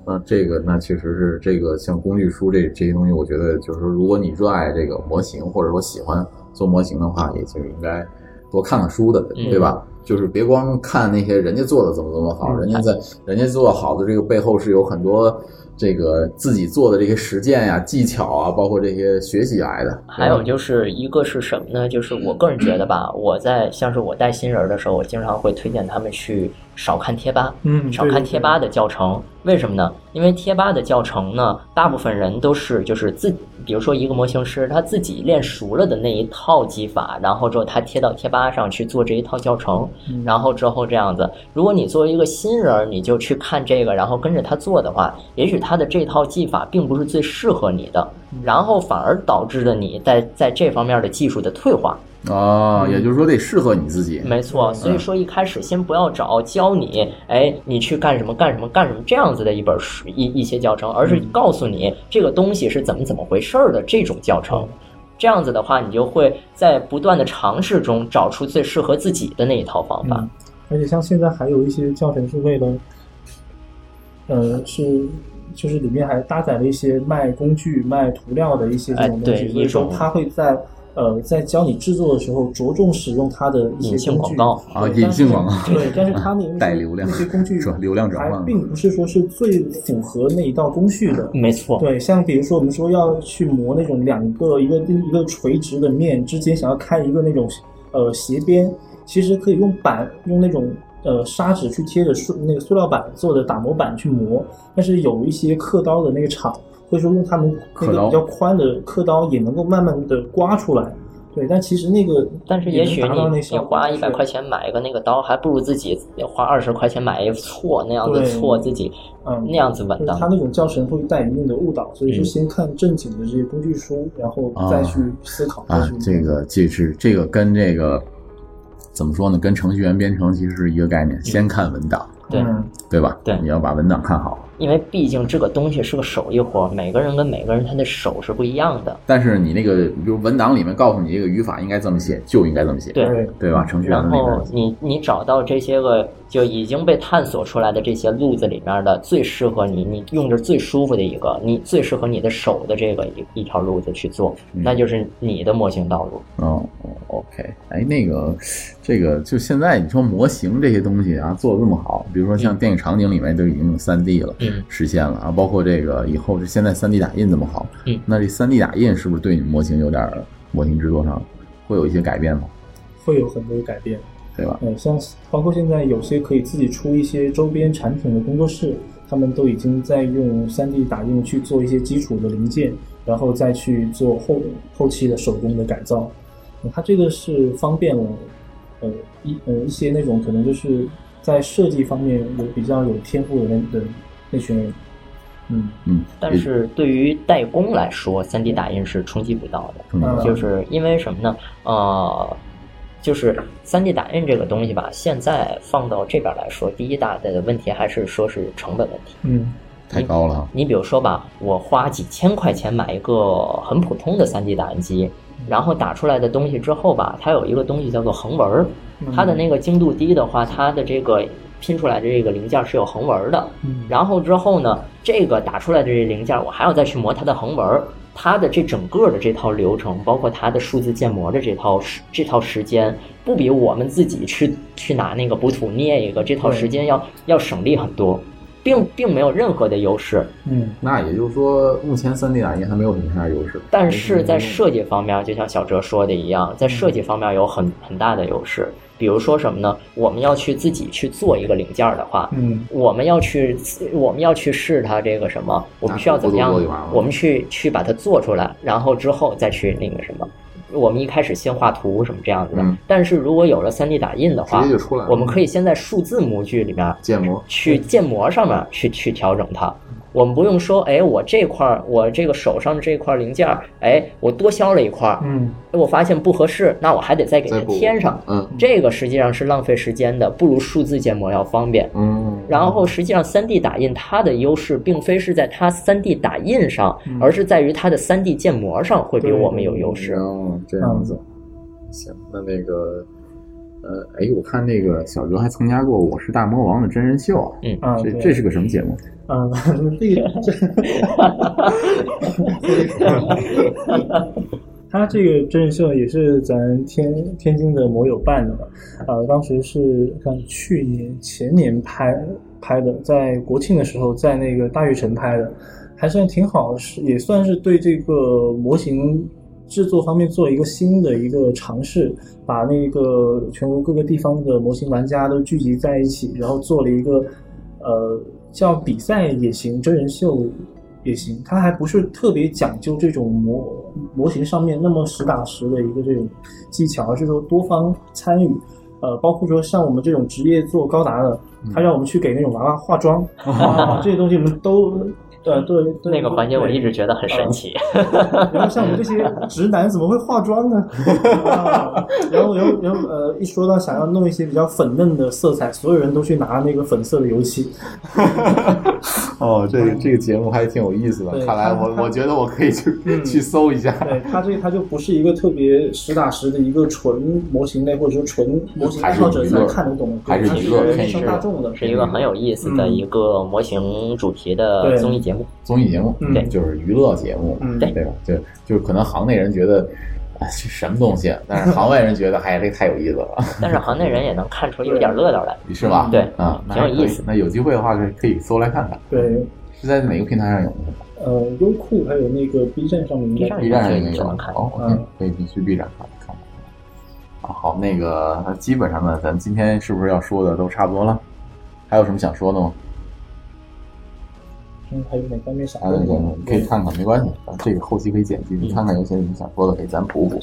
Speaker 3: 那这个那确实是这个像工具书这这些东西，我觉得就是说，如果你热爱这个模型，或者说喜欢做模型的话，也就应该多看看书的，
Speaker 5: 嗯
Speaker 3: 对吧？就是别光看那些人家做的怎么怎么好，
Speaker 4: 嗯
Speaker 3: 人家在人家做好的这个背后是有很多这个自己做的这些实践呀、技巧啊，包括这些学习来的。
Speaker 5: 还有就是一个是什么呢？就是我个人觉得吧，我在像是我带新人的时候，我经常会推荐他们去少看贴吧，
Speaker 4: 嗯
Speaker 5: 少看贴吧的教程。为什么呢？因为贴吧的教程呢，大部分人都是就是自，比如说一个模型师他自己练熟了的那一套技法，然后之后他贴到贴吧上去做这一套教程，然后之后这样子。如果你作为一个新人儿，你就去看这个，然后跟着他做的话，也许他的这套技法并不是最适合你的，然后反而导致的你在在这方面的技术的退化。
Speaker 3: 啊，也就是说得适合你自己。
Speaker 5: 嗯没
Speaker 4: 嗯
Speaker 5: 错，所以说一开始先不要找教你，哎，你去干什么干什么干什么这样子的一本书一一些教程，而
Speaker 4: 嗯
Speaker 5: 是告诉你这个东西是怎么怎么回事儿的这种教程。
Speaker 4: 嗯
Speaker 5: 这样子的话，你就会在不断的尝试中找出最适合自己的那一套方法。
Speaker 4: 嗯，而且像现在还有一些教程是为了，呃，是就是里面还搭载了一些卖工具、卖涂料的一些这种东
Speaker 5: 哎
Speaker 4: 西，
Speaker 5: 对
Speaker 4: 所以说
Speaker 5: 一种
Speaker 4: 它会在呃在教你制作的时候着重使用它的一
Speaker 5: 隐
Speaker 4: 些
Speaker 5: 性
Speaker 4: 工
Speaker 5: 广
Speaker 4: 具
Speaker 5: 告
Speaker 3: 啊
Speaker 4: 对
Speaker 3: 隐性广告
Speaker 4: 但是对，但是
Speaker 3: *laughs*
Speaker 4: 它那那些
Speaker 3: 带流量
Speaker 4: 那些工具
Speaker 3: 是吧流量 *laughs* 转换嗯
Speaker 4: 还并不是说是最符合那一道工序的，
Speaker 5: 嗯没错，
Speaker 4: *laughs* 对，像比如说我们说要去磨那种两个一个一个垂直的面之间，想要开一个那种呃斜边，其实可以用板用那种呃砂纸去贴着塑那个塑料板做的打磨板去磨，但是有一些刻刀的那个厂会说用他们那
Speaker 3: 刻刀
Speaker 4: 个比较宽的刻刀也能够慢慢的刮出来。对，但其实那个
Speaker 5: 但是
Speaker 4: 也
Speaker 5: 也
Speaker 4: 能
Speaker 5: 许
Speaker 4: 达
Speaker 5: 你
Speaker 4: 到那
Speaker 5: 你
Speaker 4: 效果
Speaker 5: 花
Speaker 4: 就
Speaker 5: 一
Speaker 4: 是
Speaker 5: 百块钱买一个那个刀，还不如自己花二十块钱买一锉，那样子
Speaker 4: 对
Speaker 5: 锉自己
Speaker 4: 嗯
Speaker 5: 那样子
Speaker 4: 就
Speaker 5: 稳
Speaker 4: 是
Speaker 5: 当
Speaker 4: 他。那种教程会带一定的误导，所以就
Speaker 5: 嗯
Speaker 4: 先看正经的这些工具书，然后再去思考。
Speaker 3: 啊
Speaker 4: 再去，
Speaker 3: 这个这是这个跟这个怎么说呢？跟程序员编程其实是一个概念，先看文档，
Speaker 5: 对，
Speaker 4: 嗯
Speaker 3: 对吧？
Speaker 5: 嗯对
Speaker 3: 你要把文档看好。
Speaker 5: 因为毕竟这个东西是个手艺活，每个人跟每个人他的手是不一样的。
Speaker 3: 但是你那个，比如文档里面告诉你这个语法应该这么写，就应该这么写，
Speaker 5: 对
Speaker 4: 对
Speaker 3: 对吧？程序员
Speaker 5: 然
Speaker 3: 的那
Speaker 5: 后
Speaker 3: 个，
Speaker 5: 你你找到这些个就已经被探索出来的这些路子里面的最适合你，你用着最舒服的一个，你最适合你的手的这个一一条路子去做，
Speaker 3: 嗯
Speaker 5: 那就是你的模型道路。
Speaker 3: 哦哦，OK，哎，那个，这个就现在你说模型这些东西啊，做的这么好，比如说像
Speaker 5: 嗯
Speaker 3: 电影场景里面都已经用三 D 了，
Speaker 5: 嗯，
Speaker 3: 实现了啊，包括这个以后是现在三 D 打印这么好，
Speaker 5: 嗯
Speaker 3: 那这三 D 打印是不是对你模型有点儿模型制作上会有一些改变吗？
Speaker 4: 会有很多改变。
Speaker 3: 对吧？
Speaker 4: 呃，像包括现在有些可以自己出一些周边产品的工作室，他们都已经在用 3D 打印去做一些基础的零件，然后再去做后后期的手工的改造。嗯它这个是方便了，呃一呃一些那种可能就是在设计方面有比较有天赋的那的那群人，嗯，
Speaker 3: 嗯，
Speaker 5: 但是对于代工来说，3D 打印是冲击不到的。
Speaker 3: 嗯
Speaker 4: 呃
Speaker 5: 就是因为什么呢？呃，就是3 D 打印这个东西吧，现在放到这边来说，第一大的问题还是说是成本问题。
Speaker 4: 嗯
Speaker 3: 太高了哈，
Speaker 5: 你比如说吧，我花几千块钱买一个很普通的 3D 打印机，然后打出来的东西之后吧，它有一个东西叫做横纹儿，它的那个精度低的话，它的这个拼出来的这个零件是有横纹儿的。
Speaker 4: 嗯
Speaker 5: 然后之后呢，这个打出来的这零件，我还要再去磨它的横纹儿，它的这整个的这套流程，包括它的数字建模的这套时这套时间，不比我们自己去去拿那个补土捏一个这套时间要要省力很多，并并没有任何的优势。
Speaker 4: 嗯
Speaker 3: 那也就是说，目前三 D 打印还没有什么太大优势。
Speaker 5: 但是在设计方面，就像小哲说的一样，在设计方面有很很大的优势。比如说什么呢？我们要去自己去做一个零件儿的话，
Speaker 4: 嗯
Speaker 5: 我们要去，我们要去试它这个什么，我们需要怎么样
Speaker 3: 那不做就完了？
Speaker 5: 我们去去把它做出来，然后之后再去那个什么。我们一开始先画图什么这样子的，
Speaker 3: 嗯
Speaker 5: 但是如果有了 3D 打印的话
Speaker 3: 直接就出来了
Speaker 5: 我们可以先在数字模具里面
Speaker 3: 建模
Speaker 5: 去建模上面去去调整它。我们不用说，哎，我这块儿，我这个手上的这块零件儿，哎，我多削了一块儿，哎
Speaker 4: 嗯
Speaker 5: 我发现不合适，那我还得再给它
Speaker 3: 再补
Speaker 5: 添上。
Speaker 3: 嗯
Speaker 5: 这个实际上是浪费时间的，不如数字建模要方便。
Speaker 3: 嗯，
Speaker 5: 然后实际上3 D 打印它的优势并非是在它3 D 打印上，
Speaker 3: 嗯
Speaker 5: 而是在于它的3 D 建模上会比我们有优
Speaker 4: 啊
Speaker 5: 势。
Speaker 3: 哦，这
Speaker 4: 嗯
Speaker 3: 样子。行，那那个，呃，哎，我看那个小哲还参加过《我是大魔王》的真人秀啊，
Speaker 5: 嗯
Speaker 4: 啊，
Speaker 3: 这
Speaker 4: 对
Speaker 3: 这是个什么节目？
Speaker 4: 嗯， *laughs* 这个这，他这个真人秀也是咱天天津的摩友办的嘛，呃，当时是看去年前年拍拍的，在国庆的时候在那个大悦城拍的，还算挺好，是也算是对这个模型制作方面做一个新的一个尝试，把那个全国各个地方的模型玩家都聚集在一起，然后做了一个呃叫比赛也行，真人秀也行，它还不是特别讲究这种模模型上面那么实打实的一个这种技巧，而是说多方参与。呃，包括说像我们这种职业做高达的，他让我们去给那种娃娃化妆，啊，这些东西我们都，呃，对，对
Speaker 5: 那个环节我
Speaker 4: 对
Speaker 5: 一直觉得很神奇，
Speaker 4: 然后像我们这些直男怎么会化妆呢？ *laughs* 啊然后，然后，然后，呃，一说到想要弄一些比较粉嫩的色彩，所有人都去拿那个粉色的油漆。
Speaker 3: 哦，这个这个节目还挺有意思的，
Speaker 4: 对
Speaker 3: 看来我
Speaker 4: 他
Speaker 3: 我觉得我可以去、
Speaker 4: 嗯
Speaker 3: 去搜一下。
Speaker 4: 对，它这它就不是一个特别实打实的一个纯模型类，或者说纯模型爱好者才看得懂，
Speaker 3: 还是
Speaker 4: 它
Speaker 3: 娱
Speaker 4: 是
Speaker 3: 乐
Speaker 4: 人
Speaker 3: 还是娱乐
Speaker 4: 生大众的。
Speaker 5: 是一个很有意思的
Speaker 4: 嗯
Speaker 5: 一个模型主题的
Speaker 4: 对
Speaker 5: 综艺节目。
Speaker 3: 综艺节目，
Speaker 4: 嗯
Speaker 3: 对就是娱乐节目，
Speaker 4: 嗯
Speaker 3: 对吧？就就是可能行内人觉得。哎，这什么东西啊？但是行外人觉得，哎，这太有意思了，
Speaker 4: *laughs*
Speaker 5: 但是行内人也能看出有点乐道来。
Speaker 3: 是吧？
Speaker 5: 对
Speaker 3: 啊，
Speaker 4: 嗯
Speaker 3: 那
Speaker 5: 挺有
Speaker 3: 还可以
Speaker 5: 意思
Speaker 3: 那有机会的话，可以可以搜来看看，
Speaker 4: 对，
Speaker 3: 是在哪个平台上有呢？
Speaker 4: 呃，优酷还有那个 B 站上面应该
Speaker 3: B
Speaker 5: B 站
Speaker 3: 站上也没有
Speaker 5: 只能看
Speaker 3: 哦，
Speaker 4: 嗯
Speaker 3: 可以可以去 B 站看看看。啊，好，那个那基本上呢，咱今天是不是要说的都差不多了？还有什么想说的吗？
Speaker 4: 嗯还有哪方面想
Speaker 3: 啊，
Speaker 4: 问
Speaker 3: 那个
Speaker 5: 嗯
Speaker 4: 的？
Speaker 3: 啊你可以看看，没关系，咱这个后期可以剪辑，你看看有些什么想说的，给咱补补。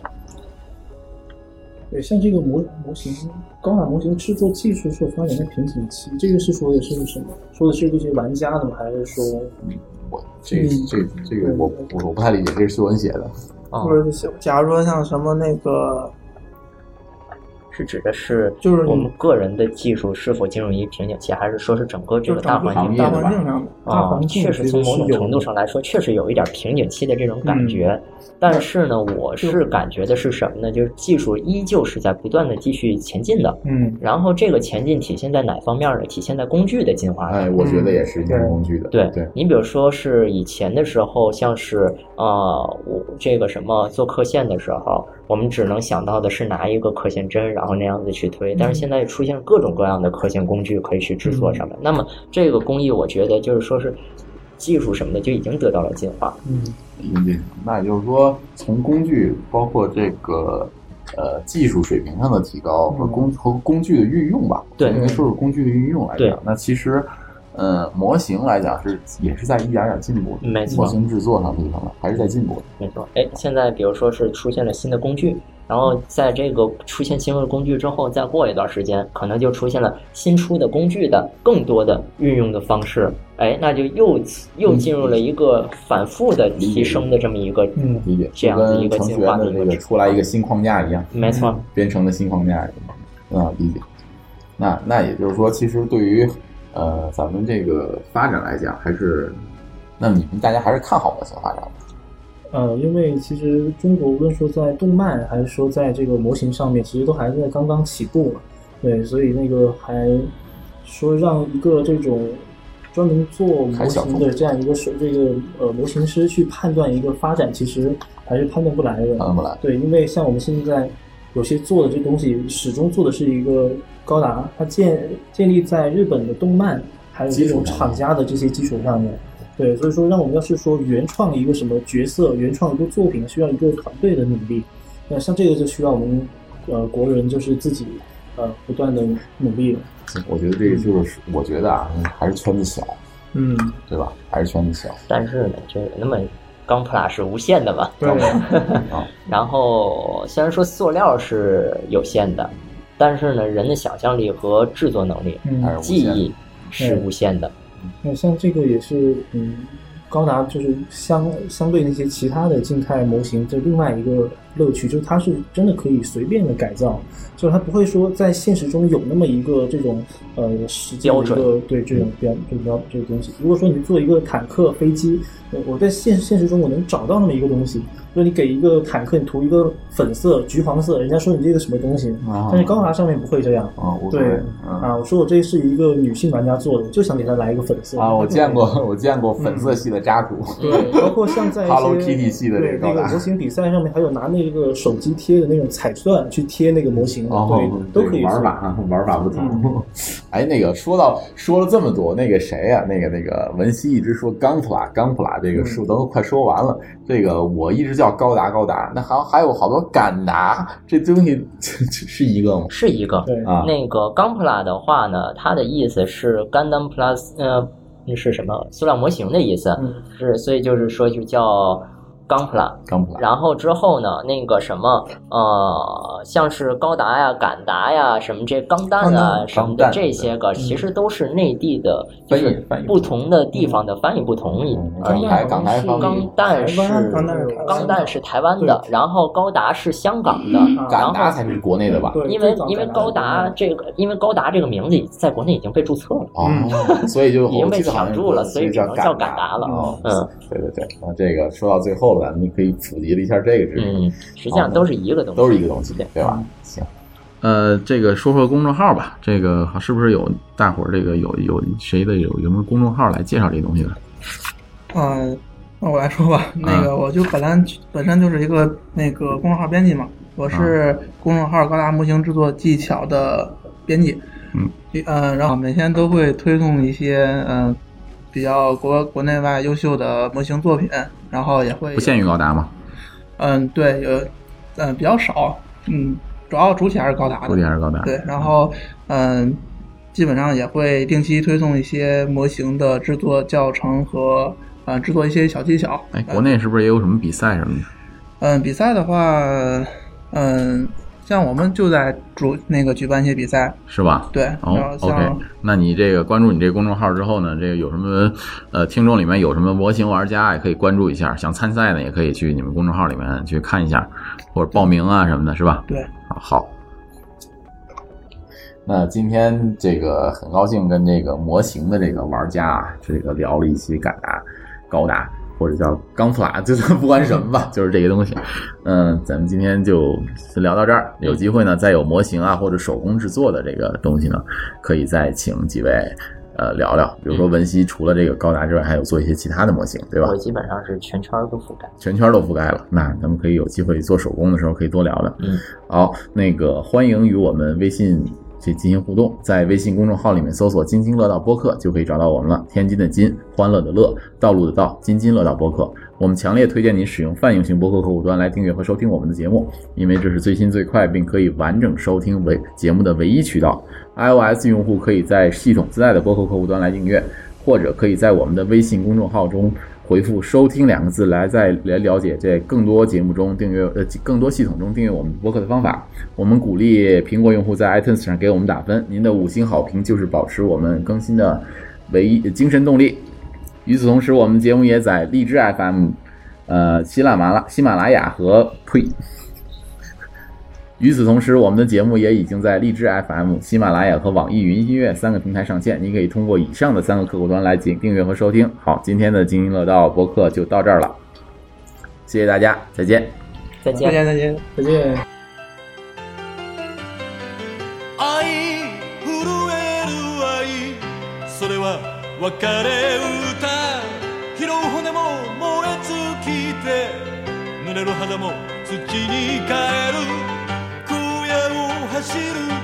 Speaker 4: 对，像这个模模型高塔模型制作技术所发展的瓶颈期，这个是说的是什么？说的是这些玩家的吗？还是说
Speaker 3: 我这
Speaker 5: 嗯
Speaker 3: 这这个我我我不太理解，这是秀文写的。
Speaker 5: 啊、
Speaker 6: 或者是假如说像什么那个
Speaker 5: 是指的是
Speaker 6: 就是
Speaker 5: 我们个人的技术是否进入一个瓶颈期，还是说是整个这
Speaker 6: 就是
Speaker 5: 个大
Speaker 6: 整
Speaker 5: 环
Speaker 6: 个
Speaker 3: 行
Speaker 5: 境
Speaker 3: 业
Speaker 6: 大
Speaker 3: 的吧
Speaker 6: 环境上面，
Speaker 4: 大
Speaker 5: 啊
Speaker 4: 环，境
Speaker 5: 确实从某种
Speaker 4: 其实是有
Speaker 5: 程度上来说，确实有一点瓶颈期的这种感觉。但是呢，我是感觉的是什么呢？就是技术依旧是在不断的继续前进的。
Speaker 6: 嗯，
Speaker 5: 然后这个前进体现在哪方面呢？体现在工具的进化上。
Speaker 3: 哎，我觉得也是一件工具的。
Speaker 5: 嗯对
Speaker 3: 对，
Speaker 5: 你比如说是以前的时候，像是呃，我这个什么做刻线的时候，我们只能想到的是拿一个刻线针，然后那样子去推。但是现在出现各种各样的刻线工具可以去制作什么。那么这个工艺，我觉得就是说是技术什么的就已经得到了进化。
Speaker 3: 引进。嗯那也就是说，从工具包括这个呃技术水平上的提高和工、和工具的运用吧，
Speaker 5: 嗯对
Speaker 3: 应该说是工具的运用来
Speaker 5: 对
Speaker 3: 讲，那其实。呃，模型来讲是也是在一点点进步的，
Speaker 5: 没错
Speaker 3: 模型制作上这个方面还是在进步的。
Speaker 5: 没错，哎，现在比如说是出现了新的工具，然后在这个出现新的工具之后，再过一段时间，可能就出现了新出的工具的更多的运用的方式，哎，那就又又进入了一个反复的提升的这么一个，
Speaker 6: 嗯
Speaker 3: 理解，
Speaker 5: 这
Speaker 3: 就
Speaker 5: 样的一
Speaker 3: 跟
Speaker 5: 个
Speaker 3: 程序
Speaker 5: 进
Speaker 3: 员
Speaker 5: 化的
Speaker 3: 的
Speaker 5: 一
Speaker 3: 这
Speaker 5: 个
Speaker 3: 个嗯
Speaker 5: 制
Speaker 3: 出来一个新框架一样，
Speaker 5: 没错，
Speaker 3: 编程的新框架一样。啊，理解。那那也就是说，其实对于呃咱们这个发展来讲，还是那你们大家还是看好模型发展吧。
Speaker 4: 呃，因为其实中国无论说在动漫还是说在这个模型上面，其实都还在刚刚起步嘛。对，所以那个还说让一个这种专门做模
Speaker 3: 还小
Speaker 4: 型
Speaker 3: 众
Speaker 4: 的这样一个手这个呃模型师去判断一个发展，其实还是判断不来的。
Speaker 3: 看不来，
Speaker 4: 对，因为像我们现在有些做的这东西，始终做的是一个高达，它建建立在日本的动漫还有这种厂家的这些基础上面。对，所以说，让我们要是说原创一个什么角色，原创一个作品，需要一个团队的努力。那像这个就需要我们呃国人就是自己呃不断的努力了。
Speaker 3: 我觉得这个就是，我觉得啊，还是圈子小，
Speaker 4: 嗯，
Speaker 3: 对吧？还是圈子小
Speaker 5: 但是呢，这个那么钢普拉是无限的嘛，
Speaker 6: 对，
Speaker 3: 啊。
Speaker 5: *laughs* 然后虽然说塑料是有限的，但是呢，人的想象力和制作能力、
Speaker 4: 嗯
Speaker 3: 还是无
Speaker 5: 记
Speaker 3: 限
Speaker 5: 忆是无限的，
Speaker 4: 那像这个也是，嗯，高达就是相相对那些其他的静态模型，就另外一个乐趣，就是它是真的可以随便的改造，就是它不会说在现实中有那么一个这种呃实际的
Speaker 5: 标
Speaker 4: 一
Speaker 5: 准
Speaker 4: 个对这种标这种标这个东西。如果说你做一个坦克、飞机，呃我在现现实中我能找到那么一个东西，说你给一个坦克你涂一个粉色、橘黄色，人家说你这个什么东西，
Speaker 5: 嗯
Speaker 3: 啊
Speaker 4: 但是高达上面不会这样。
Speaker 3: 啊，无所
Speaker 4: 嗯对
Speaker 3: 谓，嗯
Speaker 4: 啊，我说我这是一个女性玩家做的，就想给她来一个粉色
Speaker 3: 啊，我见过，我见过粉色系的扎古，
Speaker 4: 对，包括像在一些
Speaker 3: Hello Kitty 系的这
Speaker 4: 对
Speaker 3: 个高
Speaker 4: 那个
Speaker 3: 达
Speaker 4: 模型比赛上面，还有拿那个手机贴的那种彩钻去贴那个模型的，
Speaker 3: 哦，
Speaker 4: 对，都可以嗯
Speaker 3: 玩
Speaker 4: 做
Speaker 3: 法。啊，玩法不同。哎，那个说到说了这么多，那个谁呀、那个那个文熙一直说钢普拉钢普拉这
Speaker 4: 嗯
Speaker 3: 个数都快说完了，这个我一直叫高达高达，那还还有好多敢达，这东西是一个吗？
Speaker 5: 是一个。
Speaker 4: 对，
Speaker 3: 啊，
Speaker 5: 那个钢普拉的话呢，它的意思是 Gundam Plus，呃，是什么？塑料模型的意思，
Speaker 4: 嗯
Speaker 5: 是所以就是说就叫钢普拉。
Speaker 3: 钢普拉。
Speaker 5: 然后之后呢，那个什么，呃，像是高达呀、敢达呀、什么这钢弹啊、什么的
Speaker 3: 钢弹
Speaker 5: 这些个，其实都是内地的，就
Speaker 3: 翻译
Speaker 5: 是
Speaker 3: 翻译
Speaker 5: 不同的地方的翻译不同而
Speaker 3: 港
Speaker 5: 已。
Speaker 3: 台港台方
Speaker 5: 钢
Speaker 3: 面，
Speaker 5: 弹是
Speaker 4: 台湾
Speaker 6: 钢弹是台湾
Speaker 5: 钢弹是台湾的，然后高达是香港的，
Speaker 4: 啊
Speaker 5: 然
Speaker 3: 敢达
Speaker 5: 后。
Speaker 3: 才是国内的吧？
Speaker 4: 对，
Speaker 5: 因为
Speaker 4: 最早
Speaker 5: 因为
Speaker 4: 在
Speaker 5: 高
Speaker 4: 哪
Speaker 5: 达
Speaker 4: 里
Speaker 5: 这个，因为高达这个名字已在国内已经被注册了，
Speaker 3: 哦，所以就
Speaker 5: 嗯已经
Speaker 3: 我
Speaker 5: 被
Speaker 3: 记得好像
Speaker 5: 抢注了，
Speaker 3: 是
Speaker 5: 所以只
Speaker 3: 叫
Speaker 5: 能叫敢
Speaker 3: 敢
Speaker 5: 达了。
Speaker 3: 哦，
Speaker 5: 嗯
Speaker 3: 对对对，那这个说到最后了，咱们可以普及了一下这个知识，
Speaker 5: 嗯，实际上都是一个东西，
Speaker 3: 哦都是一个东西
Speaker 5: 对，
Speaker 3: 对吧？行。呃，这个说说公众号吧，这个是不是有大伙儿这个有有谁的有有没有公众号来介绍这东西的？
Speaker 6: 嗯，那我来说吧， *laughs* 那个我就本来本身就是一个那个公众号编辑嘛，我是公众号高达模型制作技巧的编辑，
Speaker 3: 嗯
Speaker 6: 呃，然后每天都会推送一些嗯、呃比较国国内外优秀的模型作品，然后也会
Speaker 3: 不限于高达吗？
Speaker 6: 嗯对有嗯比较少嗯主要主体还是高达的
Speaker 3: 不限是高达。
Speaker 6: 对，然后嗯，基本上也会定期推送一些模型的制作教程和呃制作一些小技巧。
Speaker 3: 哎哎，国内是不是也有什么比赛什么的？
Speaker 6: 嗯，比赛的话，嗯，像我们就在主那个举办一些比赛，
Speaker 3: 是吧？
Speaker 6: 对，然
Speaker 3: 哦
Speaker 6: 后
Speaker 3: ，OK，
Speaker 6: 像
Speaker 3: 那你这个关注你这个公众号之后呢，这个有什么呃听众里面有什么模型玩家也可以关注一下，想参赛的也可以去你们公众号里面去看一下，或者报名啊什么的，是吧？
Speaker 6: 对，
Speaker 3: 好。那今天这个很高兴跟这个模型的这个玩家啊，这个聊了一期敢达、高达或者叫钢普拉，就是不管什么吧，就是这个东西。嗯，咱们今天就先聊到这儿。有机会呢，再有模型啊或者手工制作的这个东西呢，可以再请几位呃聊聊。比如说文熙除了这个高达之外，还有做一些其他的模型，对吧
Speaker 5: 我？基本上是全圈儿都覆盖。
Speaker 3: 全圈都覆盖了。那咱们可以有机会做手工的时候可以多聊聊。
Speaker 5: 嗯，
Speaker 3: 好，那个欢迎与我们微信去进行互动，在微信公众号里面搜索“津津乐道播客”就可以找到我们了。天津的津，欢乐的乐，道路的道，津津乐道播客。我们强烈推荐您使用泛用型播客客户端来订阅和收听我们的节目，因为这是最新最快并可以完整收听为节目的唯一渠道。iOS 用户可以在系统自带的播客客户端来订阅，或者可以在我们的微信公众号中回复“收听”两个字来再来了解这更多节目中订阅呃更多系统中订阅我们播客的方法。我们鼓励苹果用户在 iTunes 上给我们打分，您的五星好评就是保持我们更新的唯一精神动力。与此同时，我们节目也在荔枝 FM、呃喜马拉雅、喜马拉雅和呸。与此同时，我们的节目也已经在荔枝 FM、喜马拉雅和网易云音乐三个平台上线，您可以通过以上的三个客户端来进订阅和收听。好，今天的津津乐道播客就到这儿了，谢谢大家，再见。嗯
Speaker 5: 再
Speaker 6: 再
Speaker 5: 见。
Speaker 6: 见再见。
Speaker 4: 再见。
Speaker 8: 愛震える愛それは別れ歌拾う骨も燃え尽きて濡れる肌も土に変える荒野を走る